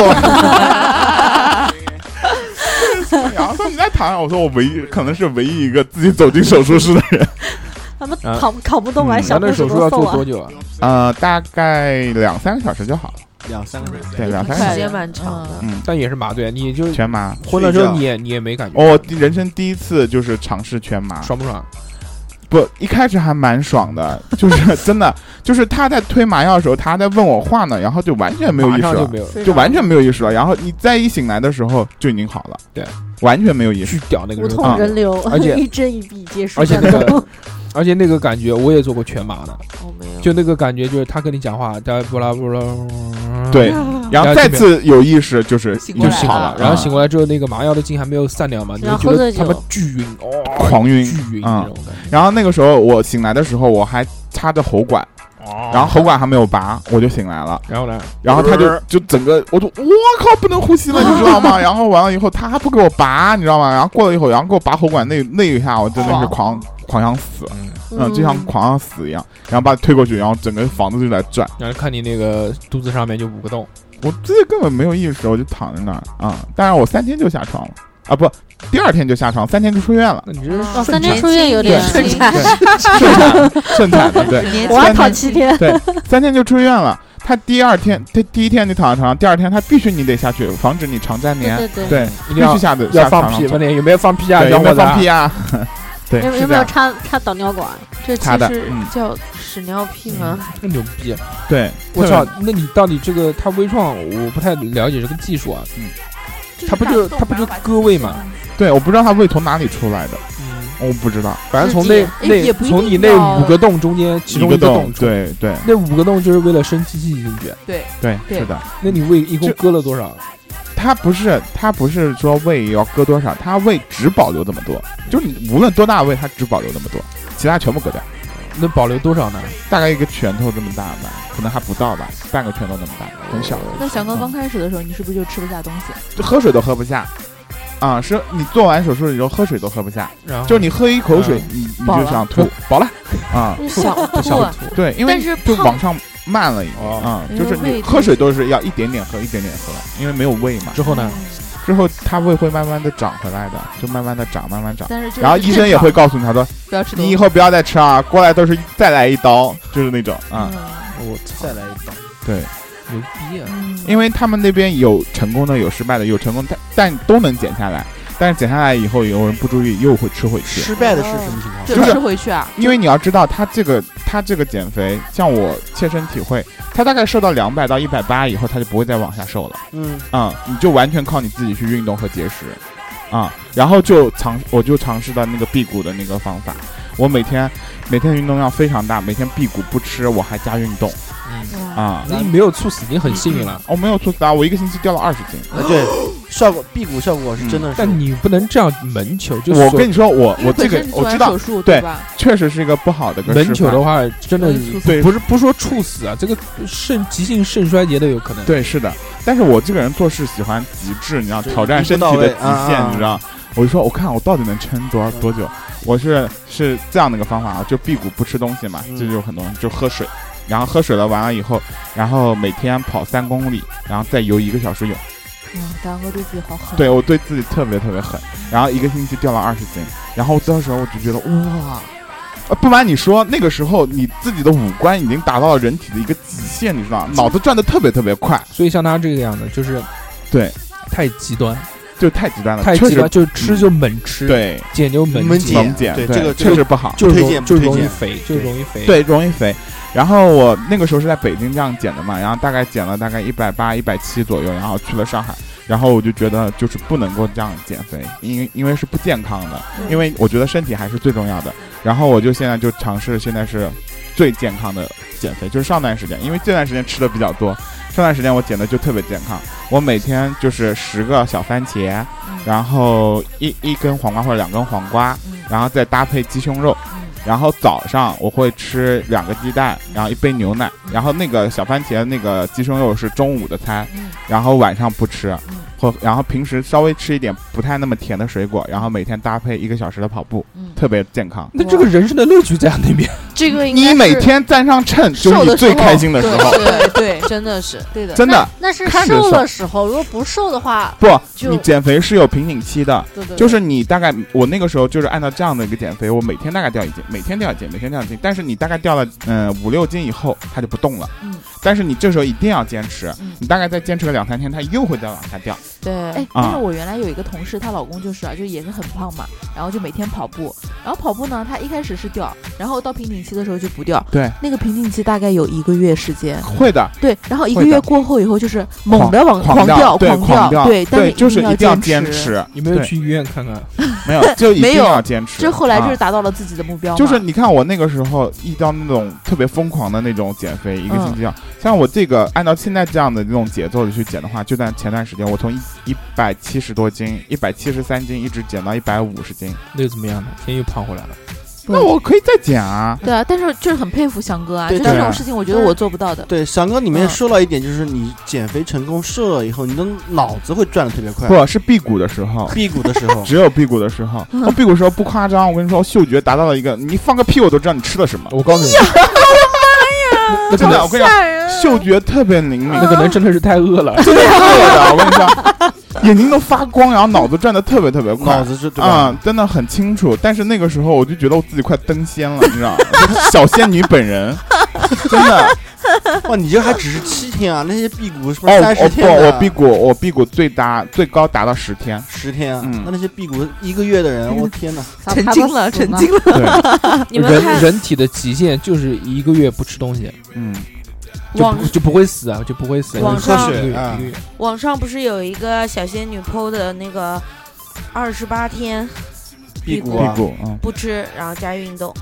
Speaker 8: 走了。然后说你在躺上，我说我唯一可能是唯一一个自己走进手术室的人。
Speaker 1: 他们
Speaker 8: 啊
Speaker 1: 扛扛不动啊，
Speaker 8: 嗯
Speaker 1: 小
Speaker 8: 那
Speaker 1: 护士
Speaker 8: 手术
Speaker 1: 都
Speaker 8: 要
Speaker 1: 送
Speaker 8: 做
Speaker 1: 啊
Speaker 8: 多久啊 呃，大概两三个小时就好了。
Speaker 7: 两三个小时
Speaker 8: 对，两三个小
Speaker 2: 时
Speaker 8: 时
Speaker 2: 间蛮长的。
Speaker 8: 嗯，
Speaker 3: 但也是麻醉，你就
Speaker 8: 全麻。
Speaker 3: 昏了之后你也你也没感觉，
Speaker 8: 我哦人生第一次就是尝试全麻，
Speaker 3: 爽不爽？
Speaker 8: 不，一开始还蛮爽的，就是真的，就是他在推麻药的时候，他还在问我话呢，然后就完全没有意识啊
Speaker 3: 马上
Speaker 8: 了
Speaker 3: 就没有，
Speaker 8: 就完全没有意识了。然后你再一醒来的时候就已经好了，
Speaker 3: 对，
Speaker 8: 完全没有意识，
Speaker 3: 巨屌那
Speaker 1: 无痛人流，
Speaker 3: 而且
Speaker 1: 一针一笔接受
Speaker 3: 而且
Speaker 1: 战
Speaker 3: 那
Speaker 1: 斗
Speaker 3: 个，而且那个感觉我也做过全麻的，
Speaker 2: 没有
Speaker 3: 就那个感觉就是他跟你讲话，他布拉布拉，
Speaker 8: 对。然后再
Speaker 3: 就啊
Speaker 8: 次有意识就是就
Speaker 3: 就醒
Speaker 8: 好了，
Speaker 3: 然后醒
Speaker 8: 醒
Speaker 3: 过来之后，那个麻药的劲还没有散掉嘛，你
Speaker 1: 然
Speaker 3: 就觉
Speaker 1: 后喝
Speaker 3: 得
Speaker 1: 醉
Speaker 3: 他
Speaker 1: 酒
Speaker 3: 妈巨晕，哦，
Speaker 8: 狂晕
Speaker 3: 巨晕
Speaker 8: 啊
Speaker 3: 那种感觉。
Speaker 8: 然后那个时候我醒来的时候，我还插着喉管，然后喉管还没有拔，我就醒来了。
Speaker 3: 然后呢？
Speaker 8: 然后他就就整个，我就我靠，不能呼吸了，你知道吗？然后完了以后，他还不给我拔，你知道吗？然后过了一会儿，然后给我拔喉管那那一下，我真的是狂狂想死，嗯，就像狂想死一样。然后把他推过去，然后整个房子就在转，
Speaker 3: 然后看你那个肚子上面就五个洞，
Speaker 8: 我自己根本没有意识，我就躺在那儿啊。但是我三天就下床了啊，不，第二天就下床，三天就出院了。
Speaker 3: 那你这
Speaker 1: 哦三天出院有点
Speaker 8: 对
Speaker 1: 厉害，，
Speaker 8: 顺产的，对
Speaker 1: 我还
Speaker 8: 三
Speaker 1: 躺七天，
Speaker 8: 对，三天就出院了。他第二天，他第一天你躺在床上，第二天他必须你得下去，防止你肠粘连。
Speaker 1: 对对对
Speaker 3: 一定
Speaker 8: 必
Speaker 3: 要
Speaker 8: 须下的
Speaker 3: 要
Speaker 8: 下
Speaker 3: 放
Speaker 8: 床上
Speaker 3: 屁，
Speaker 8: 做
Speaker 3: 问你有没有放屁啊？
Speaker 8: 对有没有放屁
Speaker 3: 啊？
Speaker 8: 啊？对，
Speaker 1: 有
Speaker 8: 是
Speaker 1: 有
Speaker 8: 这
Speaker 1: 没有
Speaker 8: 样。
Speaker 1: 插插导尿管？
Speaker 2: 这其
Speaker 8: 查的
Speaker 2: 实
Speaker 8: 嗯
Speaker 2: 叫屎尿屁吗？
Speaker 3: 那牛逼！
Speaker 8: 对，
Speaker 3: 我
Speaker 8: 特别
Speaker 3: 操，那你到底这个他微创，我不太了解这个技术啊。
Speaker 8: 嗯，
Speaker 3: 他不就他不就割胃嘛？
Speaker 8: 对，我不知道他胃从哪里出来的，我不知道，
Speaker 3: 反正从那
Speaker 4: 哎
Speaker 3: 那
Speaker 4: 也不一定
Speaker 3: 从你那
Speaker 4: 要
Speaker 3: 五个洞中间其中
Speaker 8: 一个
Speaker 3: 洞
Speaker 8: 洞，
Speaker 3: 出来，
Speaker 8: 对对
Speaker 3: 那五个洞就是为了生机器进去。
Speaker 4: 对
Speaker 8: 对，是的。
Speaker 3: 那你胃一共割了多少？
Speaker 8: 他不是他不是说胃要割多少，他胃只保留这么多，就是你无论多大的胃，他只保留这么多，其他全部割掉。
Speaker 3: 那保留多少呢？
Speaker 8: 大概一个拳头这么大吧，可能还不到吧，半个拳头那么大，很小。
Speaker 4: 那翔哥
Speaker 8: 嗯
Speaker 4: 刚开始的时候，你是不是就吃不下东西？
Speaker 8: 就喝水都喝不下。啊，是你做完手术以后喝水都喝不下
Speaker 3: 然，后
Speaker 8: 就是 你喝一口水，
Speaker 3: 嗯
Speaker 8: 你你
Speaker 3: 饱
Speaker 8: 就
Speaker 3: 了
Speaker 8: 想吐，饱了 啊，
Speaker 2: 就想吐
Speaker 8: 想吐，对，因为
Speaker 2: 但是
Speaker 8: 就
Speaker 2: 胖
Speaker 8: 往上慢了一点
Speaker 3: 哦
Speaker 8: 啊，
Speaker 2: 因为
Speaker 8: 就是
Speaker 2: 胃
Speaker 8: 你
Speaker 2: 就
Speaker 8: 喝水都是要一点点喝，一点点喝，因为没有胃嘛。
Speaker 3: 之后呢？
Speaker 4: 嗯
Speaker 8: 之后它胃会慢慢的长回来的，就慢慢的长，慢慢长
Speaker 4: 但是就是。
Speaker 8: 然后医生也会告诉你，他说
Speaker 4: 不要吃多
Speaker 8: 你以后不要再吃啊，过来都是再来一刀，就是那种
Speaker 4: 嗯
Speaker 8: 啊，
Speaker 3: 我操，
Speaker 7: 再来一刀，
Speaker 8: 对，
Speaker 3: 牛逼啊！
Speaker 4: 嗯
Speaker 8: 因为他们那边有成功的，有失败的，有成功，但但都能减下来。但是减下来以后，有人不注意又会吃回去。
Speaker 7: 失败的是什么情况？
Speaker 8: 就是
Speaker 4: 吃回去啊，
Speaker 8: 因为你要知道，他这个他这个减肥，像我切身体会，他大概瘦到两百到一百八以后，他就不会再往下瘦了。
Speaker 7: 嗯，
Speaker 8: 啊、你就完全靠你自己去运动和节食，啊、然后就尝我就尝试到那个辟谷的那个方法，我每天每天运动量非常大，每天辟谷不吃，我还加运动，
Speaker 3: 嗯
Speaker 8: 啊、
Speaker 3: 那你没有猝死，你很幸运了。
Speaker 8: 我没有猝死啊，我一个星期掉了二十斤。
Speaker 7: 啊对，效果辟谷效果是
Speaker 8: 嗯
Speaker 7: 真的是。
Speaker 3: 但你不能这样门球，就
Speaker 8: 我
Speaker 3: 所
Speaker 8: 跟你说，我
Speaker 4: 因为
Speaker 8: 我这
Speaker 4: 本
Speaker 8: 个
Speaker 4: 身你做
Speaker 8: 我
Speaker 4: 完
Speaker 8: 知道
Speaker 4: 手术，
Speaker 8: 对
Speaker 4: 吧？
Speaker 8: 确实是一个不好的一个
Speaker 3: 门
Speaker 8: 示
Speaker 3: 球
Speaker 8: 范
Speaker 3: 的话，真的
Speaker 4: 容易猝死
Speaker 8: 对
Speaker 3: 不是不是说猝死啊，这个肾急性肾衰竭都有可能。
Speaker 8: 对，是的。但是我这个人做事喜欢极致，你知道，
Speaker 7: 就
Speaker 8: 挑战
Speaker 7: 一步
Speaker 8: 身
Speaker 7: 到
Speaker 8: 体的
Speaker 7: 位
Speaker 8: 极
Speaker 7: 啊啊
Speaker 8: 限，
Speaker 7: 啊
Speaker 8: 你知道。我就说，我看我到底能撑多少多久？我是是这样的一个方法啊，就辟谷不吃东西嘛，
Speaker 7: 嗯
Speaker 8: 这就有很多人就喝水，然后喝水了完了以后，然后每天跑三公里，然后再游一个小时泳。
Speaker 4: 哇，嗯大哥对自己好
Speaker 7: 嗯
Speaker 4: 狠。
Speaker 8: 对我对自己特别特别狠，然后一个星期掉了二十斤，然后到时候我就觉得哇。呃不瞒你说，那个时候你自己的五官已经达到了人体的一个极限，你知道吗？脑子转的特别特别快，
Speaker 3: 所以像他这个样子，就是
Speaker 8: 对
Speaker 3: 太极端，
Speaker 8: 就太极端了，
Speaker 3: 太极
Speaker 8: 确实
Speaker 3: 端，就吃就猛吃，
Speaker 8: 对，
Speaker 3: 减就猛
Speaker 8: 猛
Speaker 3: 减，
Speaker 8: 减，
Speaker 3: 对
Speaker 8: 这个确实不好，
Speaker 3: 就是容就是容易肥，就是容易肥，
Speaker 8: 对，容易肥。然后我那个时候是在北京这样减的嘛，然后大概减了大概一百八、一百七左右，然后去了上海，然后我就觉得就是不能够这样减肥，因为因为是不健康的，
Speaker 3: 嗯
Speaker 8: 因为我觉得身体还是最重要的。然后我就现在就尝试，现在是最健康的减肥，就是上段时间，因为这段时间吃的比较多，上段时间我减的就特别健康，我每天就是十个小番茄，
Speaker 4: 嗯
Speaker 8: 然后一一根黄瓜或者两根黄瓜，然后再搭配鸡胸肉。然后早上我会吃两个鸡蛋，然后一杯牛奶，然后那个小番茄那个鸡胸肉是中午的餐，然后晚上不吃，或然后平时稍微吃一点不太那么甜的水果，然后每天搭配一个小时的跑步，
Speaker 4: 嗯
Speaker 8: 特别健康。
Speaker 3: 那这个人生的乐趣在哪里？
Speaker 2: 这个
Speaker 8: 你每天站上秤就是你最开心的时候，
Speaker 2: 对对，真的是对的
Speaker 8: 真的
Speaker 1: 那是
Speaker 8: 看着
Speaker 1: 瘦
Speaker 8: 瘦
Speaker 1: 的时候，如果不瘦的话，
Speaker 8: 不，
Speaker 1: 就
Speaker 8: 你减肥是有瓶颈期的，
Speaker 1: 对对对
Speaker 8: 就是你大概我那个时候就是按照这样的一个减肥，我每天大概掉一斤，每天掉一斤，每天掉一斤，但是你大概掉了嗯五六斤以后，它就不动了，
Speaker 4: 嗯，
Speaker 8: 但是你这时候一定要坚持，你大概再坚持个两三天，它又会再往下 掉，
Speaker 4: 对，哎，
Speaker 8: 啊
Speaker 4: 但是我原来有一个同事，她老公就是啊，就也是很胖嘛，然后就每天跑步，然后跑步呢，她一开始是掉，然后到瓶颈期的时候就不掉，
Speaker 8: 对
Speaker 4: 那个瓶颈期大概有一个月时间，
Speaker 8: 会的，
Speaker 4: 对，然后一个
Speaker 8: 会的
Speaker 4: 月过后以后就是猛的往
Speaker 8: 狂
Speaker 4: 掉，
Speaker 8: 对，狂
Speaker 4: 掉，
Speaker 8: 对，
Speaker 4: 但是
Speaker 8: 就是
Speaker 4: 一
Speaker 8: 定
Speaker 4: 定
Speaker 8: 要
Speaker 4: 坚
Speaker 8: 持，
Speaker 3: 你没有
Speaker 8: 对
Speaker 3: 去医院看看？
Speaker 8: 没有，就一
Speaker 4: 没
Speaker 8: 定
Speaker 4: 有
Speaker 8: 要坚持。
Speaker 4: 这后来就
Speaker 8: 啊
Speaker 4: 是达到了自己的目标嘛，
Speaker 8: 就是你看我那个时候遇到那种特别疯狂的那种减肥，一个
Speaker 4: 嗯
Speaker 8: 星期要、像我这个按照现在这样的这种节奏去减的话，就在前段时间我从一一百七十多斤、一百七十三斤一直减到一百五十斤，
Speaker 3: 那又怎么样呢？现在又胖回来了。
Speaker 8: 那我可以再减啊。
Speaker 4: 对啊，但是就是很佩服翔哥啊，
Speaker 8: 对
Speaker 4: 就
Speaker 8: 但
Speaker 4: 这种
Speaker 8: 是
Speaker 4: 事情，我觉得我做不到的。
Speaker 7: 对，翔哥里
Speaker 8: 嗯
Speaker 7: 面说了一点，就是你减肥成功瘦了以后，你的脑子会转的特别快。
Speaker 8: 不是辟谷的时候，
Speaker 7: 辟谷的时 候
Speaker 8: 只有辟谷的时候。我辟谷的时候不夸张，我跟你说，嗅觉达到了一个，你放个屁我都知道你吃了什么。
Speaker 3: 我告诉你，那
Speaker 8: 真的，我跟你
Speaker 3: 讲，
Speaker 8: 讲，嗅觉特别灵敏，
Speaker 3: 那可能真的是太饿了。
Speaker 8: 真的饿的，我跟你说，眼睛都发光，然后脑子转的特别特别快，
Speaker 7: 脑子是对吧
Speaker 8: 啊、真的很清楚。但是那个时候我就觉得我自己快登仙了，你知道吗？就是小仙女本 人，真的。
Speaker 7: 哇，你这还只是七天啊？那些辟谷 是不是
Speaker 8: 哦
Speaker 7: 三，
Speaker 8: 我不，
Speaker 7: 十天的？
Speaker 8: 我辟谷，我辟谷最大最高达到十天，
Speaker 7: 十天啊！
Speaker 8: 嗯
Speaker 7: 那那些辟谷一个月的人，我天哪！
Speaker 3: 成精了成精了
Speaker 8: 对
Speaker 2: 你们
Speaker 3: 人
Speaker 2: 看
Speaker 3: 人体的极限就是一个月不吃东西，
Speaker 8: 嗯，
Speaker 3: 就
Speaker 2: 网
Speaker 3: 不就不会死啊，就不会死。
Speaker 2: 网上
Speaker 3: 一个月
Speaker 8: 啊
Speaker 3: 一个月
Speaker 2: 网上不是有一个小仙女 PO 的那个二十八天
Speaker 7: 辟
Speaker 8: 谷啊辟谷嗯
Speaker 2: 不吃，然后加运动，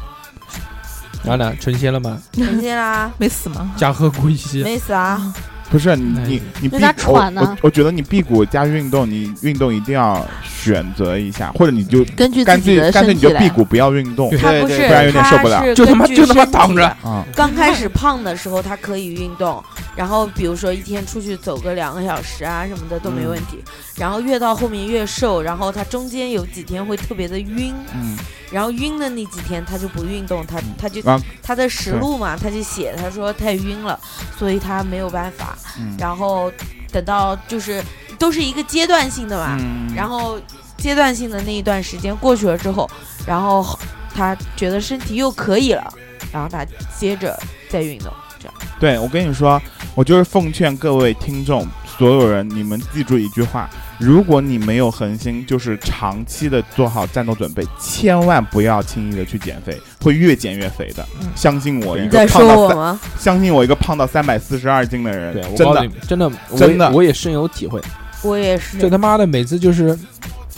Speaker 3: 然后呢，成仙了吗？
Speaker 2: 成仙啦，
Speaker 4: 没死吗？
Speaker 3: 驾鹤归西。
Speaker 2: 没死啊，
Speaker 8: 不是你你你辟
Speaker 2: 那咋
Speaker 8: 谷我
Speaker 2: 喘呢
Speaker 8: 我我觉得你辟谷加运动，你运动一定要选择一下，或者你就
Speaker 4: 根据
Speaker 8: 干
Speaker 4: 自己
Speaker 8: 脆
Speaker 4: 的
Speaker 8: 干脆
Speaker 4: 身
Speaker 8: 你
Speaker 4: 体
Speaker 8: 就
Speaker 4: 来
Speaker 8: 辟谷不要运动，
Speaker 4: 对
Speaker 2: 他不
Speaker 8: 对
Speaker 2: 是
Speaker 8: 不然有点受不了
Speaker 2: 他是，
Speaker 3: 就他妈
Speaker 2: 根据
Speaker 3: 就他妈
Speaker 2: 身体
Speaker 3: 躺着
Speaker 8: 啊。
Speaker 2: 刚开始胖的时候，她可以运动，然后比如说一天出去走个两个小时啊什么的都没问题。然后越到后面越瘦，然后她中间有几天会特别的晕，
Speaker 8: 嗯，
Speaker 2: 然后晕的那几天她就不运动，她她就
Speaker 8: 然后
Speaker 2: 她的实录嘛，她就写她说太晕了，所以她没有办法。
Speaker 8: 嗯
Speaker 2: 然后等到就是都是一个阶段性的嘛，
Speaker 8: 嗯
Speaker 2: 然后阶段性的那一段时间过去了之后，然后她觉得身体又可以了，然后她接着再运动，这样。
Speaker 8: 对，我跟你说，我就是奉劝各位听众，所有人，你们记住一句话：如果你没有恒心，就是长期的做好战斗准备，千万不要轻易的去减肥，会越减越肥的。
Speaker 3: 嗯
Speaker 8: 相信我，
Speaker 2: 你
Speaker 8: 一
Speaker 2: 在
Speaker 8: 个胖
Speaker 2: 说
Speaker 8: 到
Speaker 2: 我
Speaker 8: 三
Speaker 2: 吗，
Speaker 8: 相信我一个胖到三百四十二斤的人
Speaker 3: 对，我，
Speaker 8: 真
Speaker 3: 告诉
Speaker 8: 的
Speaker 3: 你，真的，我
Speaker 8: 真的
Speaker 3: 也我也深有体会。
Speaker 2: 我也是
Speaker 3: 这他妈的每次就是，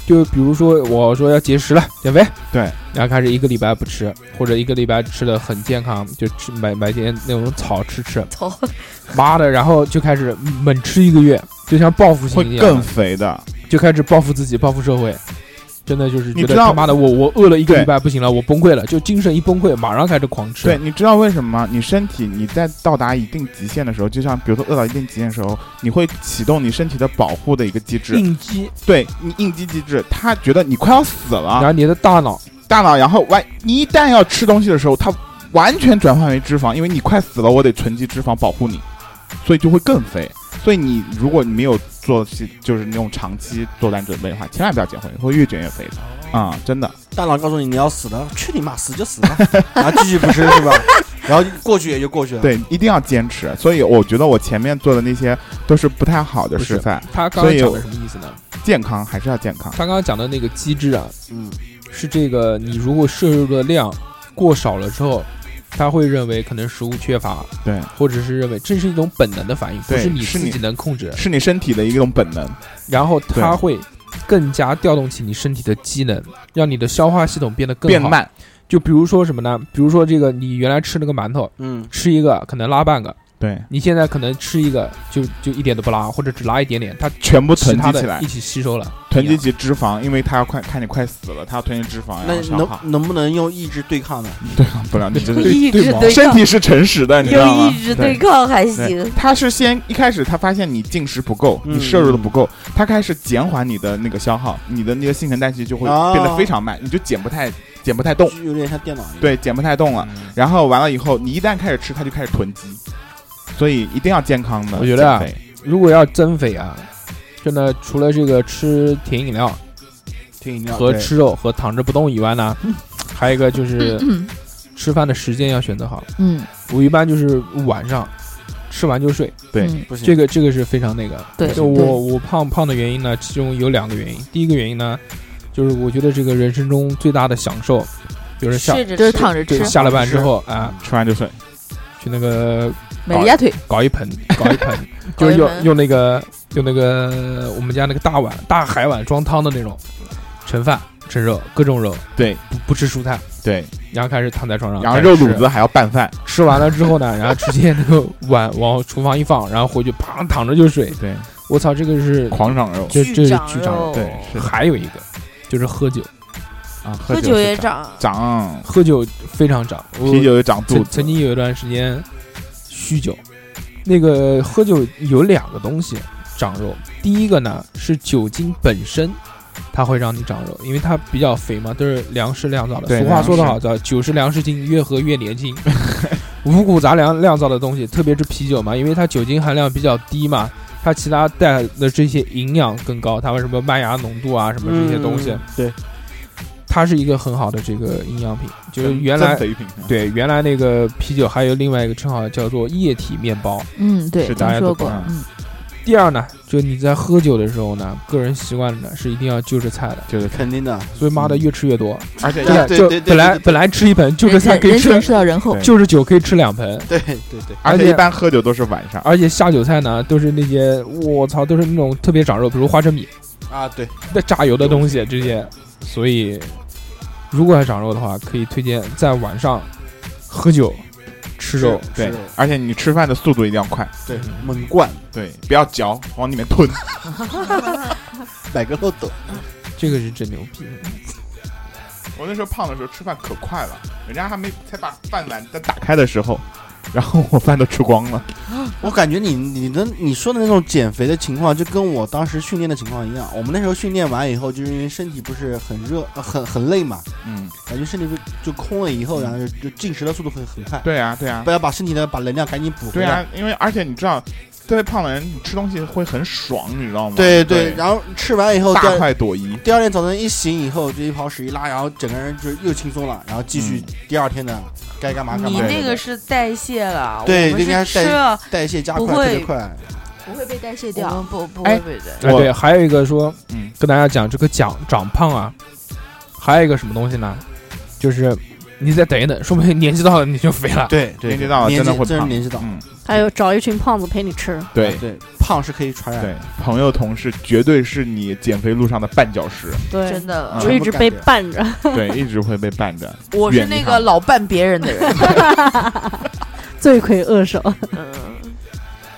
Speaker 3: 就比如说我说要节食了，减肥，
Speaker 8: 对，
Speaker 3: 然后开始一个礼拜不吃，或者一个礼拜吃的很健康，就吃买买点那种草吃吃，
Speaker 2: 草，
Speaker 3: 妈的，然后就开始猛吃一个月，就像报复性一样，
Speaker 8: 会更肥的，
Speaker 3: 就开始报复自己，报复社会。真的就是
Speaker 8: 你
Speaker 3: 觉得
Speaker 8: 知道
Speaker 3: 他妈的我我饿了一个礼拜不行了，我崩溃了，就精神一崩溃，马上开始狂吃。
Speaker 8: 对，你知道为什么吗？你身体你在到达一定极限的时候，就像比如说饿到一定极限的时候，你会启动你身体的保护的一个机制，
Speaker 3: 应激，
Speaker 8: 对你应激机制，它觉得你快要死了，
Speaker 3: 然后你的大脑
Speaker 8: 大脑，然后完你一旦要吃东西的时候，它完全转化为脂肪，因为你快死了，我得囤积脂肪保护你，所以就会更肥。所以你如果你没有做就是那种长期做单准备的话，千万不要结婚，会越减越肥的啊、真的。
Speaker 7: 大脑告诉你你要死了，去你妈，死就死了，然后继续不吃是吧？然后过去也就过去了。
Speaker 8: 对，，一定要坚持。所以我觉得我前面做的那些都是不太好的
Speaker 3: 不
Speaker 8: 示
Speaker 3: 是
Speaker 8: 范。
Speaker 3: 他刚
Speaker 8: 所
Speaker 3: 刚
Speaker 8: 以啊
Speaker 3: 讲的什么意思呢？
Speaker 8: 健康还是要健康。
Speaker 3: 他刚刚讲的那个机制啊，
Speaker 7: 嗯，
Speaker 3: 是这个你如果摄入的量过少了之后，他会认为可能食物缺乏，
Speaker 8: 对，
Speaker 3: 或者是认为这是一种本能的反应，不
Speaker 8: 对
Speaker 3: 是你
Speaker 8: 是
Speaker 3: 自
Speaker 8: 你
Speaker 3: 己能控制，
Speaker 8: 是你身体的一种本能。
Speaker 3: 然后
Speaker 8: 对
Speaker 3: 它会更加调动起你身体的机能，让你的消化系统变得更
Speaker 8: 变
Speaker 3: 好
Speaker 8: 慢。
Speaker 3: 就比如说什么呢？比如说这个，你原来吃那个馒头，
Speaker 7: 嗯，
Speaker 3: 吃一个可能拉半个，
Speaker 8: 对，
Speaker 3: 你现在可能吃一个就就一点都不拉，或者只拉一点点，它
Speaker 8: 全部
Speaker 3: 其
Speaker 8: 囤
Speaker 3: 他
Speaker 8: 积
Speaker 3: 的
Speaker 8: 起来，
Speaker 3: 一起吸收了，
Speaker 8: 囤
Speaker 3: 一
Speaker 8: 积
Speaker 3: 样
Speaker 8: 起脂肪，因为他要快看你快死了，他要囤积脂肪，然
Speaker 7: 那
Speaker 8: 后消化
Speaker 7: 能能不能用意志对抗呢？
Speaker 8: 对抗不了。你这
Speaker 7: 意志对抗
Speaker 8: 身体是诚实的，你知道吗？
Speaker 7: 用意志对抗还行
Speaker 8: 对他是先一开始他发现你进食不够，
Speaker 7: 嗯
Speaker 8: 你摄入的不够，他开始减缓你的那个消耗，你的那个新陈代谢就会
Speaker 7: 哦
Speaker 8: 变得非常慢，你就减不太减不太动，
Speaker 7: 有点像电脑一样。
Speaker 8: 对，减不太动了。然后完了以后，你一旦开始吃，他就开始囤积，所以一定要健康的。
Speaker 3: 我觉得啊
Speaker 8: 减肥，
Speaker 3: 如果要增肥啊，真的除了这个吃甜饮
Speaker 8: 啊
Speaker 3: 料
Speaker 7: 听饮料
Speaker 3: 和
Speaker 7: 对
Speaker 3: 吃肉和躺着不动以外呢，还有一个 就是吃饭的时间要选择好。
Speaker 4: 嗯，
Speaker 3: 我一般就是晚上吃完就睡。
Speaker 8: 对
Speaker 4: 嗯
Speaker 7: 不行
Speaker 3: 这个这个是非常那个。
Speaker 4: 对
Speaker 3: 就
Speaker 4: 对
Speaker 3: 我我胖胖的原因呢，其中有两个原因。第一个原因呢，就是我觉得这个人生中最大的享受，就是下
Speaker 2: 睡着就是吃躺着
Speaker 3: 对
Speaker 2: 吃
Speaker 3: 下了班之后啊，
Speaker 8: 吃完就睡，
Speaker 3: 去那个
Speaker 4: 美
Speaker 3: 搞
Speaker 4: 人鸭腿
Speaker 3: 搞一盆，搞一 盆，就
Speaker 4: 搞一
Speaker 3: 用
Speaker 4: 盆
Speaker 3: 用那个用那个我们家那个大碗大海碗装汤的那种，盛饭盛肉各种肉，
Speaker 8: 对，
Speaker 3: 不不吃蔬菜，
Speaker 8: 对，
Speaker 3: 然后开始躺在床上，
Speaker 8: 然后
Speaker 3: 开始
Speaker 8: 肉
Speaker 3: 吃
Speaker 8: 卤子还要拌饭，
Speaker 3: 吃完了之后呢，然后直接那个碗往厨房一放，然后回去啪躺着就睡。
Speaker 8: 对，
Speaker 3: 我操，这个是
Speaker 8: 狂长肉
Speaker 3: 这这是巨
Speaker 2: 巨
Speaker 3: 长
Speaker 2: 长
Speaker 3: 肉。
Speaker 2: 肉对
Speaker 8: 是的
Speaker 3: 还有一个就是喝酒
Speaker 8: 啊，
Speaker 2: 喝酒也长，
Speaker 8: 长
Speaker 3: 喝酒非常长，我
Speaker 8: 啤酒也长肚
Speaker 3: 曾
Speaker 8: 子
Speaker 3: 曾经有一段时间酗酒，那个喝酒有两个东西长肉，第一个呢是酒精本身。它会让你长肉，因为它比较肥嘛，都是粮食酿造的。
Speaker 8: 对
Speaker 3: 俗话说得
Speaker 8: 粮食
Speaker 3: 好，叫“酒是粮食精，越喝越年 轻”五谷杂粮酿造的东西，特别是啤酒嘛，因为它酒精含量比较低嘛，它其他带的这些营养更高，它为什么麦芽浓度啊，什么这些东西，
Speaker 7: 嗯对，
Speaker 3: 它是一个很好的这个营养品。就是
Speaker 8: 增
Speaker 3: 原来
Speaker 8: 增肥品啊
Speaker 3: 对原来那个啤酒还有另外一个称号叫做液体面包，
Speaker 4: 嗯，对，
Speaker 3: 是
Speaker 4: 听
Speaker 3: 大家都
Speaker 4: 说
Speaker 3: 懂
Speaker 4: 过
Speaker 3: 啊，
Speaker 4: 嗯，
Speaker 3: 第二呢，就你在喝酒的时候呢，个人习惯呢是一定要就着菜的，
Speaker 8: 就着
Speaker 7: 肯定的，
Speaker 3: 所以妈的越吃越多，
Speaker 8: 而且
Speaker 3: 真的
Speaker 7: 对
Speaker 3: 就
Speaker 7: 对对对
Speaker 3: 本来
Speaker 7: 对对
Speaker 3: 本来吃一盆就着菜可以
Speaker 4: 人
Speaker 3: 吃
Speaker 4: 前，吃到人后，
Speaker 3: 就着酒可以吃两盆，
Speaker 7: 对对对，
Speaker 8: 而且
Speaker 3: 且
Speaker 8: 一般喝酒都是晚上，
Speaker 3: 而且下酒菜呢都是那些我操都是那种特别长肉，比如花生米
Speaker 7: 啊对，
Speaker 3: 那榨油的东西这些，所以如果要长肉的话，可以推荐在晚上喝酒吃肉，
Speaker 8: 对，嗯而且你吃饭的速度一定要快，
Speaker 7: 对，猛灌，
Speaker 8: 对，不要嚼，往里面吞，
Speaker 7: 摆个漏斗。
Speaker 3: 这个是真牛逼。
Speaker 8: 我那时候胖的时候吃饭可快了，人家还没才把饭碗再打开的时候，然后我饭都吃光了。
Speaker 7: 我感觉你你的你说的那种减肥的情况，就跟我当时训练的情况一样。我们那时候训练完以后，就是因为身体不是很热、呃很很累嘛，
Speaker 8: 嗯，
Speaker 7: 感觉身体不就空了以后，然后就就进食的速度会很快。
Speaker 8: 对啊，对啊
Speaker 7: 不，要把身体的把能量赶紧补回
Speaker 8: 对
Speaker 7: 来
Speaker 8: 啊。，因为而且你知道，特别胖的人，你吃东西会很爽，你知道吗？
Speaker 7: 对
Speaker 8: 对，
Speaker 7: 然后吃完以后，第
Speaker 8: 大
Speaker 7: 二
Speaker 8: 快朵颐。
Speaker 7: 第二天早晨一醒以后，这一泡屎一拉，然后整个人就又轻松了，然后继续
Speaker 8: 嗯
Speaker 7: 第二天的该干嘛干
Speaker 2: 你
Speaker 7: 嘛。
Speaker 2: 那个是代谢了，
Speaker 7: 对，
Speaker 2: 我
Speaker 7: 应该
Speaker 2: 们是吃
Speaker 7: 代
Speaker 2: 了
Speaker 7: 代谢加
Speaker 2: 不
Speaker 7: 快，特别
Speaker 2: 会
Speaker 7: 快。
Speaker 4: 不会被代谢
Speaker 2: 我
Speaker 4: 掉
Speaker 2: 们。不不
Speaker 3: 哎
Speaker 2: 会被的。
Speaker 3: 哎，
Speaker 8: 我
Speaker 3: 对，还有一个说，
Speaker 8: 嗯
Speaker 3: 跟大家讲这个长长胖啊，还有一个什么东西呢？就是你再等一等，说不定年纪到了你就肥了。
Speaker 7: 对对，
Speaker 8: 年纪大了
Speaker 7: 年
Speaker 8: 真的
Speaker 7: 纪
Speaker 8: 会
Speaker 7: 真是
Speaker 8: 胖，
Speaker 7: 年纪大，
Speaker 8: 嗯，
Speaker 1: 还有找一群胖子陪你吃，
Speaker 8: 对
Speaker 7: 啊对，胖是可以传染的。
Speaker 8: 对，朋友同事绝对是你减肥路上的绊脚 石，
Speaker 1: 对
Speaker 2: 真的
Speaker 8: 嗯，
Speaker 1: 就一直被绊 着。
Speaker 8: 对，一直会被绊着。
Speaker 2: 我是
Speaker 8: 远离
Speaker 2: 那
Speaker 8: 他
Speaker 2: 个老绊别人的人，
Speaker 1: 罪魁恶首，
Speaker 2: 嗯，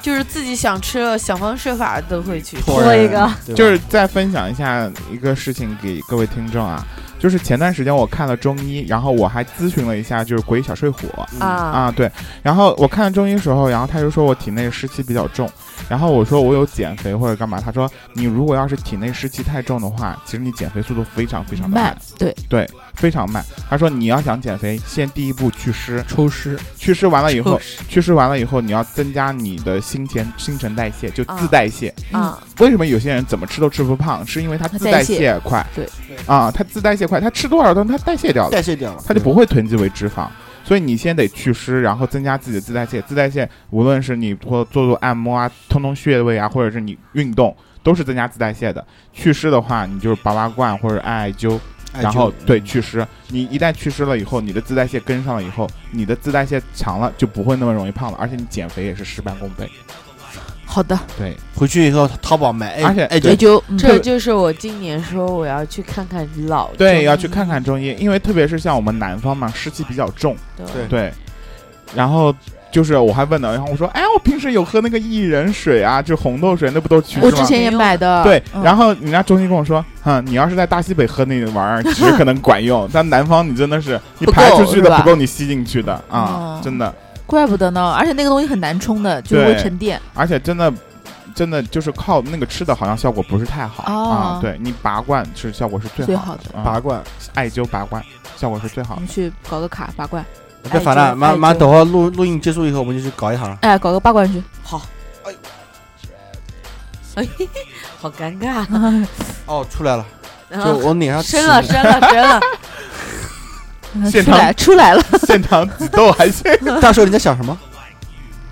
Speaker 2: 就是自己想吃了，想方设法都会去。
Speaker 7: 托
Speaker 1: 说一
Speaker 7: 人
Speaker 1: 个
Speaker 7: 对吧
Speaker 8: 就是再分享一下一个事情给各位听众啊，就是前段时间我看了中医，然后我还咨询了一下就是鬼小睡虎
Speaker 7: 啊，
Speaker 2: 啊，
Speaker 8: 啊，对，然后我看了中医的时候，然后他就说我体内湿气比较重，然后我说我有减肥或者干嘛，他说你如果要是体内湿气太重的话，其实你减肥速度非常非常的慢
Speaker 4: 慢，对
Speaker 8: 对，非常慢。他说你要想减肥，先第一步祛湿，
Speaker 3: 抽湿，
Speaker 8: 祛湿完了以后
Speaker 3: 抽湿，
Speaker 8: 祛湿完了以后，你要增加你的新陈新陈代谢，就自
Speaker 3: 啊
Speaker 8: 代谢。
Speaker 2: 啊
Speaker 8: 为什么有些人怎么吃都吃不胖？是因为他自
Speaker 2: 代
Speaker 8: 代
Speaker 2: 谢
Speaker 8: 谢快，
Speaker 4: 对
Speaker 8: 啊，他自代谢快，他吃多少东西他代谢掉了，
Speaker 7: 代谢掉了
Speaker 8: 他就不会囤积为脂肪。所以你先得祛湿，然后增加自己的自代谢。自代谢无论是你或做做按摩啊、通通穴位啊，或者是你运动，都是增加自代谢的。祛湿的话，你就是拔拔罐或者艾艾灸，
Speaker 7: 艾灸
Speaker 8: 然后对祛湿。你一旦祛湿了以后，你的自代谢跟上了以后，你的自代谢强了，就不会那么容易胖了，而且你减肥也是事半功倍。
Speaker 4: 好的，
Speaker 8: 对，
Speaker 7: 回去以后淘宝买哎艾，
Speaker 8: 而且
Speaker 7: 艾
Speaker 8: 对
Speaker 7: 灸
Speaker 8: 嗯
Speaker 2: 这就是我今年说我要去看看老中
Speaker 8: 对，
Speaker 2: 医
Speaker 8: 要去看看中医，因为特别是像我们南方嘛，湿气比较重。
Speaker 2: 对
Speaker 8: 对，然后就是我还问了，然后我说，哎，我平时有喝那个薏仁水啊，就红豆水，那不都祛湿吗？
Speaker 4: 我之前也买的
Speaker 8: 对，
Speaker 4: 嗯
Speaker 8: 然后人家中医跟我说，哼，你要是在大西北喝那玩意儿，其实可能管用，但南方你真的是你
Speaker 4: 不
Speaker 8: 排
Speaker 4: 够
Speaker 8: 出去
Speaker 4: 是
Speaker 8: 的
Speaker 4: 吧
Speaker 8: 不够你吸进去的啊
Speaker 4: 哦，
Speaker 8: 真的。
Speaker 4: 怪不得呢。而且那个东西很难冲的，就是
Speaker 8: 对
Speaker 4: 会沉淀。
Speaker 8: 而且真的。真的就是靠那个吃的，好像效果不是太好、
Speaker 4: 哦
Speaker 8: 啊。对你拔罐是效果是最
Speaker 4: 最
Speaker 8: 好
Speaker 4: 好的
Speaker 8: 啊
Speaker 7: 拔罐、
Speaker 8: 艾灸、拔罐效果是最好
Speaker 4: 我
Speaker 8: 的
Speaker 4: 们。去搞个卡拔罐。
Speaker 7: 别烦
Speaker 4: 艾
Speaker 7: 了，
Speaker 4: 灸
Speaker 7: 马
Speaker 4: 艾
Speaker 7: 马
Speaker 4: 灸
Speaker 7: 等会儿录录音结束以后，我们就去搞一堂。
Speaker 4: 哎，搞个八冠去。
Speaker 2: 好，哎，好尴尬，
Speaker 7: 哦，出来了，
Speaker 8: 嗯
Speaker 2: 啊
Speaker 7: 就我脸上
Speaker 2: 深了深了 深了，
Speaker 8: 现场
Speaker 4: 嗯出来了，
Speaker 8: 现场挤痘还行。
Speaker 7: 大叔你在想什么？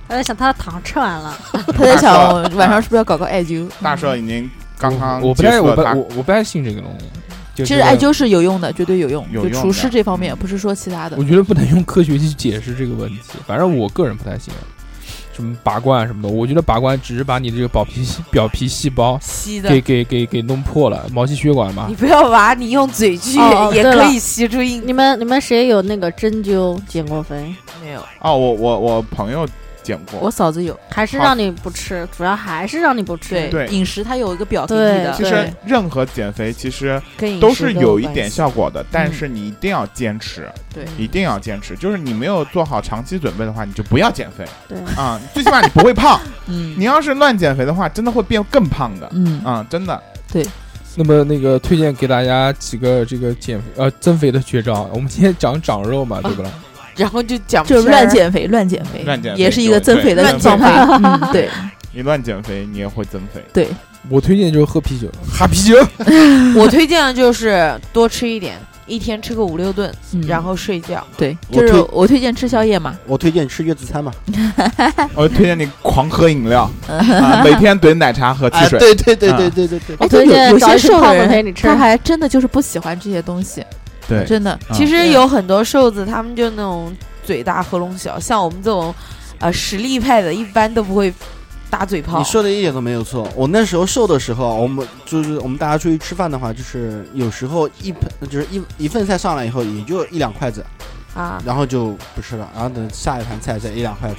Speaker 1: 我在想他的糖吃完了，
Speaker 4: 他在想晚上是不是要搞个艾灸？ 嗯
Speaker 8: 大硕已经刚刚
Speaker 3: 我不太
Speaker 8: 结束
Speaker 3: 我
Speaker 8: 了
Speaker 3: 不
Speaker 8: 他
Speaker 3: 我我不太信这个东西。就
Speaker 4: 其实艾灸是有用的，绝对有用。
Speaker 3: 有
Speaker 4: 就
Speaker 3: 用
Speaker 4: 除
Speaker 3: 的
Speaker 4: 湿这方面，不是说其他的
Speaker 3: 我。觉得不能用科学去解释这个问题，反正我个人不太信。啊什么拔罐啊什么的，我觉得拔罐只是把你这个表皮细表皮细胞
Speaker 2: 吸的
Speaker 3: 给给给给弄破了，毛细血管嘛
Speaker 2: 你。不要把你用嘴去
Speaker 1: 哦哦
Speaker 2: 也
Speaker 1: 对
Speaker 2: 可
Speaker 1: 了
Speaker 2: 以吸出硬。
Speaker 1: 你们你们谁有那个针灸减过肥？
Speaker 2: 没有，
Speaker 8: 哦，我我我朋友剪过，
Speaker 4: 我嫂子有，
Speaker 1: 还是让你不吃，主要还是让你不吃。
Speaker 8: 对
Speaker 4: 饮食它有一个表给你
Speaker 1: 对
Speaker 4: 的，
Speaker 8: 其实任何减肥其实
Speaker 4: 跟饮
Speaker 8: 都
Speaker 4: 食
Speaker 8: 是
Speaker 4: 都
Speaker 8: 有
Speaker 4: 有
Speaker 8: 一
Speaker 4: 关
Speaker 8: 点
Speaker 4: 系
Speaker 8: 效果的，但是你一定要坚持，
Speaker 4: 对
Speaker 8: 一定要坚持。就是你没有做好长期准备的话，你就不要减肥
Speaker 1: 对
Speaker 8: 啊，最起码你不会胖。
Speaker 4: 嗯，
Speaker 8: 你要是乱减肥的话，真的会变更胖的。
Speaker 4: 嗯
Speaker 8: 啊，真的。
Speaker 4: 对，
Speaker 3: 那么那个推荐给大家几个这个减肥呃增肥的绝招。我们今天讲长肉嘛，对不
Speaker 4: 啊
Speaker 3: 啦？
Speaker 2: 然后就讲
Speaker 4: 就是
Speaker 2: 偏
Speaker 4: 乱
Speaker 2: 儿
Speaker 4: 减肥，乱减肥，
Speaker 8: 乱减肥
Speaker 4: 也是一个
Speaker 8: 就
Speaker 4: 增
Speaker 8: 对
Speaker 4: 肥的
Speaker 8: 乱
Speaker 4: 方
Speaker 8: 减
Speaker 4: 法。
Speaker 8: 肥
Speaker 4: 嗯， 对
Speaker 8: 你乱减肥，你也会增肥。
Speaker 4: 对，
Speaker 3: 我推荐就是喝啤酒，哈啤酒。
Speaker 2: 我推荐的就是多吃一点，一天吃个五六顿，
Speaker 4: 嗯
Speaker 2: 然后睡觉。
Speaker 4: 对，
Speaker 7: 我
Speaker 4: 就是
Speaker 7: 推
Speaker 4: 我推荐吃宵夜嘛，
Speaker 7: 我推荐吃月子餐吧。
Speaker 8: 我推荐你狂喝饮料，啊，每天怼奶茶哦和汽
Speaker 7: 哎，
Speaker 8: 水。
Speaker 7: 对对对对
Speaker 8: 啊
Speaker 7: 对对对。
Speaker 4: 我
Speaker 1: 推荐
Speaker 4: 哎有
Speaker 1: 找
Speaker 4: 些
Speaker 1: 一群
Speaker 4: 瘦
Speaker 1: 胖
Speaker 4: 的
Speaker 1: 子
Speaker 4: 人
Speaker 1: 陪你吃
Speaker 4: 他还真的就是不喜欢这些东西，
Speaker 8: 对
Speaker 4: 真的。
Speaker 8: 啊
Speaker 2: 其实
Speaker 4: 对
Speaker 2: 有很多瘦子，他们就那种嘴大喉咙小，像我们这种，呃，实力派的，一般都不会打嘴炮。
Speaker 7: 你说的一点都没有错。我那时候瘦的时候，我们就是我们大家出去吃饭的话，就是有时候一盆就是一一份菜上来以后，也就一两筷子，
Speaker 2: 啊，
Speaker 7: 然后就不吃了，然后等下一盘菜再一两筷子。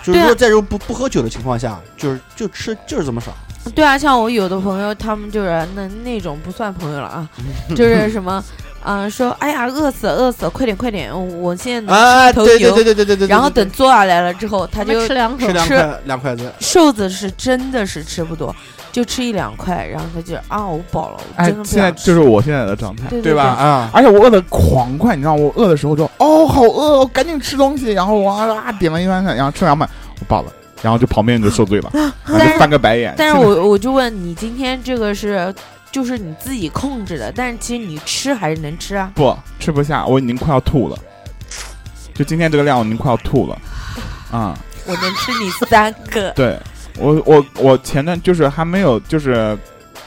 Speaker 7: 就是
Speaker 2: 对啊
Speaker 7: 如果在如果不不喝酒的情况下，就是就吃就是这么少。
Speaker 2: 对啊，像我有的朋友，他们就是那那种不算朋友 了啊，就是什么，嗯、说哎呀饿死了饿死了，快点快点，我现在能
Speaker 7: 啊，
Speaker 2: 嗯吃头
Speaker 7: 对对
Speaker 2: 牛，
Speaker 7: 对对对对对。
Speaker 2: 然后等坐下来了之后，他
Speaker 1: 他
Speaker 2: 就
Speaker 1: 们吃两口
Speaker 7: 吃，两
Speaker 2: 吃
Speaker 7: 筷两筷子，
Speaker 2: 瘦子是真的是吃不多，就吃一两块，然后他就啊我饱了，我
Speaker 8: 哎
Speaker 2: 真的，不
Speaker 8: 现在
Speaker 2: 想
Speaker 8: 就
Speaker 2: 吃。
Speaker 8: 是我现在的状态，
Speaker 2: 对对
Speaker 8: 吧？
Speaker 2: 对
Speaker 8: 啊，而且我饿的狂快，你知道，我饿的时候就哦，好饿，我赶紧吃东西，然后我啊啊点了一碗饭，然后吃两碗，我饱了，然后就旁边人就受 罪了，然后
Speaker 2: 但
Speaker 8: 啊就是翻个白眼。
Speaker 2: 但是
Speaker 8: 现在
Speaker 2: 我我就问你，今天这个是就是你自己控制的，但是其实你吃还是能吃啊。
Speaker 8: 不吃不下，我已经快要吐了，就今天这个量，我已经快要吐了，啊、，
Speaker 2: 我能吃你三个
Speaker 8: 对我我我前段就是还没有就是。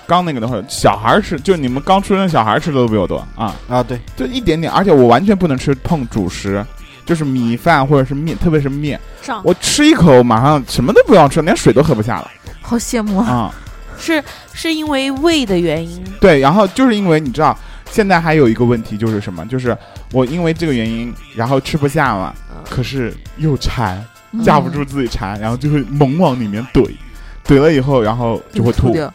Speaker 8: 刚那个的话，小孩儿吃，就你们刚出生的小孩儿吃的都比我多啊，
Speaker 7: 啊，对，
Speaker 8: 就一点点，而且我完全不能吃碰主食，就是米饭或者是面，特别是面，
Speaker 1: 上
Speaker 8: 我吃一口，马上什么都不要吃，连水都喝不下了
Speaker 4: 好羡慕啊！
Speaker 8: 啊、
Speaker 2: 是是因为胃的原因。
Speaker 8: 对，然后就是因为你知道，现在还有一个问题就是什么？就是我因为这个原因，然后吃不下了，
Speaker 2: 嗯
Speaker 8: 可是又馋，
Speaker 4: 嗯
Speaker 8: 架不住自己馋，然后就会猛往里面怼，怼了以后，然后就会吐，
Speaker 4: 掉。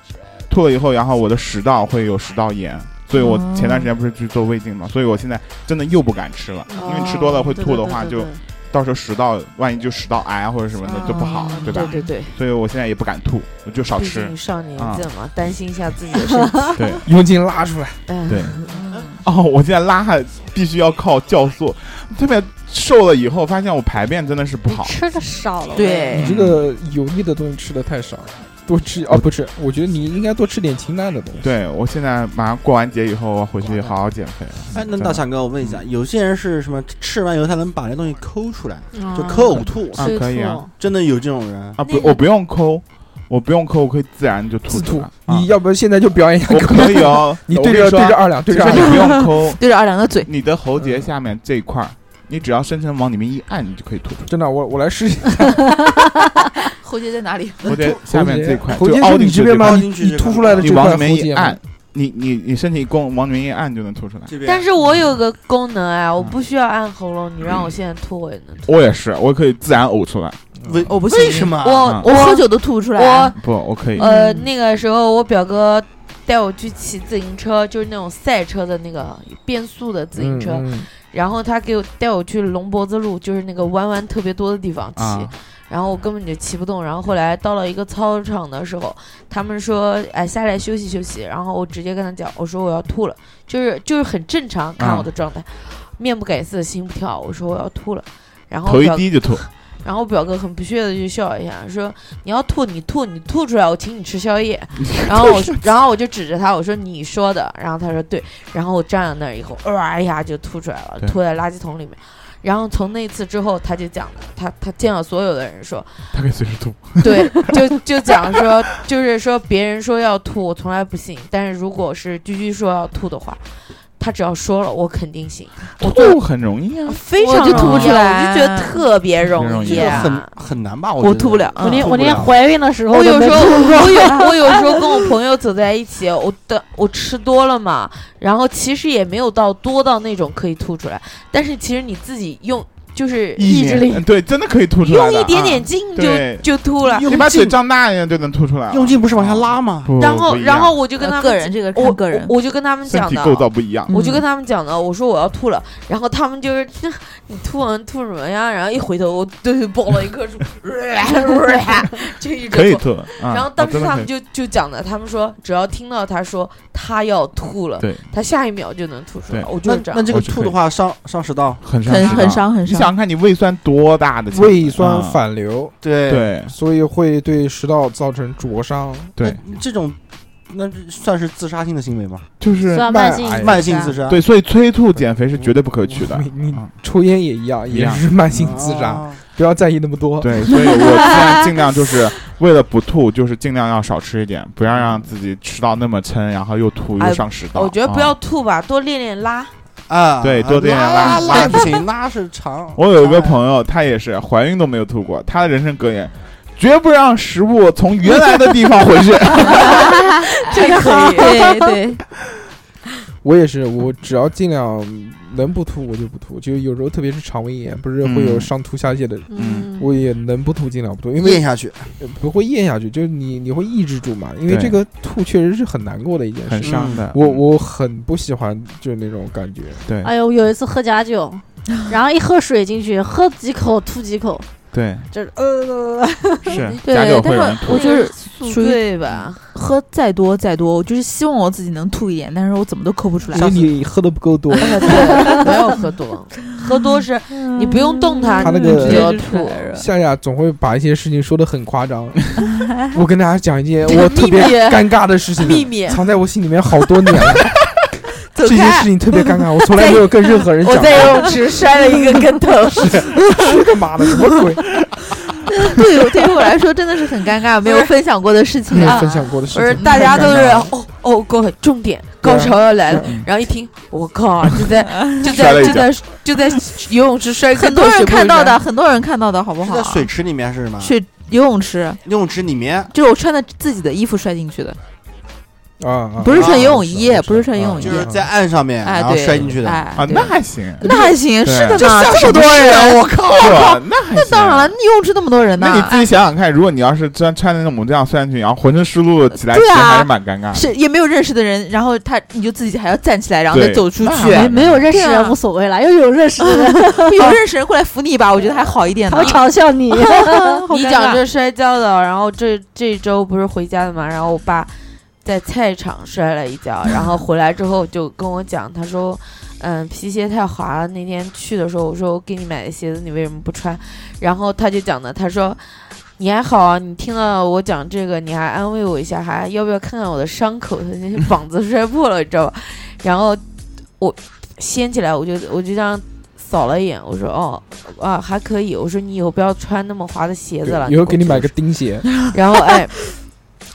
Speaker 8: 吐了以后，然后我的食道会有食道炎。所以我前段时间不是去做胃镜嘛，所以我现在真的又不敢吃了，
Speaker 2: 哦
Speaker 8: 因为吃多了会吐的话，就到时候食道万一就食道癌啊或者什么的就不好，
Speaker 4: 哦嗯
Speaker 8: 对吧？
Speaker 2: 对对
Speaker 8: 所以我现在也不敢吐，我就少
Speaker 2: 对，毕
Speaker 8: 吃
Speaker 2: 竟。上年
Speaker 8: 啊
Speaker 2: 纪了嘛，担心一下自己的身体。
Speaker 8: 对
Speaker 3: 用劲拉出来。
Speaker 2: 嗯，
Speaker 8: 对， 哦，我现在拉还必须要靠酵素，特别瘦了以后，发现我排便真的是不好。
Speaker 3: 哎
Speaker 1: 吃的少了。
Speaker 3: 你这个油腻的东西吃的太少了，多吃哦不吃，嗯我觉得你应该多吃点清淡的东西。
Speaker 8: 对我现在马上过完节以后，我回去好好减肥。
Speaker 7: 哎，那大强哥，我问一下，有些人是什么吃完以后他能把这东西抠出来，
Speaker 8: 嗯
Speaker 7: 就抠呕吐
Speaker 8: 啊可以啊，
Speaker 7: 真的有这种人
Speaker 8: 啊不，我不用抠，我不用抠，我可以自然就吐出来。啊
Speaker 3: 你要不现在就表演一下？
Speaker 8: 我可以哦
Speaker 3: 啊 ，你啊
Speaker 8: 我
Speaker 3: 对
Speaker 8: 跟
Speaker 3: 着
Speaker 8: 说
Speaker 3: 对着二两，对着二
Speaker 8: 其实
Speaker 3: 两，
Speaker 8: 你不 用抠，
Speaker 2: 对着二两的嘴，
Speaker 8: 你的喉
Speaker 3: 嗯
Speaker 8: 结下面这一块儿，你只要深深往里面一按，你就可以吐出来。
Speaker 3: 真的，我我来试一下。
Speaker 4: 喉结在哪里？
Speaker 8: 喉结下面这块，
Speaker 3: 喉结
Speaker 8: 就
Speaker 3: 喉结
Speaker 8: 凹
Speaker 3: 是
Speaker 8: 进
Speaker 3: 你
Speaker 8: 去
Speaker 3: 这边吗
Speaker 8: 块
Speaker 3: 你你凸出来的
Speaker 8: 你
Speaker 3: 这
Speaker 8: 往
Speaker 3: 块
Speaker 8: 里面
Speaker 3: 喉
Speaker 8: 一
Speaker 3: 结
Speaker 8: 按
Speaker 3: 吗，
Speaker 8: 你你你身体弓往里面一按就能吐出来。
Speaker 2: 但是我有个功能啊，我不需要按喉咙，你让我现在吐我也能吐。
Speaker 8: 嗯我啊也是，我可以自然呕出来。
Speaker 3: 嗯
Speaker 7: 为
Speaker 4: 我不
Speaker 2: 为
Speaker 4: 什么
Speaker 2: 我
Speaker 4: 我喝酒都吐不出来啊
Speaker 2: 我。
Speaker 8: 不，我可以。
Speaker 2: 呃，那个时候我表哥带我去骑自行车，就是那种赛车的那个变速的自行车，
Speaker 3: 嗯嗯
Speaker 2: 然后他给我带我去龙脖子路，就是那个弯弯特别多的地方骑。
Speaker 3: 啊
Speaker 2: 然后我根本就骑不动，然后后来到了一个操场的时候，他们说：“哎，下来休息休息。”然后我直接跟他讲，我说我要吐了，就是就是很正常，看我的状态，面不改色心不跳，我说我要吐了，然后
Speaker 8: 头一
Speaker 2: 表
Speaker 8: 低就吐。
Speaker 2: 然后我表哥很不屑的就笑一下，说：“你要吐，你吐，你吐出来，我请你吃 宵夜。”然后我，然后我就指着他，我说：“你说的。”然后他说：“对。”然后我站在那儿以后，呃哇一下就吐出来了，
Speaker 8: 对
Speaker 2: 吐在垃圾桶里面。然后从那次之后，他就讲了， 他他见到所有的人说，
Speaker 8: 他可以随时吐。
Speaker 2: 对，就就讲说， 就是说别人说要吐，我从来不信，但是如果是居居说要吐的话，他只要说了，我肯定信，我做
Speaker 8: 吐很容易啊，
Speaker 2: 非常
Speaker 4: 我就吐不
Speaker 2: 容易
Speaker 4: 出
Speaker 2: 啊
Speaker 4: 来
Speaker 2: 我就觉得特别容易
Speaker 7: 这个
Speaker 2: 啊，
Speaker 7: 很很难吧？
Speaker 4: 我
Speaker 7: 我嗯
Speaker 4: 吐不了
Speaker 1: 我
Speaker 7: 我
Speaker 1: 连我连怀孕的时候
Speaker 2: 我有
Speaker 1: 都没
Speaker 2: 时候
Speaker 1: 吐过
Speaker 2: 我有我 有时候跟我朋友走在一起，我的我吃多了嘛，然后其实也没有到多到那种可以吐出来，但是其实你自己用就是
Speaker 8: 意念嗯对，真的可以吐出来
Speaker 2: 用
Speaker 8: 的。
Speaker 2: 一点点
Speaker 8: 啊
Speaker 2: 劲就
Speaker 8: 对
Speaker 2: 就吐了。
Speaker 8: 你把嘴张大一点就能吐出来了。啊
Speaker 7: 用劲不是往下
Speaker 2: 哦
Speaker 7: 拉吗？
Speaker 8: 不
Speaker 2: 然后
Speaker 8: 不一样
Speaker 2: 然后我就跟他们
Speaker 4: 个人这个看
Speaker 2: 我
Speaker 4: 个人
Speaker 2: 我我就跟他们
Speaker 8: 身
Speaker 2: 讲
Speaker 8: 体
Speaker 2: 的，
Speaker 8: 构造不一样，
Speaker 2: 我就跟他们讲的，我说我要吐了，然后他们就是 你吐完吐什么呀？然后一回头，我对抱了一棵树， 就一直
Speaker 8: 可以吐。
Speaker 2: 吐
Speaker 3: 嗯
Speaker 8: 啊
Speaker 2: 然后
Speaker 8: 我
Speaker 2: 当时
Speaker 8: 真的
Speaker 2: 他
Speaker 8: 可
Speaker 2: 们
Speaker 8: 以
Speaker 2: 就就讲的，他们说只要听到他说他要吐了
Speaker 8: 对，
Speaker 2: 他下一秒就能吐出来。
Speaker 8: 对
Speaker 2: 我就
Speaker 7: 那
Speaker 2: 是这
Speaker 7: 那
Speaker 2: 样。
Speaker 7: 这个吐的话伤伤食道，
Speaker 8: 很伤
Speaker 4: 很
Speaker 8: 食
Speaker 4: 很
Speaker 8: 道
Speaker 4: 伤很
Speaker 8: 你
Speaker 4: 伤
Speaker 8: 想想看，你胃酸多大的情况？
Speaker 3: 胃酸
Speaker 8: 啊
Speaker 3: 反流，
Speaker 7: 对
Speaker 8: 对
Speaker 3: 所以会对食道造成灼伤。
Speaker 8: 对，
Speaker 7: 这种那算是自杀性的行为吗？
Speaker 8: 就是
Speaker 1: 算慢性
Speaker 7: 慢性自杀，
Speaker 8: 对，所以催吐减肥是绝对不可取的。
Speaker 3: 哎你你抽烟也嗯一样，
Speaker 8: 一
Speaker 3: 也
Speaker 8: 样
Speaker 3: 是慢性自杀，
Speaker 7: 啊。
Speaker 3: 不要在意那么多。
Speaker 8: 对，所以我现在尽量就是为了不吐，就是尽量要少吃一点，不要让自己吃到那么撑，然后又吐
Speaker 2: 哎
Speaker 8: 又上食道。
Speaker 2: 我觉
Speaker 3: 嗯
Speaker 2: 得不
Speaker 8: 啊
Speaker 2: 要吐吧，多练练拉。
Speaker 7: 啊，
Speaker 8: 对多练
Speaker 7: 拉
Speaker 8: 拉
Speaker 7: 拉
Speaker 8: 拉
Speaker 7: 不行，拉是长。
Speaker 8: 我有一个
Speaker 7: 友，
Speaker 8: 朋友，他也是怀孕都没有吐过，他的人生格言。绝不让食物从原来的地方回去。
Speaker 2: 这个可以。
Speaker 4: 对对，
Speaker 3: 我也是，我只要尽量能不吐我就不吐，就有时候特别是肠胃炎，不是会有
Speaker 8: 嗯
Speaker 3: 上吐下泻的，
Speaker 8: 嗯
Speaker 3: 我也能不吐尽量不吐，因
Speaker 7: 咽
Speaker 3: 为
Speaker 7: 下去，
Speaker 3: 不会咽下去，就是你你会抑制住嘛，因为
Speaker 8: 对
Speaker 3: 这个吐确实是很难过的一件
Speaker 8: 很
Speaker 3: 事。
Speaker 8: 伤的。嗯
Speaker 3: 我我很不喜欢就是那种感觉，
Speaker 8: 对
Speaker 1: 哎呦，有一次喝假酒，然后一喝水进去，喝几口吐几口，
Speaker 8: 对
Speaker 1: 就是呃，
Speaker 8: 是
Speaker 4: 对
Speaker 8: 家酒
Speaker 4: 但
Speaker 8: 会
Speaker 4: 是
Speaker 8: 有人吐
Speaker 4: 我就是
Speaker 2: 宿醉 吧，
Speaker 4: 喝再多再多，我就是希望我自己能吐一点，但是我怎么都抠不出来
Speaker 3: 因。为你喝的不 够多，
Speaker 2: 对，没有喝多， 喝多是你不用动它，
Speaker 3: 他那
Speaker 2: 你
Speaker 3: 个
Speaker 2: 直接就吐。
Speaker 3: 夏夏总会把一些事情说的很 夸张。我跟大家讲一件
Speaker 2: 这个
Speaker 3: 我特别
Speaker 2: 秘密
Speaker 3: 尴尬的事情，
Speaker 2: 秘密
Speaker 3: 藏在我心里面好多年了。 这件事情特别尴尬，我从来没有跟任何人
Speaker 2: 我
Speaker 3: 讲过。
Speaker 2: 在 游泳池摔了一个跟头，
Speaker 3: 是他妈的什么鬼？
Speaker 4: 对我对于我来说真的是很尴尬，没有分享过的事情
Speaker 3: 没有
Speaker 4: 啊
Speaker 3: 分。享过的事
Speaker 2: 不是
Speaker 3: 情，啊
Speaker 2: 大家都是
Speaker 3: 太尴尬了嗯
Speaker 2: 哦哦，各位重点高潮要来了，然后一听我靠，就在就
Speaker 8: 摔了
Speaker 2: 在
Speaker 8: 一
Speaker 2: 就在就在游泳池摔跟
Speaker 4: 很
Speaker 2: 头，
Speaker 4: 多人
Speaker 2: 谁不会
Speaker 4: 看到
Speaker 2: 摔
Speaker 4: 的，很多人看到的好不
Speaker 7: 是
Speaker 4: 好？
Speaker 7: 在水池里面是吗？
Speaker 4: 水游泳池，
Speaker 7: 游泳池里面，
Speaker 4: 就是我穿的自己的衣服摔进去的，
Speaker 3: 啊啊，
Speaker 4: 不是穿游泳衣
Speaker 3: 啊，
Speaker 4: 不是穿游泳
Speaker 3: 啊
Speaker 4: 衣
Speaker 7: 就
Speaker 3: 啊
Speaker 7: 是在岸上面，
Speaker 4: 哎
Speaker 7: 然后
Speaker 4: 对
Speaker 7: 摔进去的。
Speaker 4: 哎
Speaker 8: 啊，
Speaker 4: 对
Speaker 8: 那还行，
Speaker 4: 那还行，
Speaker 3: 对
Speaker 4: 是的
Speaker 7: 这
Speaker 4: 嘛，
Speaker 7: 像
Speaker 4: 这么多人，
Speaker 7: 我靠！
Speaker 8: 是吧？那还行。
Speaker 4: 当然了，哎游泳池那么多人呢
Speaker 8: 那你，自己想想看，如果你要是穿穿那种这样穿上去，然后浑身湿漉漉起来，其
Speaker 4: 对
Speaker 8: 实
Speaker 4: 啊
Speaker 8: 还是蛮尴尬的。
Speaker 4: 是也没有认识的人，然后他你就自己还要站起来，然后再
Speaker 8: 对
Speaker 4: 走出
Speaker 8: 那
Speaker 4: 去，
Speaker 8: 还
Speaker 1: 没没有认识
Speaker 4: 对啊
Speaker 1: 人无所谓啦，要有认识的人，
Speaker 4: 有认识人过来扶你一把，我觉得还好一点
Speaker 1: 他
Speaker 4: 呢
Speaker 1: 会。嘲 笑你。
Speaker 2: 你讲这摔跤的，然后这这周不是回家的嘛，然后我爸在菜场摔了一跤，然后回来之后就跟我讲，他说，嗯，皮鞋太滑了。那天去的时候，我说我给你买的鞋子，你为什么不穿？然后他就讲的，他说。你还好啊，你听了我讲这个，你还安慰我一下，还要不要看看我的伤口？他那些膀子摔破了，你知道吧？然后我掀起来，我就我就这样扫了一眼，我说哦啊还可以，我说你以后不要穿那么滑的鞋子了。
Speaker 3: 以后给你买个钉鞋。
Speaker 2: 然后哎，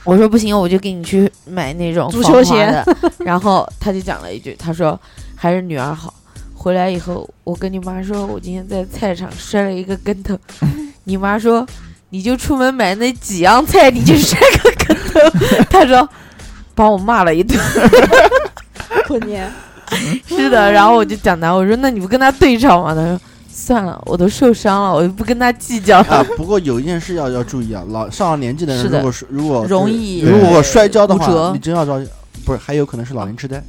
Speaker 2: 我说不行，我就给你去买那种
Speaker 1: 足
Speaker 2: 防
Speaker 1: 球
Speaker 2: 滑
Speaker 1: 鞋
Speaker 2: 的。然后他就讲了一句，他说还是女儿好。回来以后，我跟你妈说，我今天在菜场摔了一个跟 头。你妈说，你就出门买那几样菜，你就摔个跟头。 她说，把我骂了一顿。
Speaker 1: 过年，
Speaker 2: 是的，然后我就讲他，我说那你不跟他对吵吗？他说算了，我都受伤了，我就不跟他计较了。
Speaker 7: 啊，不过有一件事要要注意啊，老上了年纪的人，
Speaker 2: 是的
Speaker 7: 如果是如果
Speaker 2: 容易
Speaker 7: 如果摔跤的
Speaker 2: 骨
Speaker 7: 话
Speaker 2: 折，
Speaker 7: 你真要着急，不是还有可能是老年痴呆。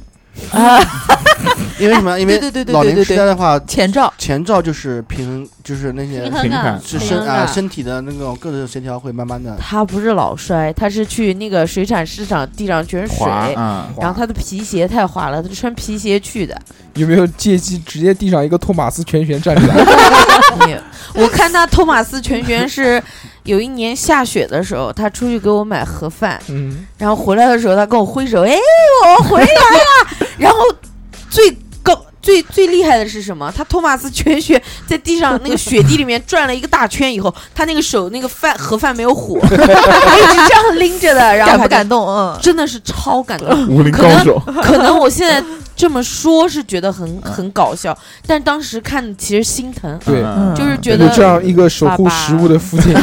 Speaker 7: 因为什么呀？因为
Speaker 2: 对对对对
Speaker 7: 老年
Speaker 2: 对
Speaker 7: 痴
Speaker 2: 对
Speaker 7: 呆的话，
Speaker 2: 前兆
Speaker 7: 前兆就是平衡，就是那些
Speaker 2: 平衡感
Speaker 7: 是
Speaker 8: 哎
Speaker 2: 平
Speaker 7: 身
Speaker 2: 衡
Speaker 7: 啊
Speaker 2: 感
Speaker 7: 身体的那种各种协调会慢慢的。
Speaker 2: 他不是老摔，他是去那个水产市场，地上全是水，
Speaker 7: 滑嗯
Speaker 2: 然后他的皮鞋太滑了，他是穿皮鞋去的。
Speaker 3: 有没有借机直接地上一个托马斯拳拳站 起来？
Speaker 2: 我看他托马斯全旋是有一年下雪的时候，他出去给我买盒饭，
Speaker 3: 嗯，
Speaker 2: 然后回来的时候他跟我挥手，哎，我回来了。 然后最高最最厉害的是什么？他托马斯全旋在地上那个雪地里面转了一个大圈以后，他那个手那个饭盒饭没有火， 他一直这样拎着的，然后
Speaker 4: 感不
Speaker 2: 他就
Speaker 4: 感动？嗯，
Speaker 2: 真的是超感动。
Speaker 8: 武林高手
Speaker 2: 可能可能我现在这么说是觉得很很搞笑，但当时看其实心疼，
Speaker 3: 对，
Speaker 8: 嗯
Speaker 2: 就是嗯觉得
Speaker 3: 有这样一个守护
Speaker 2: 爸爸
Speaker 3: 食物的父亲，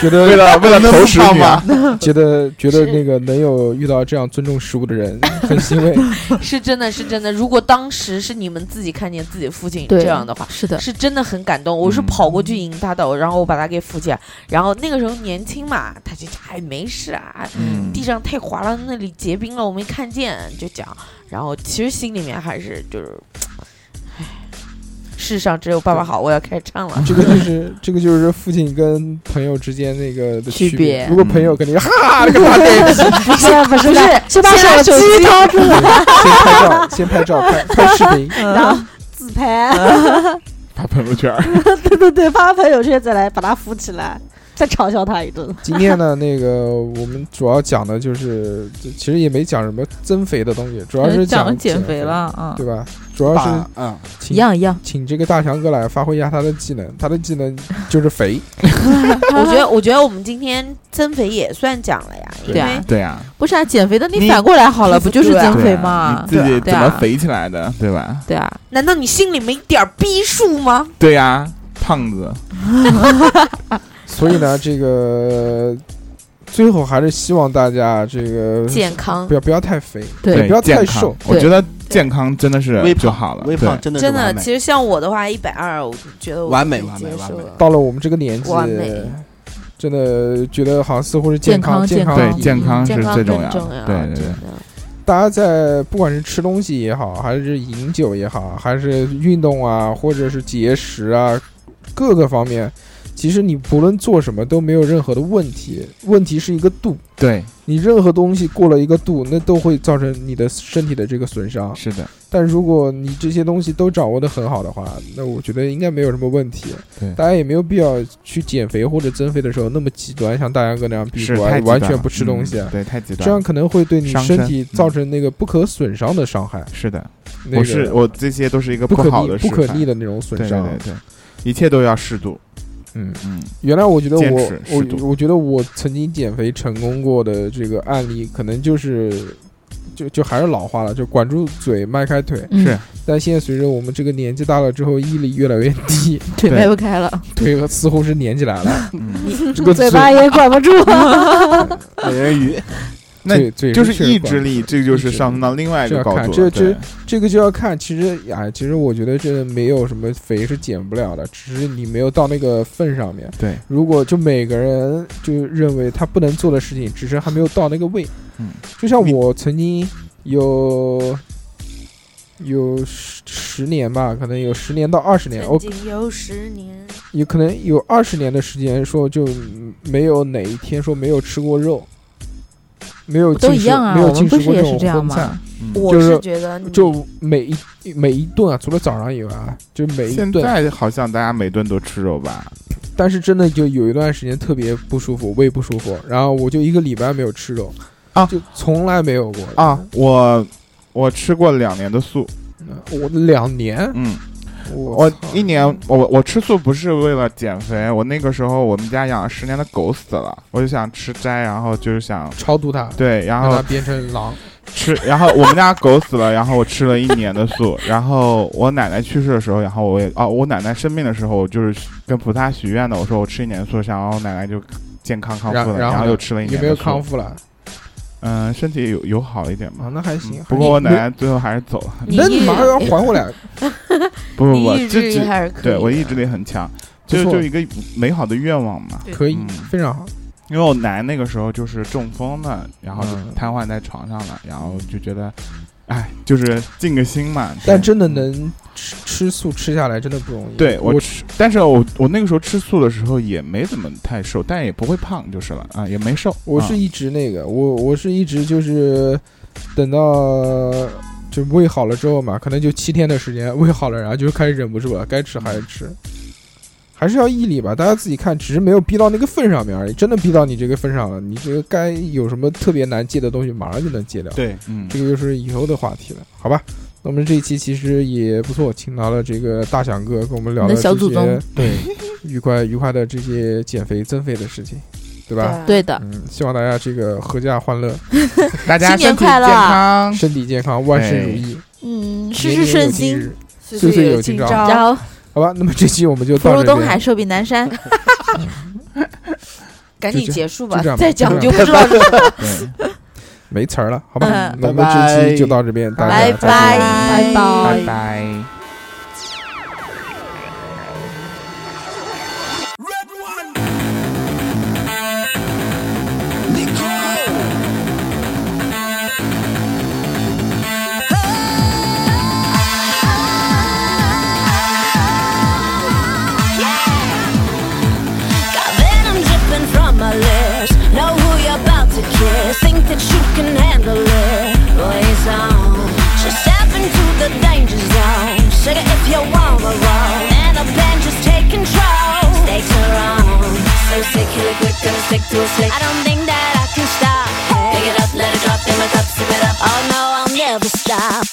Speaker 3: 觉得
Speaker 8: 为了为了
Speaker 3: 能
Speaker 8: 投
Speaker 3: 不
Speaker 8: 食
Speaker 3: 胖
Speaker 8: 女啊
Speaker 3: 吗？觉得觉得那个能有遇到这样尊重食物的人，很欣慰。
Speaker 2: 是真的是真的。如果当时是你们自己看见自己父亲
Speaker 1: 对
Speaker 2: 这样的话，
Speaker 1: 是的
Speaker 2: 是真的很感动。我是跑过去迎他的，然后我把他给扶起来，然后那个时候年轻嘛，他就讲哎没事啊，地上太滑了，那里结冰了，我没看见，就讲。然后其实心里面还是就是，唉，世上只有爸爸好，我要开始唱了。
Speaker 3: 这个就是这个就是父亲跟朋友之间那个的区
Speaker 2: 区
Speaker 3: 别。
Speaker 2: 别嗯
Speaker 3: 如果朋友肯定哈哈这个大对 不起，
Speaker 1: 不是不是
Speaker 2: 不是
Speaker 1: 先把
Speaker 2: 先把
Speaker 1: 手
Speaker 2: 手
Speaker 1: 机
Speaker 2: 机
Speaker 1: 掏出
Speaker 3: 先
Speaker 1: 来，
Speaker 3: 拍照， 先拍照，拍拍视频，
Speaker 4: 嗯
Speaker 1: 然后自拍，
Speaker 8: 发朋友圈儿，
Speaker 1: 对对对，发朋友圈再来把他扶起来，再嘲笑他一顿。
Speaker 3: 今天呢，那个我们主要讲的就是，就其实也没讲什么增肥的东西，主要是
Speaker 4: 讲减
Speaker 3: 减
Speaker 4: 肥了嗯
Speaker 3: 对吧？主要是
Speaker 7: 把嗯，
Speaker 3: 请
Speaker 4: 一样一样，
Speaker 3: 请这个大强哥来发挥一下他的技能，他的技能就 是肥，
Speaker 2: 我觉得，我觉得我们今天增肥也算讲了呀，因
Speaker 3: 对
Speaker 2: 为
Speaker 8: 对呀，
Speaker 4: 不是啊，减肥的你
Speaker 8: 你
Speaker 4: 反过来好了，不就是
Speaker 8: 对啊
Speaker 4: 减肥吗？
Speaker 8: 你自己怎
Speaker 4: 对
Speaker 8: 么
Speaker 4: 啊？
Speaker 8: 肥起来的，对吧？
Speaker 4: 对啊，
Speaker 2: 难道你心里没点儿逼数吗？
Speaker 8: 对呀，胖子，
Speaker 3: 所以呢，这个最后还是希望大家这个
Speaker 2: 健康
Speaker 3: 不要不要太肥，
Speaker 4: 对
Speaker 3: 也不要太
Speaker 8: 健康
Speaker 3: 瘦，
Speaker 8: 我觉得健康真的是
Speaker 7: 微
Speaker 8: 就
Speaker 7: 胖
Speaker 8: 好了，
Speaker 7: 微
Speaker 8: 对
Speaker 7: 胖真的是
Speaker 2: 真
Speaker 7: 完
Speaker 2: 的，
Speaker 7: 美
Speaker 2: 其实像我的话，一百二，我觉得我
Speaker 7: 完美
Speaker 2: 可以
Speaker 7: 完美
Speaker 2: 接
Speaker 7: 完
Speaker 2: 受
Speaker 7: 美
Speaker 2: 了。
Speaker 3: 到了我们这个年纪
Speaker 2: 完美，
Speaker 3: 真的觉得好像似乎是健
Speaker 4: 健康
Speaker 3: 健
Speaker 4: 健
Speaker 3: 康
Speaker 8: 对
Speaker 3: 第一
Speaker 8: 健康是
Speaker 2: 健康嗯
Speaker 8: 最
Speaker 2: 更
Speaker 8: 重
Speaker 2: 重
Speaker 8: 要的，对对
Speaker 2: 真
Speaker 8: 对
Speaker 2: 的。
Speaker 3: 大家在不管是吃东西也好，还是饮酒也好，还是运动啊，或者是节食啊，各个方面，其实你不论做什么都没有任何的问题，问题是一个度。
Speaker 8: 对，
Speaker 3: 你任何东西过了一个度，那都会造成你的身体的这个损伤。
Speaker 8: 是的，
Speaker 3: 但如果你这些东西都掌握得很好的话，那我觉得应该没有什么问题。
Speaker 8: 对
Speaker 3: 大家也没有必要去减肥或者增肥的时候那么极端，像大杨哥那样，比
Speaker 8: 是
Speaker 3: 如
Speaker 8: 太极
Speaker 3: 完
Speaker 8: 端
Speaker 3: 全
Speaker 8: 了
Speaker 3: 不吃东西，啊
Speaker 8: 嗯对，太极端了，
Speaker 3: 这样可能会对你
Speaker 8: 伤
Speaker 3: 身
Speaker 8: 身
Speaker 3: 体
Speaker 8: 嗯
Speaker 3: 造成那个不可损伤的伤害。
Speaker 8: 是的，我
Speaker 3: 那个
Speaker 8: 是我这些都是一个
Speaker 3: 不可
Speaker 8: 好
Speaker 3: 逆
Speaker 8: 的
Speaker 3: 不
Speaker 8: 示
Speaker 3: 可
Speaker 8: 范
Speaker 3: 逆的那种损伤
Speaker 8: 对。对对对，一切都要适度。
Speaker 3: 嗯，
Speaker 8: 嗯，
Speaker 3: 原来我觉得
Speaker 8: 坚
Speaker 3: 我
Speaker 8: 持适
Speaker 3: 我
Speaker 8: 度
Speaker 3: 我觉得我曾经减肥成功过的这个案例，可能就是就就还是老话了，就管住嘴，迈开腿。
Speaker 4: 嗯
Speaker 8: 是
Speaker 3: 但现在随着我们这个年纪大了之后，毅力越来越低，
Speaker 4: 腿
Speaker 8: 对
Speaker 4: 迈不开了，
Speaker 3: 腿似乎是粘起来了，
Speaker 8: 嗯
Speaker 3: 这个
Speaker 1: 嘴巴也管不住，
Speaker 7: 美人鱼，
Speaker 8: 那
Speaker 3: 嘴嘴
Speaker 8: 就
Speaker 3: 确
Speaker 8: 是
Speaker 3: 实
Speaker 8: 意
Speaker 3: 管
Speaker 8: 志
Speaker 3: 不
Speaker 8: 力，
Speaker 3: 住
Speaker 8: 这就
Speaker 3: 意
Speaker 8: 是
Speaker 3: 志
Speaker 8: 上升到另外一
Speaker 3: 这
Speaker 8: 个
Speaker 3: 要
Speaker 8: 高
Speaker 3: 看
Speaker 8: 度
Speaker 3: 这
Speaker 8: 了。
Speaker 3: 这
Speaker 8: 对
Speaker 3: 这个就要看，其实哎，其实我觉得这没有什么肥是减不了的，只是你没有到那个份上面。
Speaker 8: 对，
Speaker 3: 如果就每个人就认为他不能做的事情，只是还没有到那个位。
Speaker 8: 嗯，
Speaker 3: 就像我曾经有有十十年吧，可能有十年到二十年，
Speaker 2: 曾
Speaker 3: 哎我
Speaker 2: 经有十年，
Speaker 3: 有可能有二十年的时间，说就没有哪一天说没有吃过肉，没有
Speaker 4: 都
Speaker 3: 进
Speaker 4: 一
Speaker 3: 食
Speaker 4: 样啊
Speaker 3: 没有
Speaker 4: 我们
Speaker 3: 进
Speaker 4: 不
Speaker 3: 食
Speaker 4: 是
Speaker 3: 过
Speaker 4: 也是
Speaker 3: 这种
Speaker 4: 这样
Speaker 3: 荤
Speaker 4: 吗
Speaker 3: 菜
Speaker 8: 嗯
Speaker 2: 我
Speaker 3: 就是是
Speaker 2: 觉得你
Speaker 3: 就每一每一顿啊，除了早上以外，啊，就每一
Speaker 8: 现
Speaker 3: 顿。
Speaker 8: 在好像大家每顿都吃肉吧？
Speaker 3: 但是真的就有一段时间特别不舒服，胃不舒服，然后我就一个礼拜没有吃肉
Speaker 8: 啊，
Speaker 3: 就从来没有过
Speaker 8: 啊，我我吃过两年的素，
Speaker 3: 我两年，
Speaker 8: 嗯，
Speaker 3: 我
Speaker 8: 我
Speaker 3: 操
Speaker 8: 一年我我吃素不是为了减肥，我那个时候我们家养了十年的狗死了，我就想吃斋，然后就是想
Speaker 3: 超度它，
Speaker 8: 对，然
Speaker 3: 让它
Speaker 8: 后
Speaker 3: 变成狼，
Speaker 8: 吃，然后我们家狗死了，然后我吃了一年的素，然后我奶奶去世的时候，然后我也哦，我奶奶生病的时候，我就是跟菩萨许愿的，我说我吃一年素，然后我奶奶就健康康
Speaker 3: 然
Speaker 8: 复了，
Speaker 3: 然
Speaker 8: 然
Speaker 3: 后
Speaker 8: 后
Speaker 3: 呢
Speaker 8: 又吃了一年
Speaker 3: 有没有
Speaker 8: 的素
Speaker 3: 康复了？
Speaker 8: 嗯，身体有有好一点嘛？
Speaker 3: 啊那还
Speaker 8: 嗯
Speaker 3: 行还
Speaker 8: 不过我
Speaker 3: 行
Speaker 8: 奶奶最后还是走了。
Speaker 3: 那你马上要还回来，
Speaker 8: 不不不
Speaker 3: 你意，志
Speaker 8: 这
Speaker 3: 力
Speaker 8: 这
Speaker 3: 还是可以
Speaker 8: 对
Speaker 3: 的
Speaker 8: 我意志力很强，
Speaker 3: 不
Speaker 8: 就
Speaker 3: 错
Speaker 8: 就一个美好的愿望嘛。
Speaker 3: 可以
Speaker 8: 嗯，
Speaker 3: 非常好。
Speaker 8: 因为我奶那个时候就是中风了，然后就
Speaker 3: 嗯
Speaker 8: 瘫痪在床上了，然后就觉得，哎，就是静个心嘛。
Speaker 3: 但
Speaker 8: 对
Speaker 3: 真的能吃吃素吃下来，真的不容易。
Speaker 8: 对我
Speaker 3: 我
Speaker 8: 吃，但是我我那个时候吃素的时候也没怎么太瘦，但也不会胖就是了啊，也没瘦。
Speaker 3: 我
Speaker 8: 啊
Speaker 3: 是一直那个，我我是一直就是等到就胃好了之后嘛，可能就七天的时间，胃好了，然后就开始忍不住了，该吃还是吃，还是要毅力吧。大家自己看，只是没有逼到那个份上面而已。真的逼到你这个份上了，你这个该有什么特别难戒的东西，马上就能戒掉。
Speaker 8: 对，嗯，
Speaker 3: 这个就是以后的话题了，好吧？那我们这一期其实也不错，请到了这个大响哥跟我们聊
Speaker 4: 你
Speaker 3: 了
Speaker 4: 的小
Speaker 3: 这
Speaker 4: 祖宗
Speaker 3: 些对愉快愉快的这些减肥增肥的事情，对
Speaker 2: 啊
Speaker 3: 吧？
Speaker 4: 对的，
Speaker 3: 嗯，希望大家这个阖家欢乐，
Speaker 8: 大
Speaker 4: 家新年身体快乐健 康
Speaker 3: 身体健康，万事如意，
Speaker 4: 嗯
Speaker 3: 年年有今日岁
Speaker 4: 岁
Speaker 3: 岁
Speaker 4: 有
Speaker 3: 今
Speaker 4: 今
Speaker 3: 朝。
Speaker 4: 朝
Speaker 3: 好吧，那么这期我们就
Speaker 4: 福
Speaker 3: 到
Speaker 4: 如
Speaker 3: 这
Speaker 4: 东海，
Speaker 3: 边，
Speaker 4: 寿比南山。
Speaker 2: 赶紧结束吧
Speaker 3: 就这样，吧
Speaker 2: 再讲
Speaker 3: 就
Speaker 2: 我
Speaker 3: 这
Speaker 2: 就
Speaker 3: 样
Speaker 2: 不知道是什么。
Speaker 3: 没词儿了，好吧？
Speaker 2: 嗯
Speaker 3: 那我们这期就到这边，大家
Speaker 2: 拜
Speaker 3: 再见
Speaker 2: 拜拜拜
Speaker 8: 拜。
Speaker 10: Got venom dripping from my lips. Know who you're about to kiss. Think that you can handle it. Blaze on. Just step into the danger zone. Sugar, if you want the road, and a band just take control. Stakes are on. So sick, kill it quick, gonna stick to a stick. I don't think that I can stop. Pick it up, let it drop in my cup, sip it up. Oh no, I'll never stop.